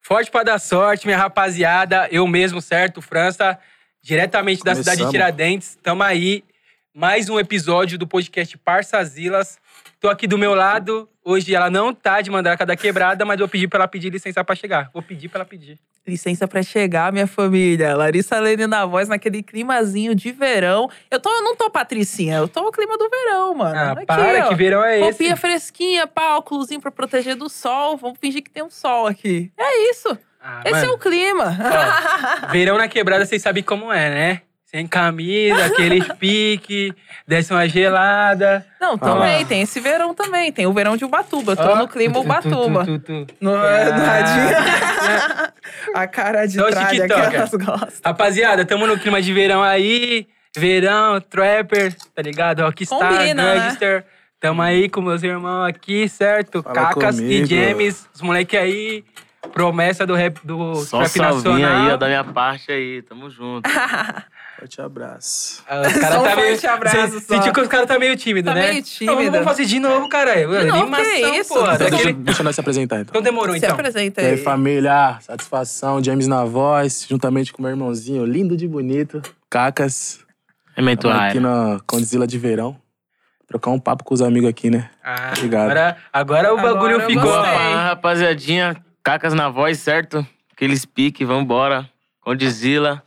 Forte pra dar sorte, minha rapaziada. Eu mesmo, certo? França, diretamente da cidade de Começamos. Tiradentes. Tamo aí. Mais um episódio do podcast Parçazilas. Tô aqui do meu lado. Hoje ela não tá de mandraca da quebrada, mas vou pedir pra ela pedir licença pra chegar. Vou pedir pra ela pedir. Licença pra chegar, minha família. Larissa Lene na voz, naquele climazinho de verão. Eu, tô, eu não tô patricinha, eu tô no clima do verão, mano. Ah, Aqui, para, ó. que verão é esse? Roupinha fresquinha, pá, óculosinho pra proteger do sol. Vamos fingir que tem um sol aqui. É isso. Ah, Esse é mano. o clima. Verão na quebrada, vocês sabem como é, né? Sem camisa, aquele pique, desce uma gelada. não, também, Ah. tem esse verão também. Tem o verão de Ubatuba. Eu Tô Ó, no clima tu, tu, tu, Ubatuba. tu, tu, tu. Não, Ah. não adianta. A cara de Só o tralha que TikToker. elas gostam. Rapaziada, tamo no clima de verão aí. Verão, trapper, tá ligado? Rockstar, Combina, né? gangster. Tamo aí com meus irmãos aqui, certo? Fala Cacas e comigo. James, os moleque aí. Promessa do rap do Só um trap salvinho nacional. aí, ó, da minha parte aí. Tamo junto. Forte abraço. Ah, Os cara Só um tá meio... forte abraço, Cê- só. Sentiu que os caras tá meio tímido, Tá né? meio tímido. Então, vamos fazer de novo, cara. novo, Animação, que isso? pô. Tá Então, deixa, Daquele... deixa eu nós se apresentar, então. Então demorou, Se então. apresenta E aí, aí. família? Satisfação, James na voz, juntamente com meu irmãozinho lindo de bonito, Cacas. É Tamo aqui mentuário. na Condizila de Verão. Trocar um papo com os amigos aqui, né? Ah, Obrigado. Agora, agora o Agora bagulho eu ficou. Boa gostei. pá, rapaziadinha. Cacas na voz, certo? Aqueles pique, vambora. Condizila.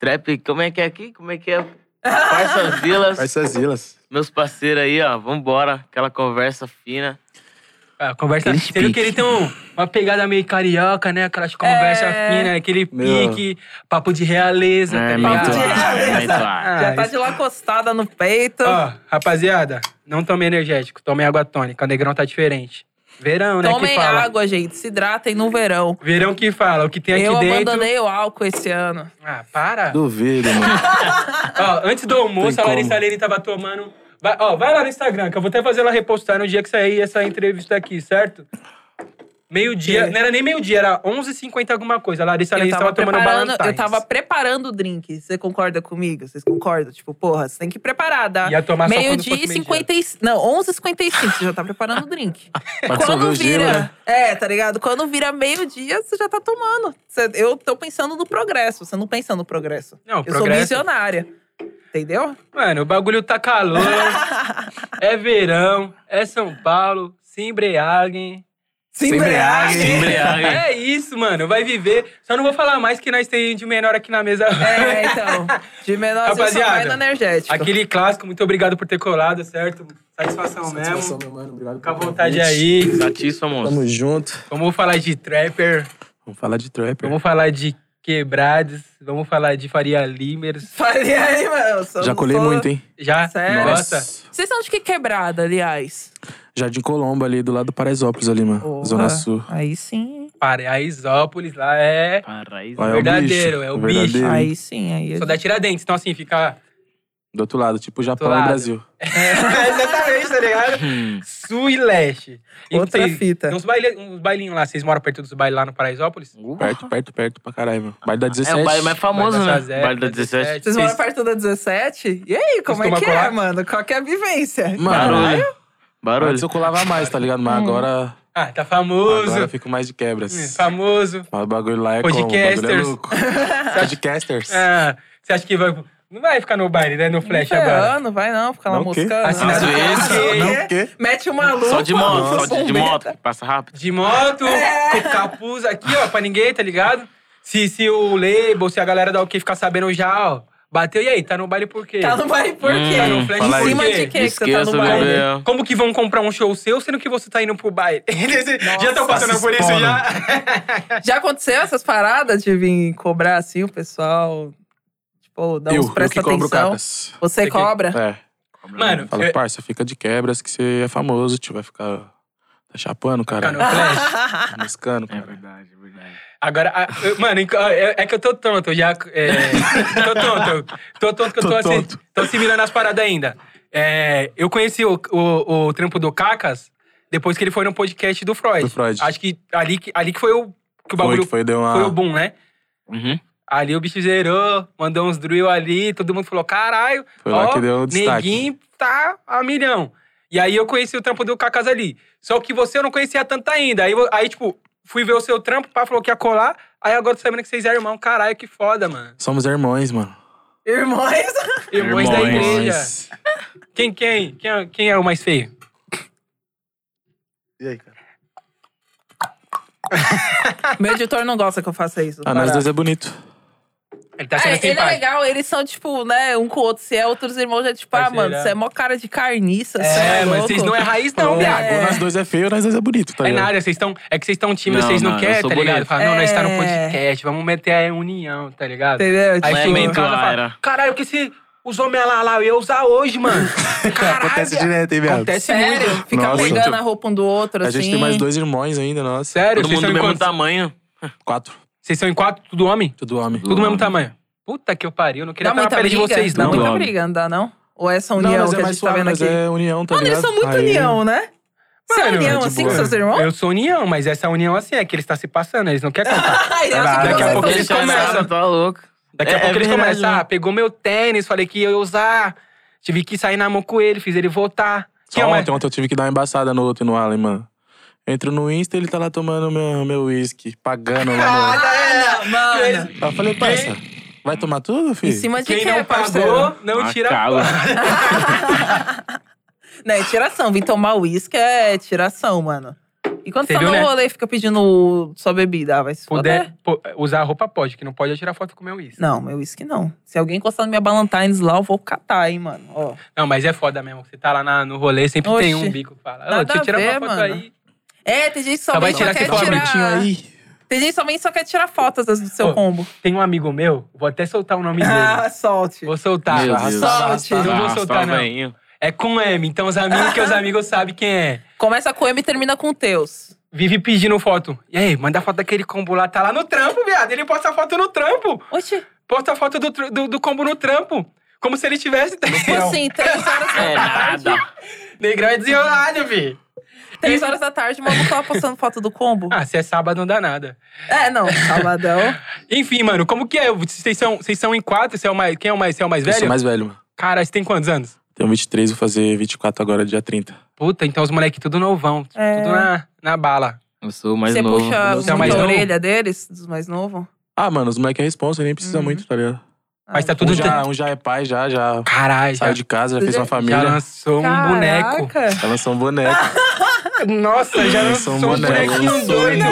Trap, como é que é aqui? Como é que é? Parças Vilas. Essas ilas. Meus parceiros aí, ó. Vambora. Aquela conversa fina. Ah, conversa. Aquele Você viu que pique. ele tem um- uma pegada meio carioca, né? Aquelas conversas É. finas, aquele Meu. pique, papo de realeza, tá É, ligado? mentor. mentuário. mentuário. Ah, Já tá isso- de lá encostada no peito. Ó, rapaziada, não tome energético, tome água tônica. O negrão tá diferente. Verão, né? que Tomem fala. água, gente. Se hidratem no verão. Verão que fala, o que tem aqui Eu dentro. abandonei o álcool esse ano. Ah, para. Duvido, mano. Ó, antes do almoço, Tem a Larissa como. Lene tava tomando. Vai, ó, vai lá no Instagram, que eu vou até fazer ela repostar no dia que sair essa entrevista aqui, certo? Meio-dia, É. não era nem meio-dia, era 11h50 alguma coisa. A Larissa Lene Eu estava tava, tomando preparando, Ballantines. eu tava preparando o drink. Você concorda comigo? Vocês concordam? Tipo, porra, você tem que preparar, dá. Ia tomar só quando Meio-dia fosse e meio-dia. 50 e... Não, 11h55, você já tá preparando o drink. Pode Quando sorver o gelo, vira... né? É, tá ligado? Quando vira meio-dia, você já tá tomando. Você- Eu tô pensando no progresso, você não pensa no progresso. Não, eu progresso. sou visionária. Entendeu? Mano, o bagulho tá calor, é verão, é São Paulo, se embriaguem. Se embriague. embriague. Embriague. É isso, mano, vai viver. Só não vou falar mais que nós tem de menor aqui na mesa. É, então. De menor, você só vai Rapaziada, no energético. Aquele clássico, muito obrigado por ter colado, certo? Satisfação, Satisfação, mesmo. meu mano. Obrigado Fica à pelo vontade convite. aí. Satisfa, moço. Tamo junto. Vamos falar de trapper, Vamos falar de trap. vamos falar de quebrados, vamos falar de Faria Limers. Falei aí, mano. Sou, Já colhei sou- muito, hein? Já? Sério? É. Gosta? Vocês são de que quebrada, aliás? Jardim Colombo ali, do lado do Paraisópolis ali, mano. Porra. Zona Sul. Aí sim. Paraisópolis, lá é... Paraíso. Lá é o Verdadeiro, bicho, é o verdadeiro. bicho. Aí sim, aí. Só da Tiradentes, então assim, fica... Do outro lado, tipo Japão lado. e Brasil. Exatamente, tá ligado? Hum. Sul e leste. E Outra vocês- fita. Tem uns, baile, uns bailinhos lá. Vocês moram perto dos bailes lá no Paraisópolis? Perto, perto, perto pra caralho, meu. Baile da 17. É o baile mais Baile famoso, da né? Sazé, Baile da Baile da 17. Vocês moram Vocês- perto da 17? E aí, como é Costuma que é, colar? mano? Qual que é a vivência? Mano, Barulho. Barulho. antes eu colava mais, tá ligado? Mas agora, Ah, tá famoso. agora eu fico mais de quebras. Hum, Famoso. Mas o bagulho lá é como? O bagulho é Podcasters. louco. Podcasters. Ah, você acha que vai... Não vai ficar no baile, né? No flash agora. Ferrando, vai não, fica lá Não o quê? Assim, moscando. né? Assinado Às vezes. pelo- Não o quê? Mete uma lupa. Só de moto, só de, de um moto, que passa rápido. De moto, com capuz aqui, ó, pra ninguém, tá ligado? Se, se o label, se a galera da OK ficar sabendo já, ó, bateu. E aí, tá no baile por quê? Tá no baile por quê? Tá no flash fala por aí. quê? Em cima de quê que você tá Esqueça, no baile? bebê. Como que vão comprar um show seu, sendo que você tá indo pro baile? já estão passando se por isso, expondo. já? Já aconteceu essas paradas de vir cobrar assim o pessoal? Tipo, dá Eu, uns eu presta que cobro atenção. cacas. Você Você que- cobra? É. Mano, Fala, eu- parça, fica de quebras que você é famoso, tio. Vai ficar tá chapando, Tá no cara. flash. Moscando, É cara. verdade, é verdade. Agora, a- eu- mano, enco- é, é que eu tô tonto, eu já. É, tô tonto. Tô tonto que eu tô, Tô assim. tonto. Tô assimilando as paradas ainda. É, eu conheci o, o, o trampo do Cacas depois que ele foi no podcast do Freud. Do Freud. Acho que ali, que- ali que foi o. Que o Foi bagulho que foi, foi, deu uma... o boom, né? Uhum. Ali o bicho zerou, mandou uns drill ali, todo mundo falou: caralho, Foi lá ó, que deu o destaque. Neguinho tá a milhão. E aí eu conheci o trampo do Cacas ali. Só que você eu não conhecia tanto ainda. Aí, vo- aí tipo, fui ver o seu trampo, o pai falou que ia colar. Aí agora tô sabendo que vocês é irmão. Caralho, que foda, mano. Somos irmãos, mano. É. Irmãos. Irmãos, da Irmãos. igreja. Quem, quem, quem, é- quem é o mais feio? E aí, cara? Meu editor não gosta que eu faça isso. Ah, nós Pará. dois é bonito. Ele tá sendo É, ele é simpático. legal, eles são, tipo, né, um com o outro. Se é outros irmãos, já é tipo, ah, Parceira. mano, você é mó cara de carniça, você É, mas louco. vocês não é raiz, não, Pronto, viado. agora Nós dois é feio, nós dois é bonito, tá É ligado? nada, vocês estão. É que vocês estão tímidos, Não, vocês não, não, eu querem, sou tá ligado? bonito. Fala, não, nós tá no É. podcast, vamos meter a união, tá ligado? Entendeu? Aí Tipo, Mas chega em mental casa e fala, era. caralho, o que esse, os homens lá, lá eu ia usar hoje, mano? Caralho, Acontece direto, hein, viado? Acontece Sério? muito. Fica Nossa. pegando a roupa um do outro, A assim. gente tem mais dois irmãos ainda, nossa. Sério, Todo vocês mundo são, do em mesmo quantos? tamanho. Quatro. vocês são em quatro, tudo homem? Tudo homem. Tudo do mesmo tamanho. Puta que eu pariu, não queria Dá estar na muita pele briga? de vocês, Dá não. muita Não. briga, não dá, não? Ou essa Não, união mas que é a mais gente tá suave, vendo mas aqui? é união, tá Mano, ligado? eles são muito Aí- união, né? Você é Mano, união é de assim com boa. seus irmãos? tipo, Eu sou união, mas essa união assim é que eles estão se passando, eles não querem contar. Ai, eu assim, acho Caralho, que daqui a vocês pouco são eles desconfiados. começam. começaram, tá louco. Daqui a É- pouco é eles verdade, começam, ah, mano. pegou meu tênis, falei que eu ia usar, tive que sair na mão com ele, fiz ele voltar. Só Quem é o mais- ontem, ontem eu tive que dar uma embaçada no outro e no Allen, mano. Entro no Insta, ele tá lá tomando meu meu uísque, pagando lá, mano. Ah, mano. Quem- Eu falei, parça, vai tomar tudo, filho? Em cima de Quem quê, não é, parceiro? pagou, não tira a Acaba. Não, é tiração. Vim tomar uísque é tiração, mano. E quando Você você tá viu, no né? rolê e fica pedindo sua bebida, ah, vai se Puder, foder. pô, usar a roupa pode, que não pode é tirar foto com o meu isso. Não. Não, meu uísque não. Se alguém encostar na minha Ballantines lá, eu vou catar, hein, mano. Ó. mas é foda mesmo. Você tá lá na- no rolê, sempre tem Oxi. um bico que fala. Ô, Nada deixa eu tirar a uma ver, foto mano. aí. É, tem gente que Só vai somente só tirar quer que dá um tirar. tá Bonitinho aí. Tem gente que somente só quer tirar fotos das- do seu Pô, combo. Tem um amigo meu, vou até soltar o nome dele. Ah, solte. Vou soltar. Meu Arrasta- Deus. Solte. Não vou Arrasta soltar, o não. veinho. É com M, então os amigos que os amigos sabem quem é. Começa com M e termina com Teus. Vive pedindo foto. E aí, manda foto daquele combo lá. Tá lá no trampo, viado. Ele posta foto no trampo. Oxi, Posta foto do, tr- do, do combo no trampo. Como se ele tivesse. tipo assim, três horas da É tarde. nada. Negrão é desenrolado, vi. Três horas da tarde, o maluco tava postando foto do combo. Ah, se é sábado, não dá nada. É, não, sabadão. Enfim, mano, como que é? Vocês são, vocês são em quatro? Você é o mais, quem é o mais, você é o mais Eu velho? sou mais velho, mano. Cara, você tem quantos anos? Tenho 23, vou fazer 24 agora, dia 30. Puta, então os moleques tudo novão. É. Tudo na, na bala. Eu sou o mais Você novo. puxa Você é mais muito a novo? orelha deles, dos mais novos. Ah, mano, os moleques é responsa, nem precisa Uhum. muito, tá ligado? Mas Ah, tá Um tudo... já, um já é pai, já, já Caralho, já, saiu de casa, já fez Já- uma já família. lançou um boneco. Caraca. Ela são um boneco. Nossa, já lançou um bonequinho doido.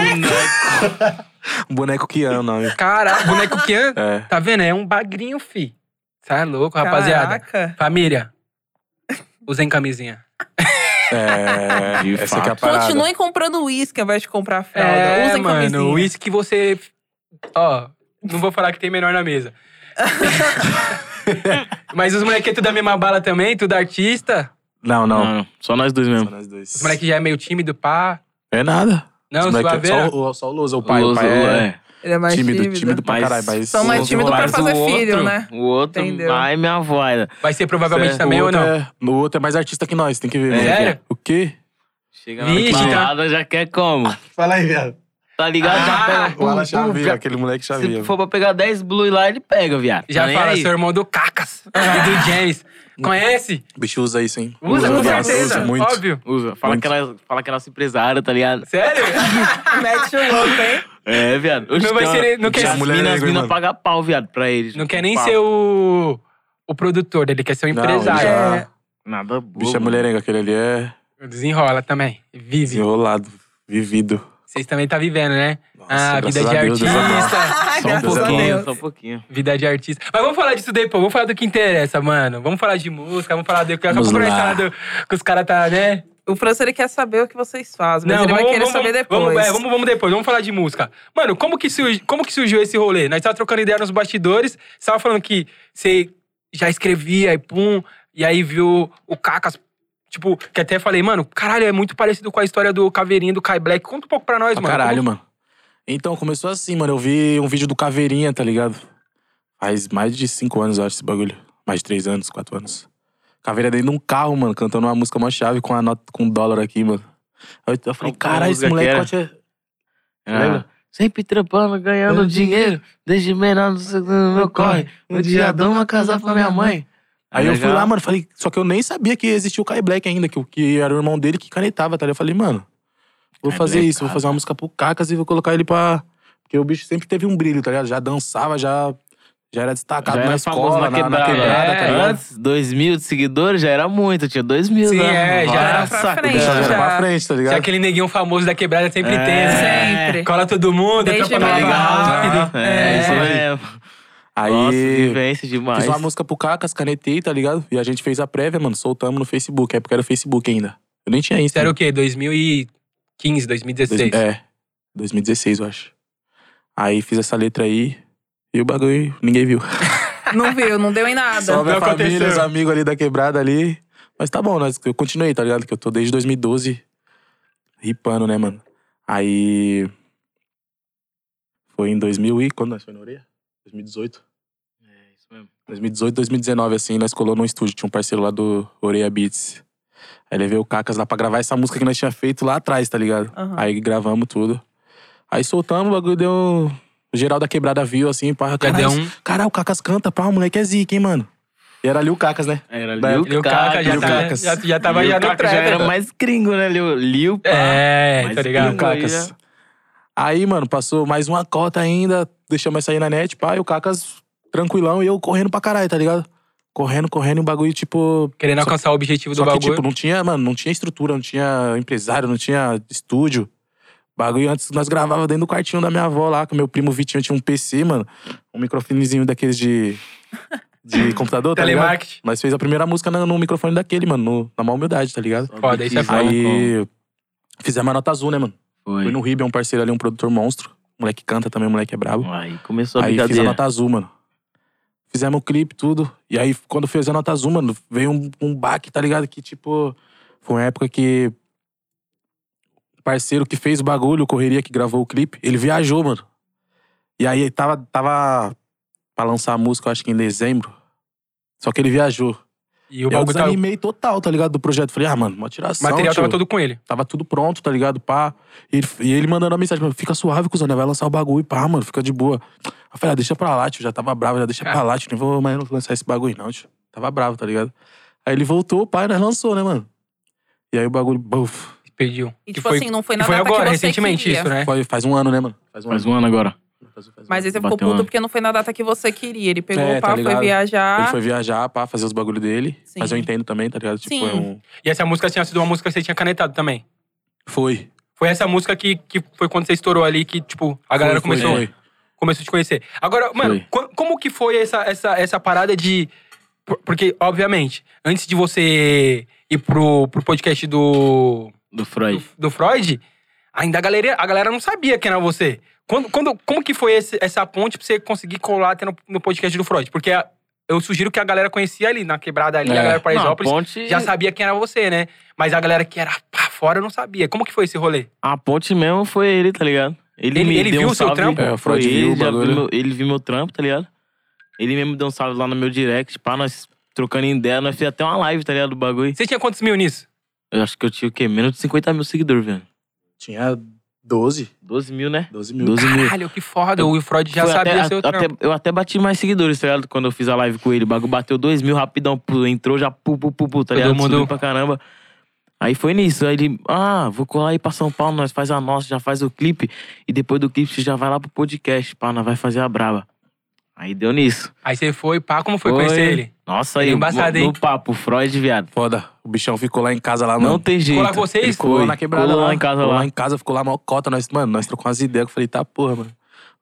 Um boneco que ama, não. Caralho, boneco que anda. É. Tá vendo? É um bagrinho, fi. Tá louco, rapaziada. Caraca. Família, usem camisinha. É. De essa que é a fato. parada. Continuem comprando uísque ao invés de comprar fralda. É, Usem É, mano, o camisinha. uísque você... Ó, não vou falar que tem menor na mesa. Mas os moleques é tudo da mesma bala também, tudo artista. Não, não. Não, só nós dois Só mesmo. nós dois. Os moleques já é meio tímido, pá. É nada. Não, Os moleque, é suaveira. só, o, só o Lousa, o pai. Luso, o pai é, é. Ele é mais tímido, tímido. tímido, pra caralho. Mas São mais o- tímido pra mas fazer o filho, outro- né? O outro, Entendeu. ai, minha avó. era. Vai ser provavelmente Certo. também o ou outro não? É, o outro é mais artista que nós, tem que ver. É. mano. Sério? O quê? Chega na Vixe, balada, já quer como? Fala aí, viado. Tá ligado? Ah, já pega. O Alan pum, pum, Chavia, já- aquele moleque Chavia. Se for pra pegar 10 blue lá, ele pega, viado. é. Tá Já nem fala, aí. seu irmão do Cacas e do James. Conhece? O bicho usa isso, hein? Usa, com nossa, certeza. Usa muito. Óbvio. Usa. Fala Muito. que, ela, fala que ela é nossa empresária, tá ligado? Sério? Mete o louco, hein? É, viado. Oxe, Não vai tem ser uma- nem- não quer- Já As Mulher minas, as negro, minas mano. pagam pau, viado, pra eles. Não quer nem Pau. ser o, o produtor dele, quer ser o Não, ele empresário. já- É. Nada boa. O bicho é mano. mulherengo, aquele ali é Desenrola também. Vive. desenrolado, vivido. Vocês também tá vivendo, né? ah, vida graças de a Deus, Deus é bom. artista. Ai, Só um graças a pouquinho, Deus. Só um pouquinho. Vida de artista. Mas vamos falar disso depois, vamos falar do que interessa, mano. Vamos falar de música, vamos falar do que Vamos lá. conversar do, que os caras tá, né? O França, ele quer saber o que vocês fazem, mas ele vai querer saber depois. Vamos, é, vamos, vamos depois, vamos falar de música. Mano, como que, surgi- como que surgiu esse rolê? Nós tava trocando ideia nos bastidores, você tava falando que você já escrevia e pum, e aí viu o Cacas, tipo, que até falei, mano, caralho, é muito parecido com a história do Caveirinho do Kai Black. Conta um pouco pra nós, Pra mano. caralho, mano. Então, começou assim, mano. Eu vi um vídeo do Caveirinha, tá ligado? Faz mais de cinco anos, eu acho, esse bagulho. Mais de três anos, quatro anos. Caveira dentro de um carro, mano, cantando uma música mó chave com, a nota, com um dólar aqui, mano. Aí eu falei, Qual caralho, esse música que moleque era? pode é. Ah. Lembra? Sempre trampando, ganhando dinheiro. Desde menor no segundo no meu corre. Um dia dou uma casa pra minha mãe. Aí eu fui É Legal. lá, mano, falei, só que eu nem sabia que existia o Kai Black ainda, que, o- que era o irmão dele que canetava, tá ligado? Eu falei, mano, Vou É fazer isso, vou molecada. fazer uma música pro Cacas e vou colocar ele pra. Porque o bicho sempre teve um brilho, tá ligado? Já dançava, já, já era destacado Já na era famoso escola, na quebrada. tá é, ligado? antes, 2 mil de seguidores já era muito, tinha 2 mil. Sim, né? é, já era Nossa, pra cara. O bicho já era já. pra frente, tá Se ligado? aquele neguinho famoso da quebrada sempre É. tem, né? Sempre. Cola todo mundo, Desde trampa no mais lugar rápido. rápido. É, Ah, É. isso mesmo. Aí. Nossa, vivência demais. Fiz uma música pro Cacas, canetei, tá ligado? E a gente fez a prévia, mano. Soltamos no Facebook. É porque era o Facebook ainda. Eu nem tinha Isso Insta. era o quê? 2015, 2016. Dois- É, 2016, eu acho. Aí fiz essa letra aí e o bagulho ninguém viu. Não viu, não deu Só em nada. minha Não família, aconteceu. os amigos ali da quebrada ali. Mas tá bom, nós, eu continuei, tá ligado? Que eu tô desde 2012 ripando, né, mano? Aí. Foi em 2000 e. Quando nós foi na orelha? 2018. É, isso mesmo. 2018, 2019, assim, nós colou num estúdio. Tinha um parceiro lá do Oreia Beats. Aí levei o Cacas lá pra gravar essa música que nós tinha feito lá atrás, tá ligado? Aham. Aí gravamos tudo. Aí soltamos, o bagulho deu. O geral da quebrada viu, assim, pá. Já Caralho, deu um. caralho, o Cacas canta, pá, o moleque é zica, hein, mano. E era ali o Cacas, né? Era Da Lil Lil Kaka já, Lil tá- Cacas. já, já tava Lil já no Kaka já trap. era mais gringo, né, Lil? Lil pá. É, tá Mas E o ligado? Lil- Cacas. Aí, mano, passou mais uma cota ainda, deixamos sair na net, pá, e o Cacas tranquilão e eu correndo pra caralho, tá ligado? Correndo, correndo, e um bagulho, tipo, Querendo Só- alcançar o objetivo do Só que, bagulho. tipo, não tinha, mano, não tinha estrutura, não tinha empresário, não tinha estúdio. Bagulho antes nós gravava dentro do quartinho da minha avó lá, que meu primo Vitinho tinha um PC, mano. Um microfonezinho daqueles de. de computador, tá ligado? Telemarketing. Nós fez a primeira música no, no microfone daquele, mano, no- na má humildade, tá ligado? Foda, isso é foda. Aí. Fizemos a nota azul, né, mano? Fui Foi. no Ribe, é um parceiro ali, um produtor monstro. O moleque canta também, o moleque é brabo. Aí começou a Aí fiz a brincadeira. nota azul, mano. Fizemos o clipe, tudo. E aí, quando fez a nota azul, mano, veio um, um baque, tá ligado? Que, tipo, foi uma época que. O parceiro que fez o bagulho, o correria que gravou o clipe, ele viajou, mano. E aí ele tava, tava pra lançar a música, eu acho que em dezembro. Só que ele viajou. E o eu bagulho tava. desanimei total, tá ligado? Do projeto. Falei, ah, mano, uma O tiração. material tava tio. todo com ele. Tava tudo pronto, tá ligado? Pá. E ele, e ele mandando a mensagem pra mim, fica suave, cuzão, né? Vai lançar o bagulho, pá, mano, fica de boa. Aí Eu falei, ah, deixa pra lá, tio. Já tava bravo, já deixa pra lá, tio. Nem vou mais lançar esse bagulho, não, tio. Tava bravo, tá ligado? Aí ele voltou, pá, e nós lançou, né, mano? E aí o bagulho, buf. Pediu. E Que tipo foi- assim, não foi E na foi data que agora, você recentemente, queria. isso, né? Foi- Faz um ano, né, mano? Faz um Faz ano. um ano agora. Faz um- faz um Mas aí você ano. ficou Bateu puto ano. porque não foi na data que você queria. Ele pegou É, o tá pau, foi ligado? viajar. Ele foi viajar, pá, fazer os bagulhos dele. Sim. Mas eu entendo também, tá ligado? Tipo, Sim. é um. E essa música tinha sido uma música que você tinha canetado também. Foi. Foi essa música que, que foi quando você estourou ali que, tipo, a galera Foi, foi, começou, foi. começou a te conhecer. Agora, mano, co- como que foi essa, essa, essa parada de. por- Porque, obviamente, antes de você ir pro, pro podcast do, Do do, Freud. do Freud, ainda a galera, a galera não sabia quem era você. Quando, quando, como que foi esse- essa ponte pra você conseguir colar até no, no podcast do Freud? Porque a- eu sugiro que a galera conhecia ali, na quebrada ali, É. a galera de Não, a Paraisópolis. ponte, já sabia quem era você, né? Mas a galera que era pra fora não sabia. Como que foi esse rolê? a ponte mesmo foi ele, tá ligado? Ele, Ele- me ele deu viu um o seu salve. trampo? É, o Freud Foi viu o ele, já bagulho. viu meu, ele viu meu trampo, tá ligado? Ele mesmo deu um salve lá no meu direct, pá, nós trocando ideia, nós fizemos até uma live, tá ligado? Do bagulho. Você tinha quantos mil nisso? Eu acho que eu tinha o quê? Menos de 50 mil seguidores, velho. Tinha 12. 12 mil, né? 12 mil. 12 mil. Caralho, que foda. O Freud já Foi sabia até, seu até- trampo. Eu até bati mais seguidores, tá ligado? Quando eu fiz a live com ele. O bagulho bateu 2 mil rapidão, pu, entrou já pu, pu, pu, pu, tá Todo ligado? mundo- Subiu pra caramba. Aí foi nisso. Aí ele, ah, vou colar aí pra São Paulo, nós faz a nossa, já faz o clipe. E depois do clipe, você já vai lá pro podcast, pá, nós vai fazer a braba. Aí deu nisso. Aí você foi, pá, como foi, conhecer ele? Nossa, Ele aí, é embaçado, no, hein? no papo, Freud, viado. Foda. O bichão ficou lá em casa lá, Não, mano. tem jeito. Colar com vocês? Ele colou Foi. na quebrada Colou lá, lá em casa colou lá. em casa, ficou lá mó cota. Nós, mano, nós trocamos umas ideias. que Eu falei, tá porra, mano.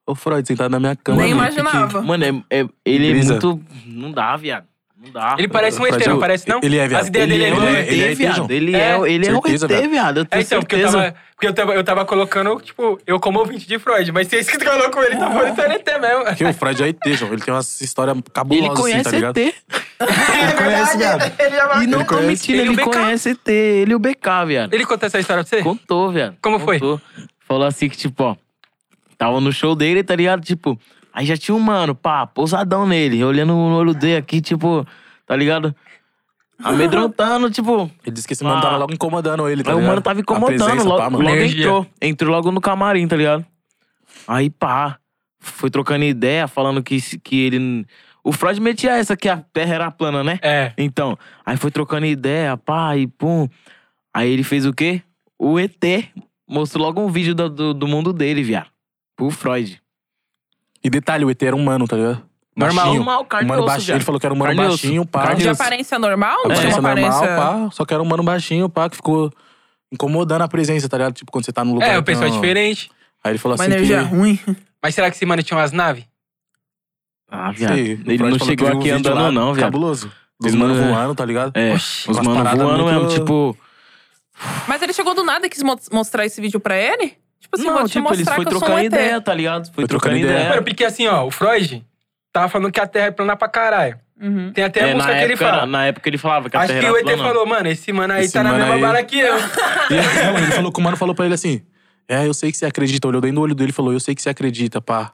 Ô, Freud, sentado na minha cama. Nem mano, imaginava. Mano, é- é- ele é Brisa. muito. Não dá, viado. Não dá. Ele parece um Freud, ET, não o- parece não? Ele é, viado. As ideias Ele dele é é um doido. ele, ele é ET, viado. viado. Ele é, É, ele é um certeza, ET, viado. viado. Eu É, tenho então, porque eu, certeza. tava, porque eu tava, eu tava colocando, tipo, eu como ouvinte de Freud, mas se é isso que tu colocou ele, Ah. tá falando que é ET mesmo. Porque o Freud é ET, João. Ele tem umas histórias cabulosas, Ele conhece assim, tá ligado? ET. É conhece, viado. Ele, já... E não tô conhece- mentindo, ele e o ele, é BK. conhece ET. Ele e o BK, viado. ele contou essa história pra você? Contou, viado. Como foi? Contou. Falou assim que, tipo, ó. Tava no show dele, tá ligado? Tipo, aí já tinha um mano, pá, pousadão nele. Olhando no olho dele aqui, tipo, tá ligado? Amedrontando, tipo. Ele disse que esse mano Ah. tava logo incomodando ele, tá Aí o ligado? mano tava A incomodando, presença, logo, pá, mano. logo Energia. entrou. Entrou logo no camarim, tá ligado? Aí pá, foi trocando ideia, falando que, se- que ele. O Freud metia essa que a terra era plana, né? É. Então, aí foi trocando ideia, pá, e pum. Aí ele fez o quê? O ET mostrou logo um vídeo do, do, do mundo dele, viado. Pro Freud. E detalhe, o ET era humano, tá ligado? Normal. Baixinho. Normal, Um carne e mano osso, baixinho, viado. ele falou que era um mano Carne e osso. baixinho, pá. Carne De e Aparência osso. aparência normal? É. Tinha normal, aparência- é. pá. Só que era um mano baixinho, pá, que ficou incomodando a presença, tá ligado? Tipo, quando você tá num lugar. É, o que pessoal é não- diferente. Aí ele falou Uma assim energia que... ruim. Mas será que esse mano tinha umas naves? Ah, Sim, viado. o ele Freud não falou que chegou viu um aqui vídeo andando, lá, não, viado. Cabuloso. Dos Dos manos mano- voando, tá ligado? É, Oxi, os umas mano paradas voando muito- mesmo, tipo. Mas ele chegou do nada e quis mo- mostrar esse vídeo pra ele? Tipo assim, não, vou te tipo, eles mostrar foi que eu sou um trocando ET. ideia, tá ligado? Foi, Foi trocando trocando ideia. É. ideia. Mano, porque assim, ó, o Freud tava falando que a Terra é plana pra caralho. Uhum. Tem até É, a música na, que ele época, fala. na época ele falava que a Acho Terra que o era ET plana. falou, mano, esse mano aí Esse tá na mano mesma aí- bala que eu. E é, mano, ele falou que o mano falou pra ele assim: É, eu sei que você acredita. Olhou dentro do olho dele e falou: Eu sei que você acredita, pá.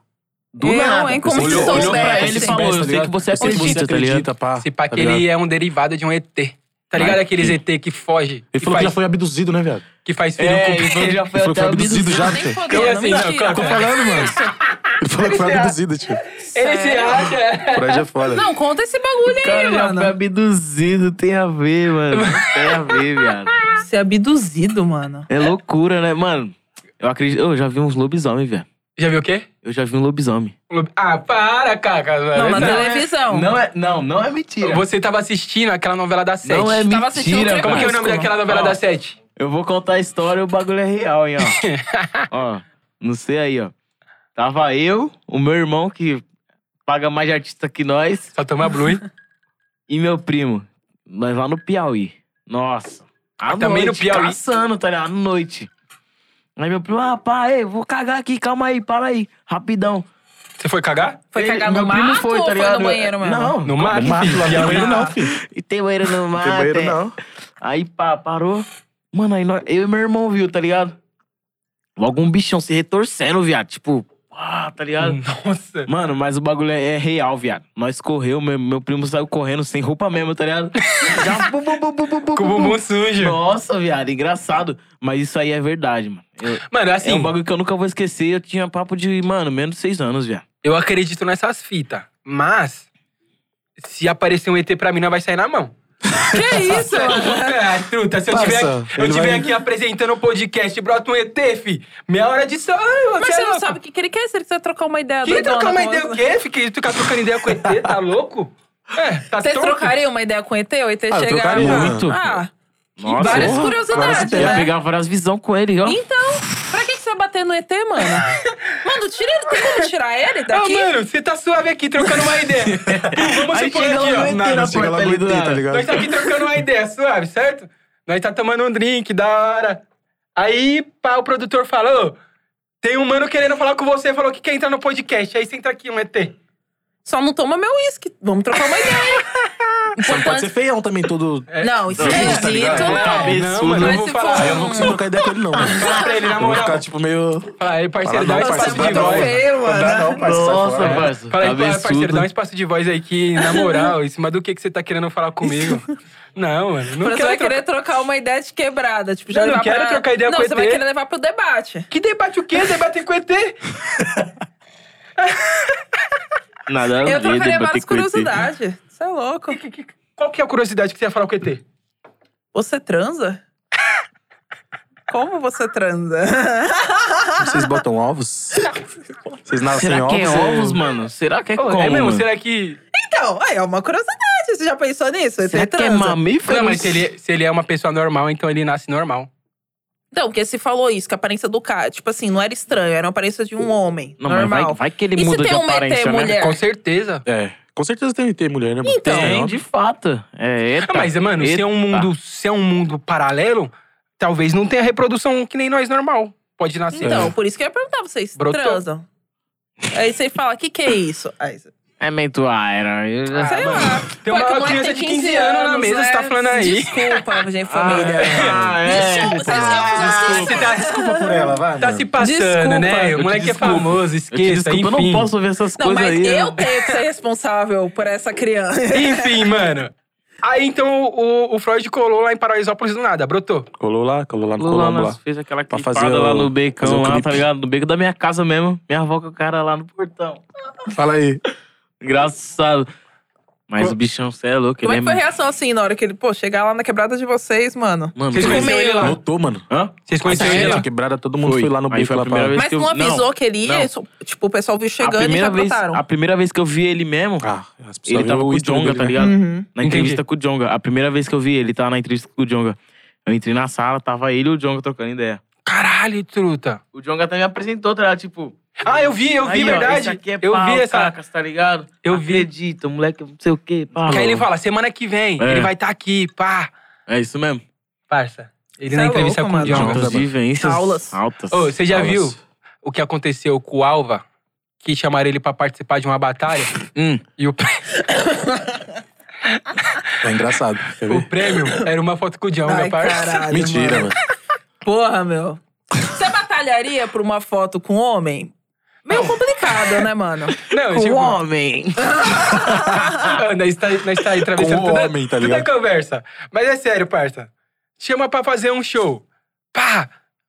Do Eu, nada. assim, hein, como olhou, se olhou pra soubesse. ele e assim. falou, eu sei que você Eu sei que acredita, tá ligado? acredita, pá. Esse pá tá que ligado? ele é um derivado de um ET. Tá ligado Vai aqueles que- ET que foge? Ele que falou que faz, já foi abduzido, né, viado? que faz filho É, com ele falou que já Ele foi falou que até foi abduzido abduzido. já, Nem tio. fodendo, Eu ia assim, não, mentira. calma, Tô falando, mano. Ele falou que foi Esse é- abduzido, tio. Ele se acha. Freud é foda. é- Não, conta esse bagulho O aí, cara já foi mano. abduzido, tem a ver, mano. Tem a ver, viado. Ser abduzido, mano. É loucura, né, mano? Eu acredito. Eu já vi uns lobisomem, velho. Já viu o quê? Eu já vi um lobisomem. Ah, para, Cacas. Não, velho. na Não, televisão. Não é, não, não é mentira. Você tava assistindo aquela novela da Sete. Não é Tava assistindo mentira, outra Como que é o cara. coisa. nome daquela novela Ó. da Sete? Eu vou contar a história e o bagulho é real, hein, ó. ó, não sei aí, ó. Tava eu, o meu irmão, que paga mais de artista que nós, Só toma blue, hein? e meu primo. Nós lá no Piauí. Nossa. À Também no noite, Piauí? Caçando, tá ligado? À noite. Aí meu primo, ah, pá, ei, vou cagar aqui, calma aí, para aí, rapidão. Você foi cagar? Foi Ele- cagar no meu primo mato foi, tá ou foi ligado? no banheiro mesmo? Não, No mar? No mato, lá Viado. no banheiro não, filho. E tem banheiro no Não mato. um tem banheiro, é. não. Aí, pá, parou. Mano, aí nós- eu e meu irmão viu, tá ligado? Logo um bichão se retorcendo, viado. Tipo, pá, tá ligado? Hum. Nossa. Mano, mas o bagulho é é real, viado. Nós correu, meu, meu primo saiu correndo sem roupa mesmo, tá ligado? Já, bu, bu, bu, bu, bu, bu, Com o bu, bu. bumbum sujo. Nossa, viado, engraçado. Mas isso aí é verdade, mano. Eu- Mano, assim, é um bagulho que eu nunca vou esquecer. Eu tinha papo de, mano, menos de seis anos, viado. eu acredito nessas fitas. Mas, se aparecer um ET pra mim, não vai sair na mão. Que isso? Ah, truta, se eu Passa, tiver, aqui, eu ele tiver vai- aqui apresentando o podcast, brota um ET, fi. Meia hora de só. Mas você não sabe o que, que ele quer? Se ele quiser trocar uma ideia Quem doidona trocar uma com ideia o você. quê? Fiquei ficar trocando ideia com o ET, tá louco? É, tá Vocês tronco. trocariam uma ideia com o ET? O ET Ah, eu chega... trocaria. Muito. Ah, Nossa, várias porra. curiosidades, várias Ia né? pegar várias visões com ele, ó. Então, pra que que você vai bater no ET, mano? Mano, tira ele. Tem como tirar ele Ah, daqui? mano, você tá suave aqui, trocando uma ideia. Pô, Vamos Aí supor chega aqui, lá ó. no ET, Nada. na Não chega lá porta no ali do ET, tá lado. Nós ligado? tá aqui trocando uma ideia suave, certo? Nós tá tomando um drink, da hora. Aí, pá, o produtor falou: tem um mano querendo falar com você, falou que quer entrar no podcast. Aí senta aqui um ET. Só não toma meu uísque. Vamos trocar uma ideia. Só não pode ser feião também, todo. Não, tá ligado? esquisito não. Cabeça. Não, mano, eu Mas vou se falar. for Aí eu não consigo trocar ideia com ele, não. mano. Fala pra ele, na Eu vou moral. ficar, tipo, meio. Fala aí, parceiro, dá Fala um não, espaço parceiro, de tá tão voz. feio, Não dá, não, parceiro. sai Nossa, fora. parça. Fala aí, pá, parceiro, cabeçudo. dá um espaço de voz aí que, na moral, em cima do que, que você tá querendo falar comigo. Não, mano, não Você quero trocar. vai querer trocar uma ideia de quebrada. Tipo, já Eu não levar quero pra... trocar ideia não, com você ET. vai querer levar pro debate. Que debate o quê? Debate com ET? Nada a ver, Eu trocaria debater várias com o ET. curiosidades. Você é louco. Qual que é a curiosidade que você ia falar com o ET? Você transa? Como você transa? Vocês botam ovos? Vocês nascem Será ovos? né? que é ou- ovos, mano? Será que é Pô, como? é mesmo, mano? será que. Então, aí é uma curiosidade. Você já pensou nisso? Será Você que é transa? mamífero? Não, mas se ele, se ele é uma pessoa normal, então ele nasce normal. Então, porque se falou isso, que a aparência do cara, tipo assim, não era estranho, era a aparência de um homem. Não, mas normal. vai, vai que ele E se muda de tem um ET aparência, né? mulher? É. Com certeza. É. Com certeza tem, tem mulher, né? mano? Então. Tem, Tem, óbvio. de fato. É, eita. Ah, mas, mano, se é, um Eita. mundo, se é um mundo paralelo, talvez não tenha reprodução que nem nós normal. Pode nascer. Então, por isso que eu ia perguntar pra vocês, Brotou. transam? Aí você fala, o que que é isso? Aí, você- É meio né? iron. Ah, sei mano. lá. Tem Pô, uma é que o moleque criança tem de 15 anos na mesa, né? você tá falando aí. Desculpa, gente, família. Ah, é. Desculpa, vocês são Você tá, Desculpa por ela, vai. tá mano. se passando, Desculpa. né? Eu te O moleque é desculpo. famoso, Eu te esqueça, desculpa, eu enfim. não posso ver essas Não, coisas mas aí. né? né? eu tenho que ser responsável por essa criança. Enfim, mano. Aí, então, o, o Freud colou lá em Paraisópolis do nada, brotou. Colou lá, colou lá no Lula Colombo nós lá. fez aquela Pra clipada fazer o- lá no fazer becão, o lá, clipe. tá ligado? No beco da minha casa mesmo. Minha avó com o cara lá no portão. Fala aí. Engraçado. Mas o bichão, cê é louco, Como é ele é. que foi a reação assim na hora que ele, pô, chegar lá na quebrada de vocês, mano? Mano, Vocês foi- conheceram ele lá? Notou, mano. Hã? Vocês conheceram ele Gente, lá? é a quebrada, todo mundo foi, Foi. lá no Aí bico foi a lá pra... primeira vez. Mas que eu- não avisou não, que ele ia? não. Isso- Tipo, o pessoal viu A chegando e já primeira, vez, brotaram. a primeira vez que eu vi ele mesmo, Ah, as pessoas ele tava viram com o o ídolo Jonga, dele, tá né? ligado? Uhum. Na Hum, Entendi. entrevista com o Jonga. A primeira vez que eu vi ele, tava na entrevista com o Jonga. Eu entrei na sala, tava ele e o Jonga trocando ideia. Caralho, truta. O Jonga até me apresentou, tá ligado? Tipo, Ah, eu vi, eu vi, aí, ó, verdade. esse aqui é eu pau, vi essa. Cacas, tá ligado? Eu vi. Acredito, moleque, não sei o quê. Pá, Que aí ele fala, semana que vem, É. ele vai estar aqui, pá. É isso mesmo. Parça, ele Cê na é entrevista louco, com o mano. Djonga. Jonga. Altas vivências. Aulas. Altas. Ô, você já Aulas. viu o que aconteceu com o Alva? Que chamaram ele pra participar de uma batalha. Hum. e o, prê- Tá engraçado, quer o ver? prêmio era uma foto com o Djonga, Ai, parça. caralho, Mentira, mano. mano. Porra, meu. Você batalharia por uma foto com homem? Meio complicado, né, mano? Não, Com tipo, homem. ah, nós tá, nós tá aí atravessando Com o toda, homem, tá toda ligado? a conversa. Mas é sério, parça. Chama pra fazer um show. Pá!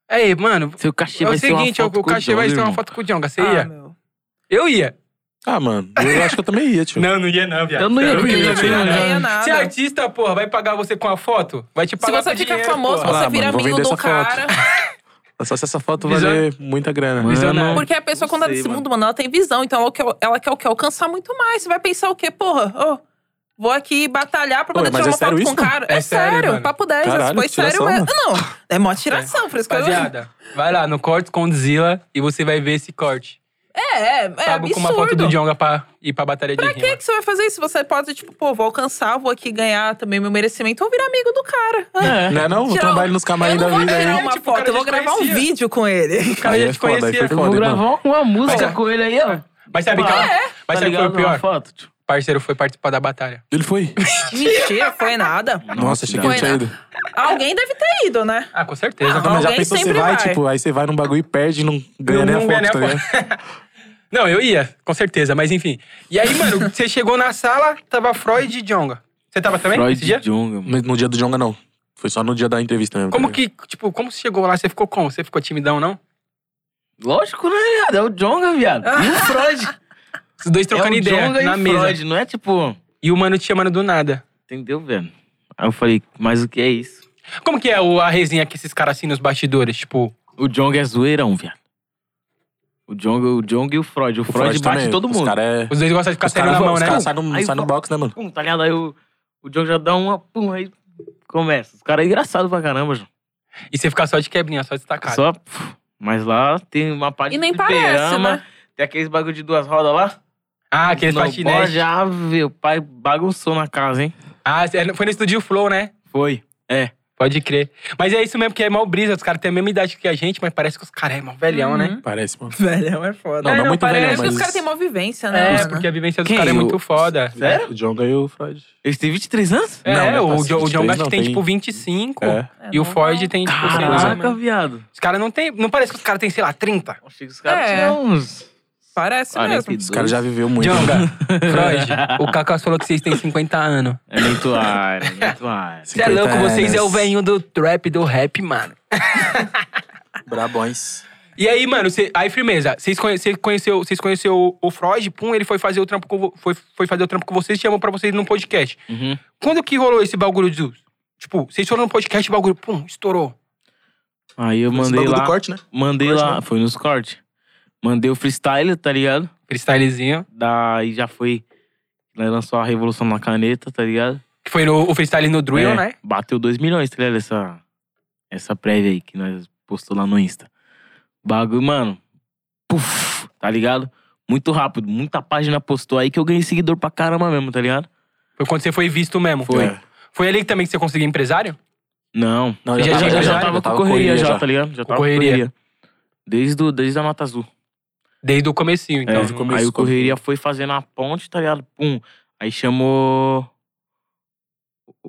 Aí, mano, Seu cachê é o vai ser uma seguinte, foto o cachê vai ser uma foto com o Djonga. Você Ah, ia? meu. Eu ia. Ah, mano, eu acho que eu também ia, tio. Não, não ia não, viado. Eu não ia, Sério, porque eu não não ia. tinha- Não ganha Se é nada. artista, porra, vai pagar você com a foto? Vai te Se pagar você com ficar dinheiro, famoso, porra. Ah, você mano, vira vou amigo vender do essa foto. cara. É Só se essa foto Visão- valer muita grana. Mano. Visionário. Porque a pessoa, Não quando ela sei, desse mano. mundo, mano, ela tem visão. Então ela quer, ela quer o quê? Alcançar muito mais. Você vai pensar o quê? Porra, ô, vou aqui batalhar pra Ué, poder mas tirar é uma sério foto isso? com um cara. É É, sério, sério, mano. papo 10. Caralho, foi que sério tiração, mesmo. mano. Não, é mó tiração, por isso que eu... É, Rapaziada, vai lá no Cortes com Zila e você vai ver esse corte. é, é Pago com uma foto do absurdo. Djonga pra ir pra batalha de Pra rima. que, que você vai fazer isso? Você pode, tipo, pô, vou alcançar, vou aqui ganhar também meu merecimento ou virar amigo do cara. Ah, Não é não? O Tirar- trabalho nos Eu camarins da não vou vida tirar aí. né? uma Tipo, o cara foto, eu já vou te gravar um conhecia. vídeo com ele. O cara Aí já é te foda, aí foi conhecia. Eu Foda, vou hein, gravar uma música Mas- com ele aí, ó. Mas sabe, que, Ah, ela- mas Tá sabe qual é ligado? o Uma pior? foto, tio. Parceiro foi participar da batalha. Ele foi. Mentira, foi nada. Nossa, achei que Foi ele tinha na- ido. Alguém deve ter ido, né? Ah, com certeza. Ah, Mas já Alguém pensou, você sempre vai, vai. tipo, aí você vai num bagulho e perde e não ganha nem a Não ganha né, foto, tá nem a ligado? Não, eu ia, com certeza, mas enfim. E aí, mano, você chegou na sala, tava Freud e Djonga. Você tava também esse dia? Freud Junga, mano. Mas no dia do Jonga, não. Foi só no dia da entrevista mesmo. Como tá que, tipo, como você chegou lá? Você ficou como? Você ficou timidão, não? Lógico, né, viado? É o Jonga, viado. E o Freud. Os dois é Ah. trocando o ideia Jonga na e o mesa. Freud, não é tipo... E o mano te chamando do nada. Entendeu, velho? Aí eu falei, mas o que é isso? Como que é o- a resenha que esses caras assim nos bastidores? Tipo, O Jonga é zoeirão, viado. O Jonga, o Jonga e o Freud. O, Freud, bate também, todo Os mundo. caras é... os dois gostam de ficar Os saindo caras na mão, os né? cara saem no, Aí sai no o- box, né, mano? Pum, tá ligado? Aí o, o Jonga já dá uma... Pum, aí começa. Os caras é engraçado pra caramba, João. E você ficar só de quebrinha, só destacado. Só... puf, Mas lá tem uma parte E nem de parece, fliperama, né? Tem aqueles bagulho de duas rodas lá. Ah, aqueles Não patinetes. pode, ah, meu pai bagunçou na casa, hein? Ah, cê- foi no estúdio Flow, né? Foi. É. Pode crer. Mas é isso mesmo, porque é mal brisa. Os caras têm a mesma idade que a gente, mas parece que os caras é mal velhão, né? Uhum. Parece, mano. Velhão é foda. Não, É, não, não, muito parece velho, que não, Acho que mas... os caras têm uma vivência, né? É, mano? porque a vivência dos Quem? caras é muito O- foda. Sério? O Jonga e o Freud. Eles têm 23 anos? É, Não, né, o, parceiro, Jo- o John 23 Gash não, tem, tem- tipo 25 É. É, e o não Freud vai. tem, tipo, sei lá. Caraca, mano. viado. Os caras não tem. Não parece que os caras têm, sei lá, 30. Achei que os caras É. tinham uns... Parece mesmo. Os caras já viveu muito. Djonga, Freud, o Cacau falou que vocês têm 50 anos. É nem tua área, nem tua área. Você é louco, 50 vocês é o anos. velhinho do trap, do rap, mano. Brabões. E aí, mano, cê- aí firmeza, vocês conhe, cê conheceu, vocês conheceu o, o Freud, pum, ele foi fazer o trampo com, vo- foi, foi fazer o trampo com vocês, chamou pra vocês num podcast. Uhum. Quando que rolou esse bagulho do tipo, vocês foram no podcast, o bagulho, pum, estourou. Aí eu Esse mandei bagulho do lá. corte, né? Mandei corte, lá. né? Foi nos cortes. Mandei o freestyle, tá ligado? Freestylezinho, Daí já foi. né, Lançou a Revolução na Caneta, tá ligado? que foi no, o freestyle no Drill, É, né? Bateu 2 milhões, tá ligado? Essa, essa prévia aí que nós postou lá no Insta. Bagulho, mano. Puf, tá ligado? Muito rápido, muita página postou aí que eu ganhei seguidor pra caramba mesmo, tá ligado? Foi quando você foi visto mesmo. Foi. É. Foi ali também que você conseguiu empresário? Não. Não, Já- Eu já- já, já tava com correria, já, tá ligado? Já Com tava com correria. correria. Desde, o, desde a Mata Azul. Desde o comecinho, então. É, não- começo. aí o Correria foi fazendo a ponte, tá ligado? Pum. Aí chamou.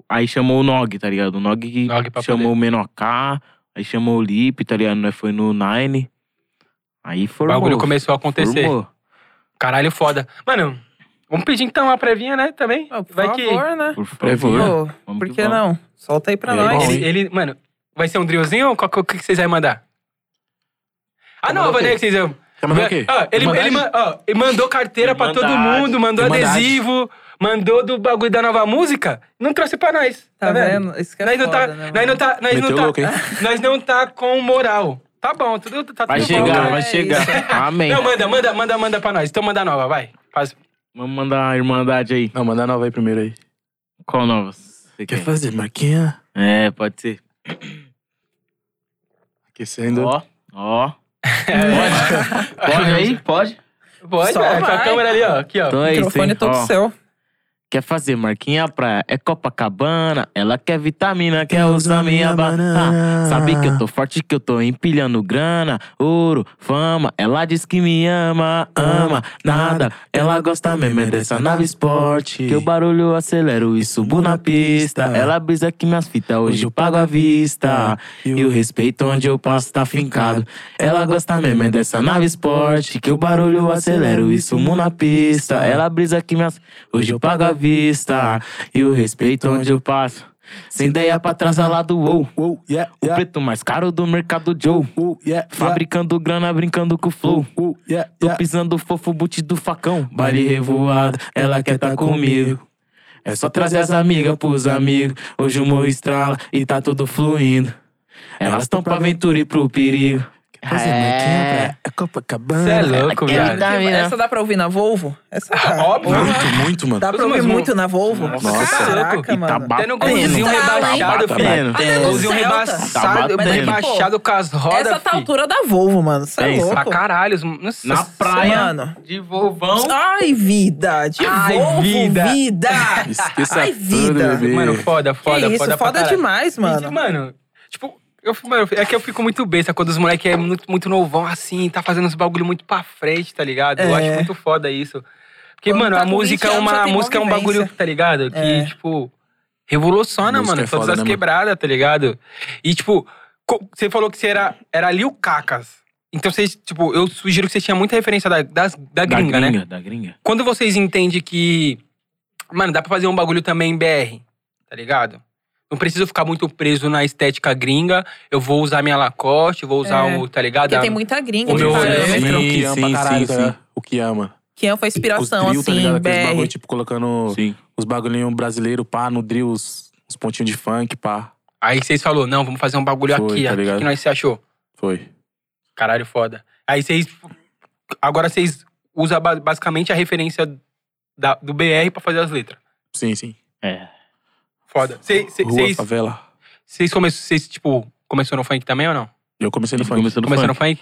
Aí chamou o Nog, tá ligado? O Nog, que Nog pra chamou poder. o Menocá, aí chamou o Lip, tá ligado? Nós Foi no Nine. Aí O formou. bagulho começou a acontecer. formou. Caralho, foda. Mano, vamos pedir então uma prévinha, né, também? Ô, Por Vai que- favor, né? Por É, favor. viu? Ô, Vamos Por que que vamos. não? Solta aí pra É, nós. bom, hein? Ele, ele- mano, vai ser um drillzinho ou qual- qual- o que, que vocês vão mandar? A Vai mandar nova, o quê? né, que vocês vão. Quer mandar o quê? Ah, ele, Mandar- ele, man- ó, ele mandou carteira pra todo Mandar- mundo, mandou Mandar- adesivo, mandou do bagulho da nova música, não trouxe pra nós. Tá, Tá vendo? Isso que é Nós não tá, foda, né, nós não mano? tá, nós não Meteu tá, louco, hein? nós não tá com moral. Tá bom, tudo tá Vai tudo chegar, bom. vai É chegar. Amém. Não, manda, manda, manda, manda pra nós. Então manda nova, vai. Faz- Vamos mandar a Irmandade aí. Não, manda a nova aí primeiro aí. Qual nova? Você Quer quer? fazer marquinha? É, pode ser. Aquecendo. Ó, ó. Pode? Pode aí? Pode? Pode, Só velho. Com a vai. câmera ali, ó. Aqui, ó. Então é isso, Microfone tá hein? Ó. todo seu. Quer fazer marquinha praia, é Copacabana. Ela quer vitamina, quer usar minha banana. Sabe que eu tô forte, que eu tô empilhando grana, ouro, fama. Ela diz que me ama, ama, nada. Ela gosta mesmo é dessa nave esporte. Que o barulho eu acelero e subo na pista. Ela brisa que minhas fitas hoje eu pago à vista. E o respeito onde eu passo tá fincado. Ela gosta mesmo é dessa nave esporte. Que o barulho eu acelero e sumo na pista. Ela brisa que minhas. Hoje eu pago à vista. E o respeito onde eu passo. Sem ideia pra atrasar lá do wow. Uou, yeah, O yeah. preto mais caro do mercado Joe. Uou, yeah, yeah. Fabricando grana, brincando com o flow. Uou, yeah, yeah. Pisando fofo, boot do facão. Baile revoado, ela quer tá comigo. É só trazer as amigas pros amigos. Hoje o morro estrala e tá tudo fluindo. Elas tão pra aventura e pro perigo. Fazer marquinha praia, é Você é Copacabana. louco, Aquele velho. da- Vitamina. Essa dá pra ouvir na Volvo? Essa dá. Tá Óbvio. Muito, muito, mano. Dá pra Mas, ouvir mas, muito na Volvo? Nossa. Caraca, E mano. Até no golzinho Tá um rebaixado, filho. batendo. Até no golzinho Tá rebaixado, batendo. rebaixado com as rodas, Essa tá a fi. altura da Volvo, mano. Você é Pensa. Pra louco. caralho. os- nossa Na senhora. praia, Mano. de volvão. Ai, vida. De Ai, Volvo, vida. vida. Esqueça Ai, tudo, vida. bebê. Mano, foda, foda, que isso, foda foda, pra caralho. demais, E, mano. mano, tipo, eu, fico- mano, é que eu fico muito besta quando os moleques é muito, muito novão assim, tá fazendo uns bagulho muito pra frente, tá ligado? Eu É. acho muito foda isso. Porque, Quando mano, tá a com música 20 é anos, uma já a tem música é um mó vivência. bagulho, tá ligado? Que, É. tipo, revoluciona, Música mano, é todas foda, as né, mano? quebradas, tá ligado? E, tipo, co- você falou que você era, era Lil Cacas. Então, vocês, tipo, eu sugiro que você tinha muita referência da, das- da gringa, né? da gringa. Quando vocês entendem que. Mano, dá pra fazer um bagulho também em BR, tá ligado? Não preciso ficar muito preso na estética gringa. Eu vou usar minha Lacoste, vou usar É. o. Tá ligado? Porque tem muita gringa O de meu parando. olhar- Sim, Metro, que ama pra sim, caralho, sim, tá sim. O que ama. Que é, foi Os inspiração, drill, tá assim, ligado? Aqueles bagulho, BR. tipo, colocando Sim. os bagulhinhos brasileiros, pá, no drill, os, os pontinhos de funk, pá. Aí vocês falaram, não, vamos fazer um bagulho Foi, aqui. tá aqui. O ligado? que nós se achou? Foi. Caralho, foda. Aí vocês. Agora vocês usam ba- basicamente a referência da- do BR pra fazer as letras. Sim, sim. É. Foda. Vocês- cê- Rua, Vocês, favela. vocês come- vocês, tipo, começou no funk também ou não? Eu comecei no funk. Começou no funk?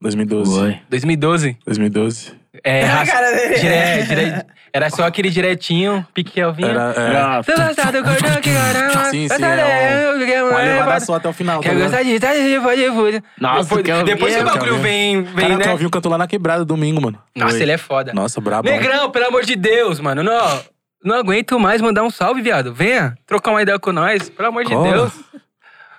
2012. 2012. 2012. É, A cara dele. É. dire- dire- era só aquele diretinho, pique Elvinho. Era, é, era Era- Tô gostado, gordão, que um caramba. Sim, sim, Eu tô é lendo, eu quero uma mais, levada mas- só até o final. tá um Quer ligado? gostar de tá de pode pode. Nossa, Depois- que eu- Depois que o eu quero bagulho ver. vem, vem, Caraca, né? eu vi o cantor lá na quebrada domingo, mano. Nossa, Foi. ele é foda. Nossa, tá brabo. Negrão, pelo amor de Deus, mano. Não, não aguento mais mandar um salve, viado. Venha trocar uma ideia com nós, pelo amor de Cola. Deus.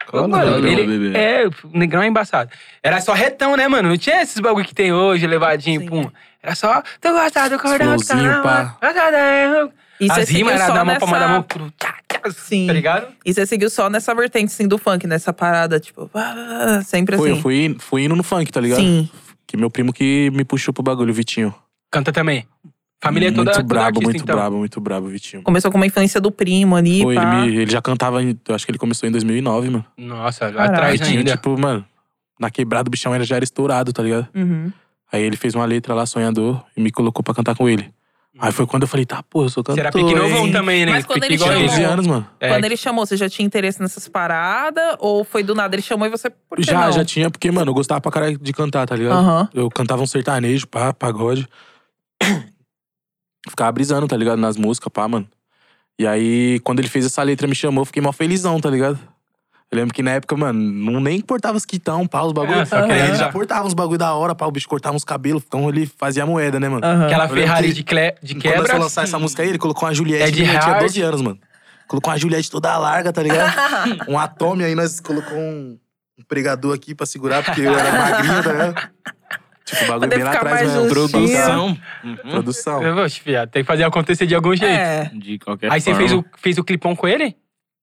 Cola, mano, valeu, ele, bebê. é, o negrão é embaçado. Era só retão, né, mano? Não tinha esses bagulho que tem hoje, levadinho, Sim. pum. Era só, tô gostado, cordão, tá Flowzinho, na pá. hora, tá na hora. E você As rimas seguiu era é só dar uma nessa- palmada, a mão pro tchá, tchá, Sim. tá ligado? E você seguiu só nessa vertente, assim, do funk, nessa parada, tipo, ah, sempre é Foi, assim. eu fui, fui indo no funk, tá ligado? Sim. Que meu primo que me puxou pro bagulho, o Vitinho. Canta também. Família é toda, Muito toda brabo, artista, muito então. brabo, muito brabo, Vitinho. Começou com uma influência do primo ali, Pô, ele, pá. me- ele já cantava, em- eu acho que ele começou em 2009, mano. Nossa, lá Caralho. atrás Vitinho, ainda. tipo, mano, na quebrada o bichão era, já era estourado, tá ligado? Uhum. Aí ele fez uma letra lá, Sonhador, e me colocou pra cantar com ele. Aí foi quando eu falei, tá, pô, eu sou cantor. Será pique novão hein? também, né? Mas quando Pique ele igual Tinha chamou- esse. 12 anos, mano. É, Quando ele chamou, você já tinha interesse nessas paradas? Ou foi do nada? Ele chamou e você. Por que já, não? já tinha, porque, mano, eu gostava pra caralho de cantar, tá ligado? Aham. Eu cantava um sertanejo, pá, pagode. Ficava brisando, tá ligado? Nas músicas, pá, mano. E aí, quando ele fez essa letra, me chamou, eu fiquei mó felizão, tá ligado? Eu lembro que na época, mano, não nem importava os quitão, pá, os bagulho. É, só queria Ele já dançar. portava uns bagulho da hora, pá, o bicho cortava uns cabelos, então ele fazia moeda, né, mano? Aham. aquela Eu lembro Ferrari que- de, cle... de Quando nós quebra. assim. foi lançar essa música aí, ele colocou uma Juliette, É de que eu tinha hard. 12 anos, mano. Colocou uma Juliette toda larga, tá ligado? um Atome, aí nós colocou um, um pregador aqui pra segurar, porque eu era magrinho, tá ligado? Tipo, o bagulho Poder bem lá ficar atrás mais mesmo. justinho. Produção. Produção. Uhum. Produção. Oxe, viado, tem que fazer acontecer de algum jeito. É. De qualquer Aí você forma. fez o, fez o clipão com ele?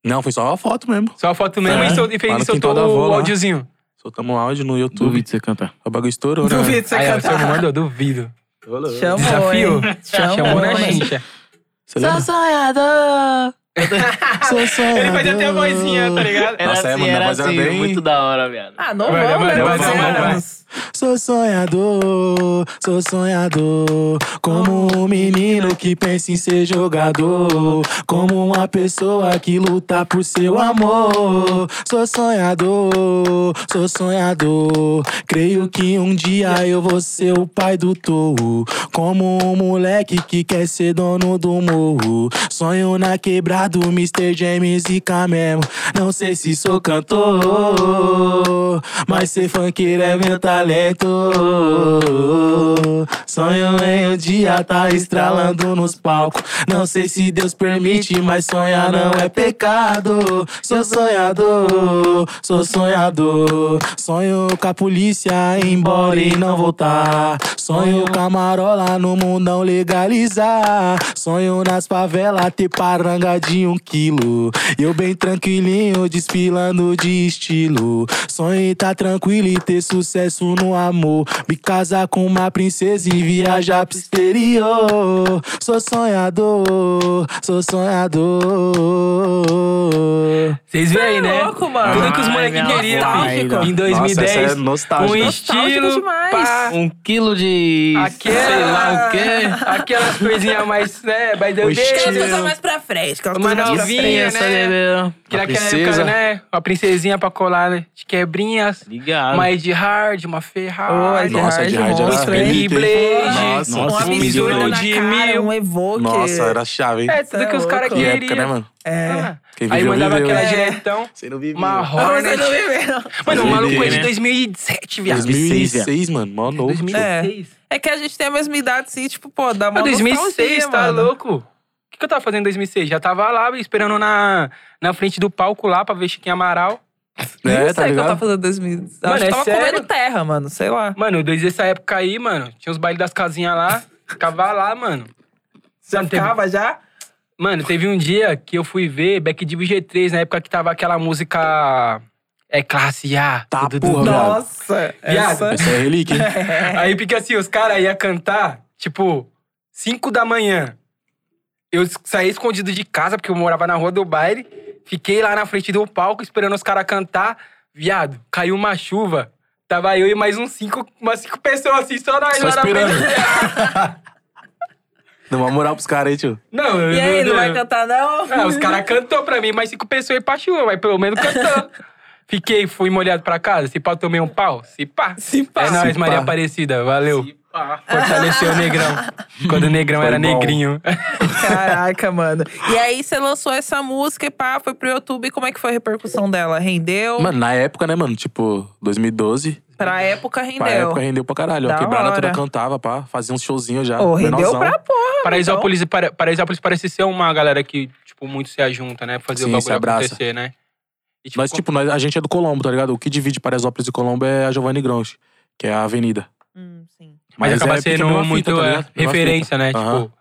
Não, foi só uma foto mesmo. Só a foto mesmo É. e, sol- e fez, Lá e no soltou quintal da avó o lá. áudiozinho. Soltamos um áudio no YouTube. Duvido você cantar. O bagulho estourou, né? Duvido você Aí, ó, cantar. você me mandou, duvido. mano? Chamou. Desafiou. hein? Chamou, Chamou na hein? gente. Você lembra? sonhador. Sou sonhador. Ele faz até a vozinha, tá ligado? Era Nossa, é, assim, mano, era mas era assim, bem- muito da hora, viado. Ah, não Vai, vamos, vai, né? vai, Mas vai, era- vai. Sou sonhador, sou sonhador, como um menino que pensa em ser jogador, como uma pessoa que luta por seu amor. Sou sonhador, sou sonhador, creio que um dia eu vou ser o pai do touro, como um moleque que quer ser dono do morro. Sonho na quebrada, Mr. James e Camemo. Não sei se sou cantor, mas ser funkeiro é meu talento. Sonho em um dia tá estralando nos palcos. Não sei se Deus permite, mas sonhar não é pecado. Sou sonhador, sou sonhador. Sonho com a polícia ir embora e não voltar. Sonho com a marola no mundão legalizar. Sonho nas favelas ter paranga de um quilo. Eu bem tranquilinho, desfilando de estilo. Sonho em tá tranquilo e ter sucesso no amor. Me casar com uma princesa e viajar pro exterior. Sou sonhador, sou sonhador. Vocês veem aí, né? é louco, mano. tá Tudo que os Ai, moleques meu queriam nostálgico. é em 2010. um nostálgica. estilo, demais. pá, Um quilo de. Aquela- sei lá o quê. aquelas coisinhas mais, né, by the O way. Aquela coisa estilo. mais pra frente. aquela Uma coisa mais pra novinha, frente. né? Que Aquela naquela época, né, uma princesinha pra colar, né, de quebrinhas. Ligado. Uma Ed Hard, uma Ferrari. Nossa, Oi, de Hard, é rádio era monstro, hein? bonito, hein? Beyblade. Nossa, Nossa, uma um mistura milhão na de cara, mil. um evoque. Nossa, era chave, hein? É, tudo que os caras Que Que queriam. época, né, mano? É. Ah, Quem Aí viveu, mandava viveu. aquela É. direitão, Você não vivia. uma Ah, mas eu Hornet. não vi mesmo. Mano, o Você maluco é viveu, de né? 2007, viado. 2006, mano. Mó novo. tipo. 2006. É que a gente tem a mesma idade, sim, tipo, pô, dá Pô, uma 2006, nostalgia, tá mano. louco? O que, que eu tava fazendo em 2006? Já tava lá esperando na, na frente do palco lá pra ver Chiquinho Amaral. Não É, sei tá o que eu tava ligado? fazendo em 2000. Mano, Acho que é tava sério? comendo terra, mano, sei lá. Mano, desde essa época aí, mano, tinha os bailes das casinhas lá, ficava lá, mano. Mano, teve- já? Mano, teve um dia que eu fui ver Back Div G3, na época que tava aquela música. É classe A. Tá, Du- du- du- porra, velho. Nossa, Viado. essa... Essa é relíquia, hein? Aí porque assim, os caras iam cantar, tipo, 5 da manhã. Eu s- saí escondido de casa, porque eu morava na rua do baile. Fiquei lá na frente do palco esperando os caras cantar. Viado, caiu uma chuva. Tava eu e mais uns cinco, umas cinco pessoas assim, só nós Só lá na esperando. frente. Dá uma moral pros caras, hein, tio? Não, eu- E aí, não vai cantar, não? Ah, os caras cantou pra mim, mas cinco pessoas pra chuva, mas pelo menos cantou. Fiquei, fui molhado pra casa, se pá, tomei um pau, se pá. Se pá. É nóis, Se Maria pá. Aparecida, valeu. Fortaleceu o negrão. Quando o negrão Foi era bom. negrinho. Caraca, mano. E aí, você lançou essa música e pá, foi pro YouTube. Como é que foi a repercussão dela? Rendeu? Mano, na época, né, mano? Tipo, 2012. pra época, rendeu. Pra época rendeu pra caralho. Da a quebrada hora. toda cantava, pá. Fazia uns showzinhos já. Ô, rendeu menorzão. pra porra, Paraisópolis, para, Paraisópolis parece ser uma galera que, tipo, muito se ajunta, né? Pra fazer Sim, o se bagulho abraça. acontecer, né? E, Nós, tipo, nós, a gente é do Colombo, tá ligado? O que divide Paraisópolis e Colombo é a Giovanni Gronch, que é a avenida. Hum, sim. Mas, acaba é porque é sendo a mesma fita, muito tá é, ligado? Mesma referência, né? Aham. Tipo.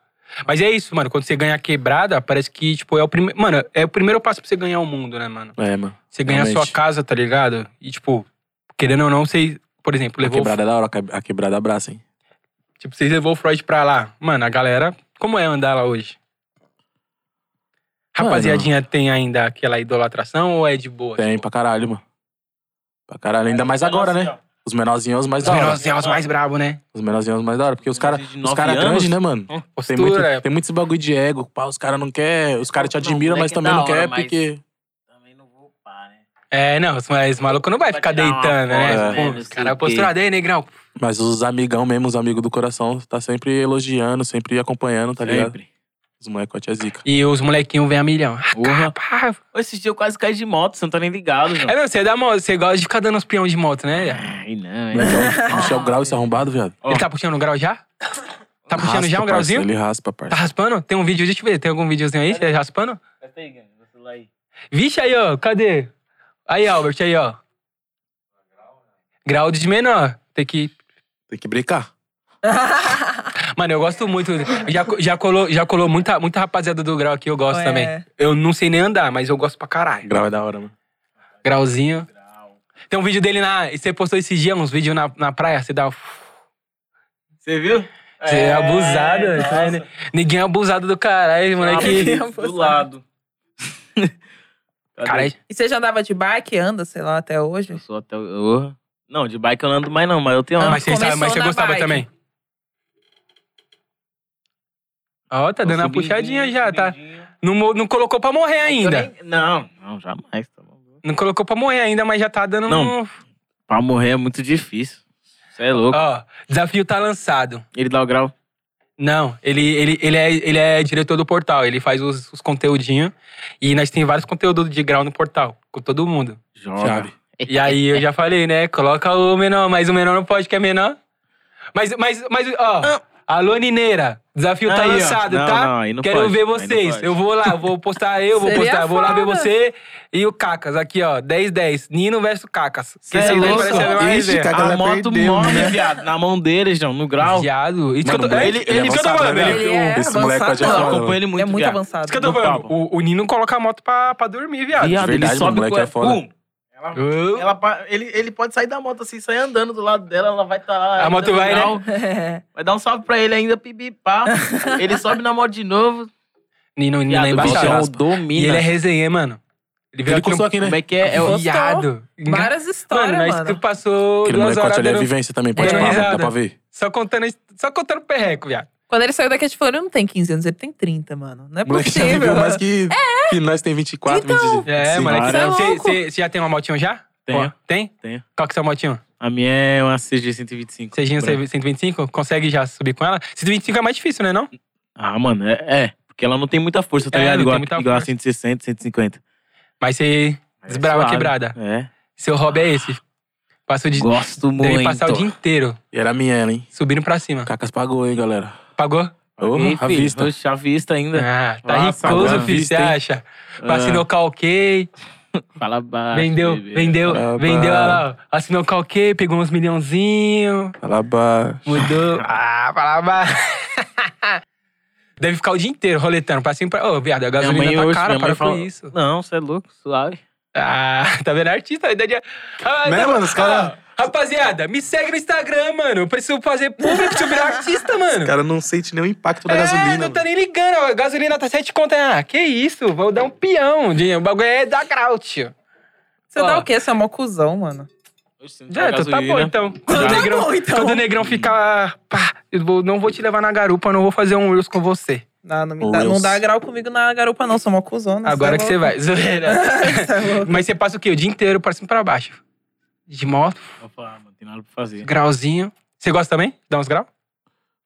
Mas é isso, mano. Quando você ganha a quebrada, parece que, tipo, é o primeiro. Mano, é o primeiro passo pra você ganhar o mundo, né, mano? fita. É, mano. Você ganha a sua Realmente. casa, tá ligado? E, tipo, querendo ou não, vocês, por exemplo, A levou. quebrada é da hora, a quebrada abraça, hein? Tipo, vocês levou o Freud pra lá. Mano, a galera. Como é andar lá hoje? Mano. Rapaziadinha, tem ainda aquela idolatração ou é de boa? Tem pra caralho, mano. Pra caralho, ainda mais agora, né? Os menorzinhos os mais Os da hora. menorzinhos, os mais brabo, né? Os menorzinhos os mais da hora. Porque os caras De os nove cara anos? grandes, né, mano? Hum, Tem Postura, muito, é. tem muito esse bagulho de ego. Pá, os caras não quer, Os caras te Não, admiram, moleque mas é também da não quer hora, mas- porque. Também não vou pá, né? É, não, os mas maluco não vai Vai ficar tirar uma deitando, foto, né? né, Pô, não os sei caras o quê. posturados aí, negrão. Mas os amigão mesmo, os amigos do coração, tá sempre elogiando, sempre acompanhando, tá ligado? Sempre. Os molecotes é zica. E os molequinhos vêm a milhão. Ah, Porra. Pá. Esse dia eu quase caí de moto, você não tá nem ligado, É, João. meu, você, dá mo- você gosta de ficar dando uns peão de moto, né? Ai, não, Como hein? é que é Ah. o- Michel Grau, esse arrombado, viado. Ó. Ele tá puxando um grau já? Tá puxando Raspa, já um parça, grauzinho? Ele raspa, Tá parça. raspando? Tem um vídeo, deixa eu ver. Tem algum videozinho aí? Você tá raspando? Aperta aí, cara, meu celular aí. Vixe, aí, ó. Cadê? Aí, Albert, aí, ó. Grau de menor. Tem que. Tem que brincar. Mano, eu gosto muito. Já, co- já colou, já colou muita, muita rapaziada do grau aqui, eu gosto É. também. Eu não sei nem andar, mas eu gosto pra caralho. Grau é da hora, mano. Grauzinho. Tem um vídeo dele na. Você postou esses dias uns vídeos na, na praia, você dá. Você viu? Você é, abusada. nossa. cara, né? Ninguém é abusado do caralho, moleque. Ah, do lado. Cadê? Caralho. E você já andava de bike, anda, sei lá, até hoje? Eu sou até. eu- Não, de bike eu não ando mais, não, mas eu tenho. Ah, uma. Mas você, sabe, mas Começou você na gostava bike. também? Ó, tá Tô dando uma subidinho, puxadinha já, tá? subidinho. Não, mo- não colocou pra morrer ainda. Não, não, jamais. Tá bom. Não colocou pra morrer ainda, mas já tá dando Não. um... pra morrer é muito difícil. Você é louco. Ó, desafio tá lançado. Ele dá o grau. Não, ele, ele, ele, é, ele é diretor do portal, ele faz os, os conteúdinhos. E nós tem vários conteúdos de grau no portal, com todo mundo. Joga. Sabe? E aí eu já falei, né? Coloca o menor, mas o menor não pode, que é menor. Mas, mas, mas, ó. Alô, Nineira. Desafio tá Ah. Aí, ó. lançado, Não, tá? não, aí não Quero pode, ver aí não vocês. pode. Eu vou lá, vou postar eu, vou Seria postar. Vou lá ver foda. você e o Cacas. Aqui, ó. 10-10. Nino versus Cacas. Cê é louco? Ixi, Ixi, cara. cara. A Ela moto perdeu, morre, né? viado. Na mão deles, não, no grau. Viado. Isso que eu Mano, tô Black, ele, tá ele é isso que eu tô avançado, falando. né? Ele, Ele isso é Esse moleque vai avançado. te Eu falar, Não, acompanho ele muito, é muito viado. avançado. que eu tô No falando. papo. O, o Nino coloca a moto pra, pra dormir, viado. Viado, verdade, ele sobe moleque com é foda. Pum. Ela- Uh, ela pa- ele, ele pode sair da moto assim, sair andando do lado dela, ela vai tá. A moto ainda no vai, né? grau, É. Vai dar um salve pra ele ainda, pibi, pá. Ele sobe na moto de novo. Nino, Nino é Viado, o embaixado. bichão E domina. ele é resenha, hein, mano. Ele veio Ele aqui no custou aqui, né? Como é que é? É o- Gostou. Viado. Várias histórias, mano, nós mano. tu passou Aquele duas horas molecote ali é dando- vivência também, pode É, falar, risada. dá pra ver. só, contando, his- só contando perreco, viado. Quando ele saiu daqui, a gente falou, ele não tem 15 anos, ele tem 30, mano. Não é O moleque já possível. viveu mais que, que nós tem 24, Então. 25. É, moleque. cara. Cê é louco. Você já tem uma motinha já? Tenho. Ó, Tem? Tenho. Qual que é o seu motinho? A minha é uma CG 125. Sejinha Branca. 125? Consegue já subir com ela? 125 é mais difícil, né não? Ah, mano, é, é. Porque ela não tem muita força, tá É, ligado? não Igual, tem muita igual a força. 160, 150. Mas você É desbrava a suave. quebrada. É. Seu hobby é esse. Passa o dia... Gosto muito. Deve passar o dia inteiro E era minha ela, hein? subindo pra cima. Cacas pagou, hein, galera. Pagou? Ô, Ei, à filho, vista. oxe, à vista ainda. Ah, tá É. ricoso, Nossa, agora filho, você vista, hein? acha? É. Assinou calquei, Fala baixo. vendeu, bebê. vendeu, é, Ah, vendeu, bah. ó, assinou calquei, pegou uns milhãozinhos. Fala baixo. Mudou. Ah, falava. Deve ficar o dia inteiro roletando pra cima e pra. Ô, viado, a Minha gasolina mãe tá hoje, cara, minha para mãe com fala, isso. Não, você é louco, suave. Ah, tá vendo? Artista, a ideia. Ah, Né, tá- mano? Os Ah, cara- Rapaziada, me segue no Instagram, mano. Eu preciso fazer público, preciso virar artista, mano. O cara não sente nem o impacto da é, gasolina. não tá mano. nem ligando. A gasolina tá 7 contas. Ah, que isso? Vou dar um peão. De... O bagulho é da grau, tio. Você Ó. dá o quê? Você é mó cuzão, mano. Já, então tá bom, então. Quando, o Tá negrão, bom, então. quando o negrão ficar... Pá, eu vou- não vou te levar na garupa, não vou fazer um Reels com você. Não, não, me Ô, dá, não Wilson. dá grau comigo na garupa, não. Sou mó cuzona. é Agora tá que você vai. Zoeira. Você é louco. Mas você passa o quê? O dia inteiro pra cima e pra baixo. De moto, Vou falar, mano, tem nada pra fazer. grauzinho. Você gosta também? Dá uns graus?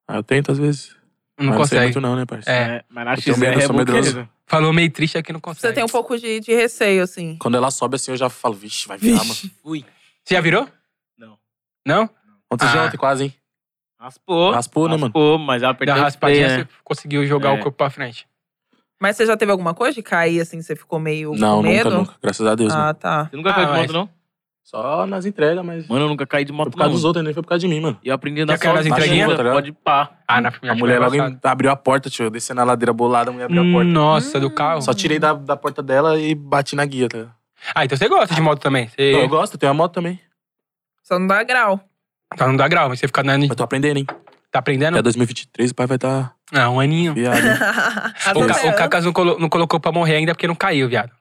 Ah, eu tento às vezes. Não Mas sei consegue. muito não, né, parceiro? É. mas na Eu tenho medo, eu sou medroso. Falou meio triste aqui, não consegue. Você tem um pouco de, de receio, assim. Quando ela sobe assim, eu já falo, vixe, vai virar, mano. Fui. Você já virou? Não. Não? Ontem já, Ah. ontem quase, hein? Raspou. Raspou, né, mano? Raspou, mas eu apertei Da o raspadinha, play, né? você conseguiu jogar o É. corpo pra frente. Mas você já teve alguma coisa de cair, assim, que você ficou meio Não, com medo? nunca, nunca. Graças a Deus, mano. Ah, tá. Você nunca Ah, caiu de mas- moto, não? Só nas entregas, mas... Mano, eu nunca caí de Foi moto, por causa não. dos outros, nem foi por causa de mim, mano. E eu aprendi a Já andar caiu nas sozinho, entreguinhas? mano, Pode pá. Ah, na primeira A mulher logo em- abriu a porta, tio. Eu desci na ladeira bolada, a mulher abriu a porta. Nossa, do carro. Só tirei da, da porta dela e bati na guia, tá ligado? Ah, então você gosta de moto também. Você... Eu gosto, eu tenho uma moto também. Só não dá grau. Pra não dar grau, tá mas você fica andando. Mas tô aprendendo, hein? Tá aprendendo? Até 2023 o pai vai estar tá Ah, um aninho. viado. hein? O, o ca é. o Cacas não, colo- não colocou pra morrer ainda porque não caiu, viado.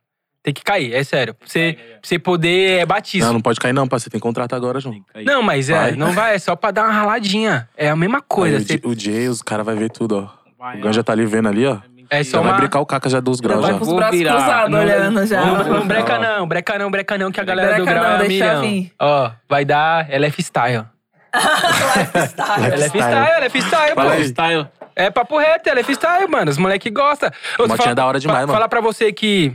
Tem que cair, é sério. Pra você, pra você poder é Não, batismo. não pode cair não, parceiro. Tem contrato agora, João. Tem que cair. Não, mas é, Vai. não vai, é só pra dar uma raladinha. É a mesma coisa. Aí você- o, Di- o Jay, os caras vão ver tudo, ó. Vai, O Ganja tá ali vendo ali, ó. É Já só vai uma- brecar o caca já dos graus, Vai já. com os Vou braços virar. cruzados Não, olhando já. Não, não, Não. breca não, breca não, breca não, que a galera Breca do grau não, é deixa milhão. vir. Ó, vai dar LF Style. LF Style, LF Style, Fala pô. aí. Style. É papo reto, é LF Style, mano. Os moleque gostam. Motinha é da hora demais, mano. Falar pra você que...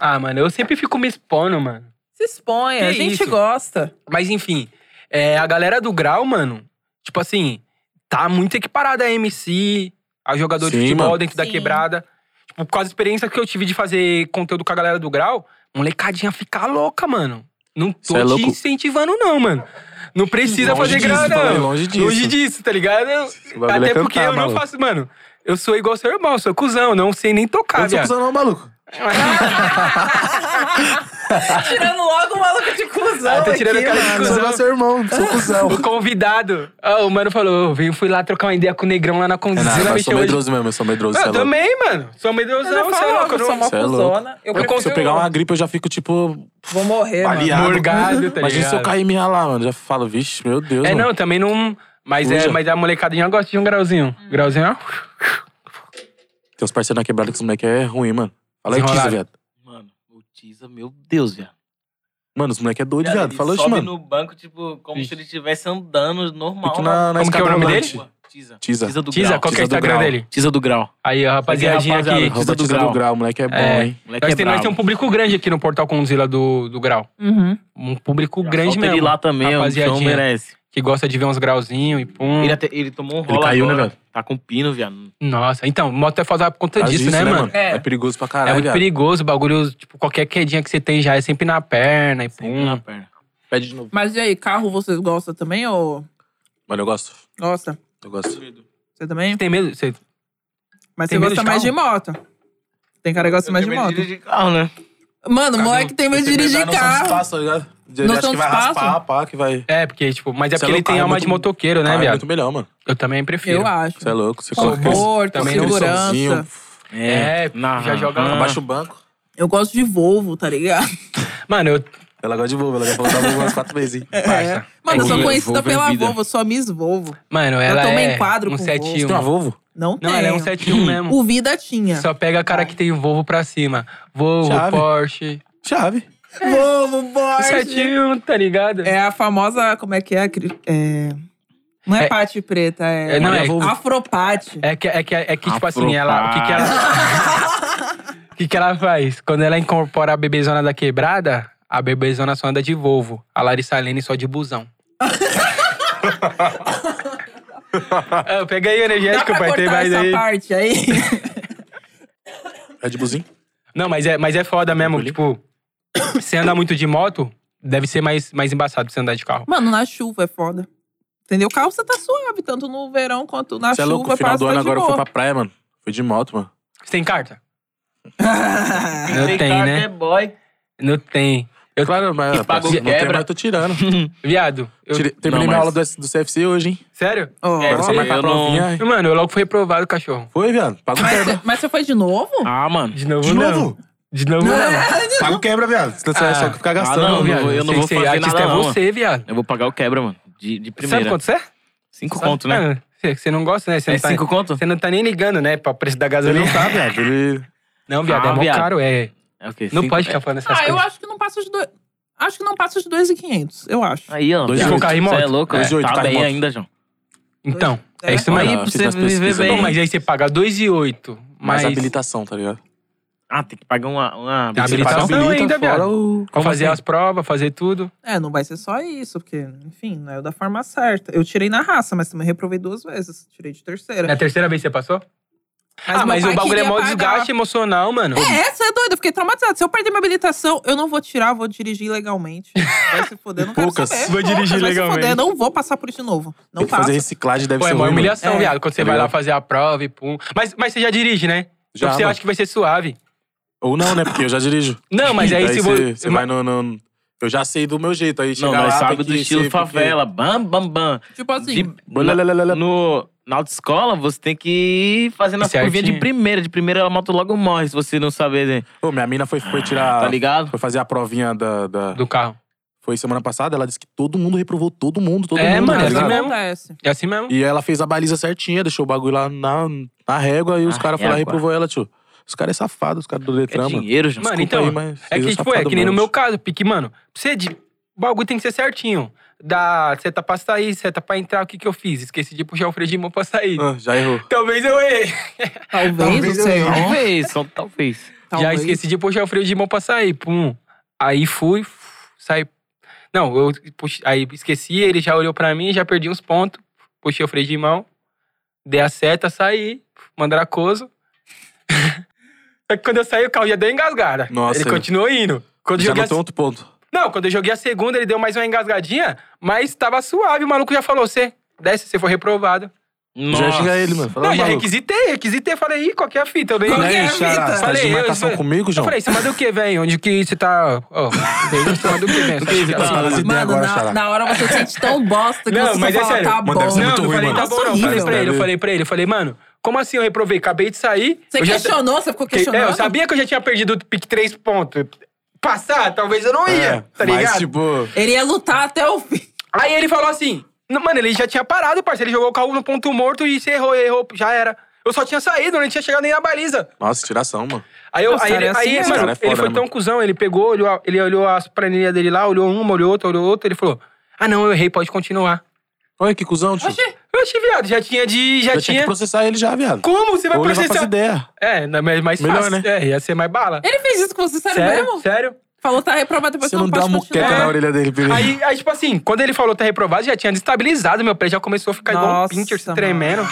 Ah, mano, eu sempre fico me expondo, mano. Se expõe, Que a gente isso? gosta. Mas enfim, é, a galera do Grau, mano, tipo assim, tá muito equiparada a MC, a jogador de Sim, futebol mano. dentro da Sim. quebrada. Tipo, por causa da experiência que eu tive de fazer conteúdo com a galera do Grau, molecadinha fica louca, mano. Não Cê tô é te louco. incentivando, não, mano. Não precisa Longe fazer disso, grau, falei, não. longe disso. Longe disso, tá ligado? Esse bagulho Até é porque cantar, eu não maluco. faço, mano. Eu sou igual seu irmão, sou cuzão, não sei nem tocar, Eu não sou viado. cuzão não, maluco. Tá Tirando logo o maluco de cuzão. Ah, tá tirando aqui, a cara de mano. cuzão. Sou seu irmão, sou cuzão. O convidado. Ah, o mano falou, eu fui lá trocar uma ideia com o Negrão lá na Renato, Condizila, É, eu me sou chamou de... medroso mesmo, eu sou medroso. Ah, cê é Eu louco. também, mano. Sou Eu já medrosão, você é falo, louco. eu sou Eu não... uma Cê é cuzona. Eu- Eu, se eu prefiro- pegar uma gripe, eu já fico, tipo, Vou morrer, mano. é baleado. Morgado, tá Imagina se eu ligado? cair e me ralar, mano. Já falo, vixe, meu Deus, É, mano. não, também não... Mas, é, Cuja. mas a molecadinha gosta de um grauzinho. Hum. Grauzinho, ó. Tem uns parceiros na quebrada que os moleque é ruim, mano. Fala aí, Tiza, Desenrolado. viado. Mano, o Tiza, meu Deus, viado. Mano, os moleque é doido, viado. Ele Fala isso, sobe mano. no banco, tipo, como se ele estivesse andando normal. Fica na, na Como que é o escada nome rolante. dele? Tiza. Tiza. Tiza do Tiza, Grau. qual que é o Tiza do Instagram grau. dele? Tiza do Grau. Aí, a rapaziadinha rapaziada, aqui. Tiza Arroba do Tiza do Grau. Grau, o moleque é bom, É. hein. Moleque Nós, é tem, nós brabo. temos um público grande aqui no Portal Conzilla do, do Grau. Uhum. Um público Já grande solta mesmo. ele lá também, o chão Rapaziadinha. Hum. merece. Que gosta de ver uns grauzinhos e pum. Ele, até, ele tomou um Ele é- rolo caiu, né, agora. velho? Tá com pino, viado. Nossa, então, moto é foda por conta Faz disso, isso, né, mano? É. É. perigoso pra é caralho, muito viado. perigoso, o bagulho, tipo, qualquer quedinha que você tem já é sempre na perna e Sempre pum. na perna. Pede de novo. Mas e aí, carro vocês gostam também ou... Mano, eu gosto. Gosta? Eu gosto. Você também? Você tem medo? Você... Mas Tem você medo gosta de mais de carro? moto. Tem cara que gosta mais de moto. carro, né? Mano, moleque tem medo de dirigir carro. Espaço, tá ligado? Ele Noção acha que de vai espaço? raspar, pá, que vai... É, porque, tipo, mas é Você porque é ele louco, tem é alma muito- de motoqueiro, né, Carro é viado? muito melhor, mano. Eu também prefiro. Eu acho. Você é louco, você coloca isso. Conforto, Também não. segurança. Sozinho. É, já joga lá. Abaixa o banco. Eu gosto de Volvo, tá ligado? Mano, eu. Ela gosta de bobo, ela já falou da bobo umas quatro vezes, hein. Parça. É, Mano, eu sou Volvo é- conhecida Volvo é pela vida. Volvo, eu sou a Miss Volvo. Mano, ela tomo é. enquadro um com 71. Tem uma Volvo? Não, Não, tem. ela é um 71 mesmo. O Vida tinha. Só pega a cara que tem Volvo pra cima. Volvo, Chave. Porsche. Chave. É. Volvo, boy. 71, tá ligado? É a famosa, como é que é? Cri- é... Não é, É- pate preta, é, É, não, é- afropate. É que, é que, é que tipo assim, ela. O que, que ela. O que, que ela faz? Quando ela incorpora a bebezona da quebrada, a bebezona só anda de Volvo. A Larissa Lene só de busão. ah, pega aí o Dá energético, pra pai. Tem cortar mais essa aí. parte aí? Red Bullzinho. Não, mas é, mas é foda mesmo. Olhei. Tipo, você anda muito de moto, deve ser mais, mais embaçado você andar de carro. Mano, na chuva é foda. Entendeu? O carro você tá suave, tanto no verão quanto na Você é chuva. louco, no final passa do ano de agora eu boa. fui pra praia, mano. Fui de moto, mano. Você tem carta? Ah, Não tem, né? É boy. Não tem. Eu- Claro, mas Que paga o não tem, quebra. mas eu tô tirando. Viado, eu- Tirei- terminei Não, minha mas- aula do, S- do CFC hoje, hein? sério? ó. É, Agora só eu marcar a não- provinha. hein? Mano, eu logo fui reprovado, cachorro. Foi, viado. Paga o mas, quebra. você- mas você foi de novo? Ah, mano. De novo, De não. novo? De novo, não. Paga o quebra, viado. Senão você Ah. vai só ficar gastando, Ah, não, viado. é? eu não vou ser fazer artista nada é não, você, viado. Eu vou pagar o quebra, mano. De, de Sabe primeira. quanto você é? Cinco conto, né? Ah, Você você não gosta, né? Você É não, tá, cinco conto? você não tá nem ligando, né? Pra preço da Ele gasolina. não tá, viado. Ele... Não, viado, é Ah, mó viado. caro, é. É o quê? Não Cinco- pode ficar falando essas Ah, eu coisas. acho que não passa de dois. Acho que não passa de 2,500, eu acho. Aí, ó. Dois viado. e oito. Você é louco? Dois e oito, Tá carro e bem moto. ainda, João. Então, É? é isso Mas mesmo. Olha, aí, eu pra fiz você umas viver pesquisas, bem. Bom, mas aí você paga 2,8. Mas Mais habilitação, tá ligado? Ah, tem que pagar uma. uma Tem Você paga habilitação? habilita, ainda, fora viado. o- pra fazer as provas, fazer tudo. É, não vai ser só isso, porque, enfim, não é da forma certa. Eu tirei na raça, mas também reprovei duas vezes. Tirei de terceira. É Na terceira vez você passou? É. ah, meu mas pai o bagulho é queria mó pagar. desgaste emocional, mano. É, essa é doida, eu fiquei traumatizada. Se eu perder minha habilitação, eu não vou tirar, vou dirigir legalmente. Vai se foder, não quero Poucas. saber. Vou dirigir vai legalmente. Se foder, não vou passar por isso de novo. Não Tem que fazer passa. reciclagem, deve Pô, ser é ruim, uma mano. humilhação, É. viado, quando você Tá vai lá ligado? fazer a prova e pum. Mas, mas você já dirige, né? Já, então você mano. acha que vai ser suave. Ou não, né? Porque eu já dirijo. Não, mas aí se você... você. Você vai no... no- Eu já sei do meu jeito, aí Não, chega lá... nós tem sabe do que estilo ser- favela. Bam, bam, bam. Tipo assim, De- Bolalalalala. no, na autoescola, você tem que ir fazendo as Certinho. curvinhas de primeira. De primeira, a moto logo morre, se você não saber, né? Ô, minha mina foi, foi tirar... tá ligado? Foi fazer a provinha da... da- Do carro. Foi semana passada, ela disse que todo mundo reprovou, todo mundo, todo É, mundo. mano, tá é isso assim ligado? mesmo. acontece. É assim mesmo. E ela fez a baliza certinha, deixou o bagulho lá na, na régua e os Ah, Na é caras foram lá e régua. reprovou ela, tio. Os caras é safado, os caras do É Detran, mano. dinheiro, João. Mano, Desculpa então, aí, mas É vocês que, é tipo, é safado que nem no mesmo. meu caso, pique, mano, você é de. O bagulho tem que ser certinho. Dá seta pra sair, seta pra entrar, o que que eu fiz? Esqueci de puxar o freio de mão pra sair. Ah, já errou. Talvez eu errei. Talvez, Talvez o eu senhor. Talvez, só talvez. Já talvez. esqueci de puxar o freio de mão pra sair. Pum. Aí fui, fu- saí. Não, eu puxei, aí esqueci, ele já olhou pra mim, já perdi uns pontos. Puxei o freio de mão, dei a seta, saí, mandracoso. Só que quando eu saí, o carro já deu engasgada. Nossa, ele né? eu- continuou indo. Quando eu Já joguei a- anotou outro ponto. Não, quando eu joguei a segunda, ele deu mais uma engasgadinha, mas tava suave. O maluco já falou: você desce, você foi reprovado. Já xinga é ele, mano. Fala, Não, já maluco. requisitei, requisitei. Falei, ih, qual que é a fita? Eu nem... E Qual que é aí, a Xará, fita? você tá de Falei, eu- marcação eu- comigo, Eu João? falei, você manda o quê, velho? Onde que você tá... Ó, você manda o quê, velho? que você tá falando assim? Mano, agora, na, Xará. na hora você se sente tão bosta que Não, você mas só é fala, sério. tá Mano, bom. deve ser Não, muito eu ruim, falei, mano. tá bom, não. Nossa, Falei pra ele, horrível. eu falei pra ele, eu falei, mano, como assim eu reprovei? Acabei de sair. Você eu já- questionou? Você ficou questionando? É, eu sabia que eu já tinha perdido o pique três pontos. Passar, talvez eu não ia, É, tá ligado? Mas, tipo, Ele ia lutar até o fim. Aí ele falou assim: "Não, Mano, ele já tinha parado, parceiro. Ele jogou o carro no ponto morto e você errou, errou, já era. Eu só tinha saído, eu nem tinha chegado nem na baliza. nossa, tiração, mano. Aí, eu, Nossa, aí, ele, cara, é assim aí, mesmo. mano, Cara, é ele foda, foi né, tão mano? cuzão, ele pegou, olhou, a- ele olhou as planilhas dele lá, olhou uma, olhou outra, olhou outra, ele falou: Ah, não, eu errei, pode continuar. Olha que cuzão, tio. Oxi, Eu achei, viado, já tinha de. Já, Já tinha tinha. que processar ele já, viado. Como você vai Ou levar pras processar? ideias. É, não, mas mais Melhor, fácil. né? É, ia ser mais bala. ele fez isso com você, É, sério, mesmo? sério. Falou, tá reprovado, depois Você você não, não dá pode uma continuar. muqueca na orelha dele, É, Pedro. Aí, aí, tipo assim, quando ele falou tá reprovado, já tinha destabilizado meu pé, já começou a ficar igual um Nossa, pincher se mano. tremendo.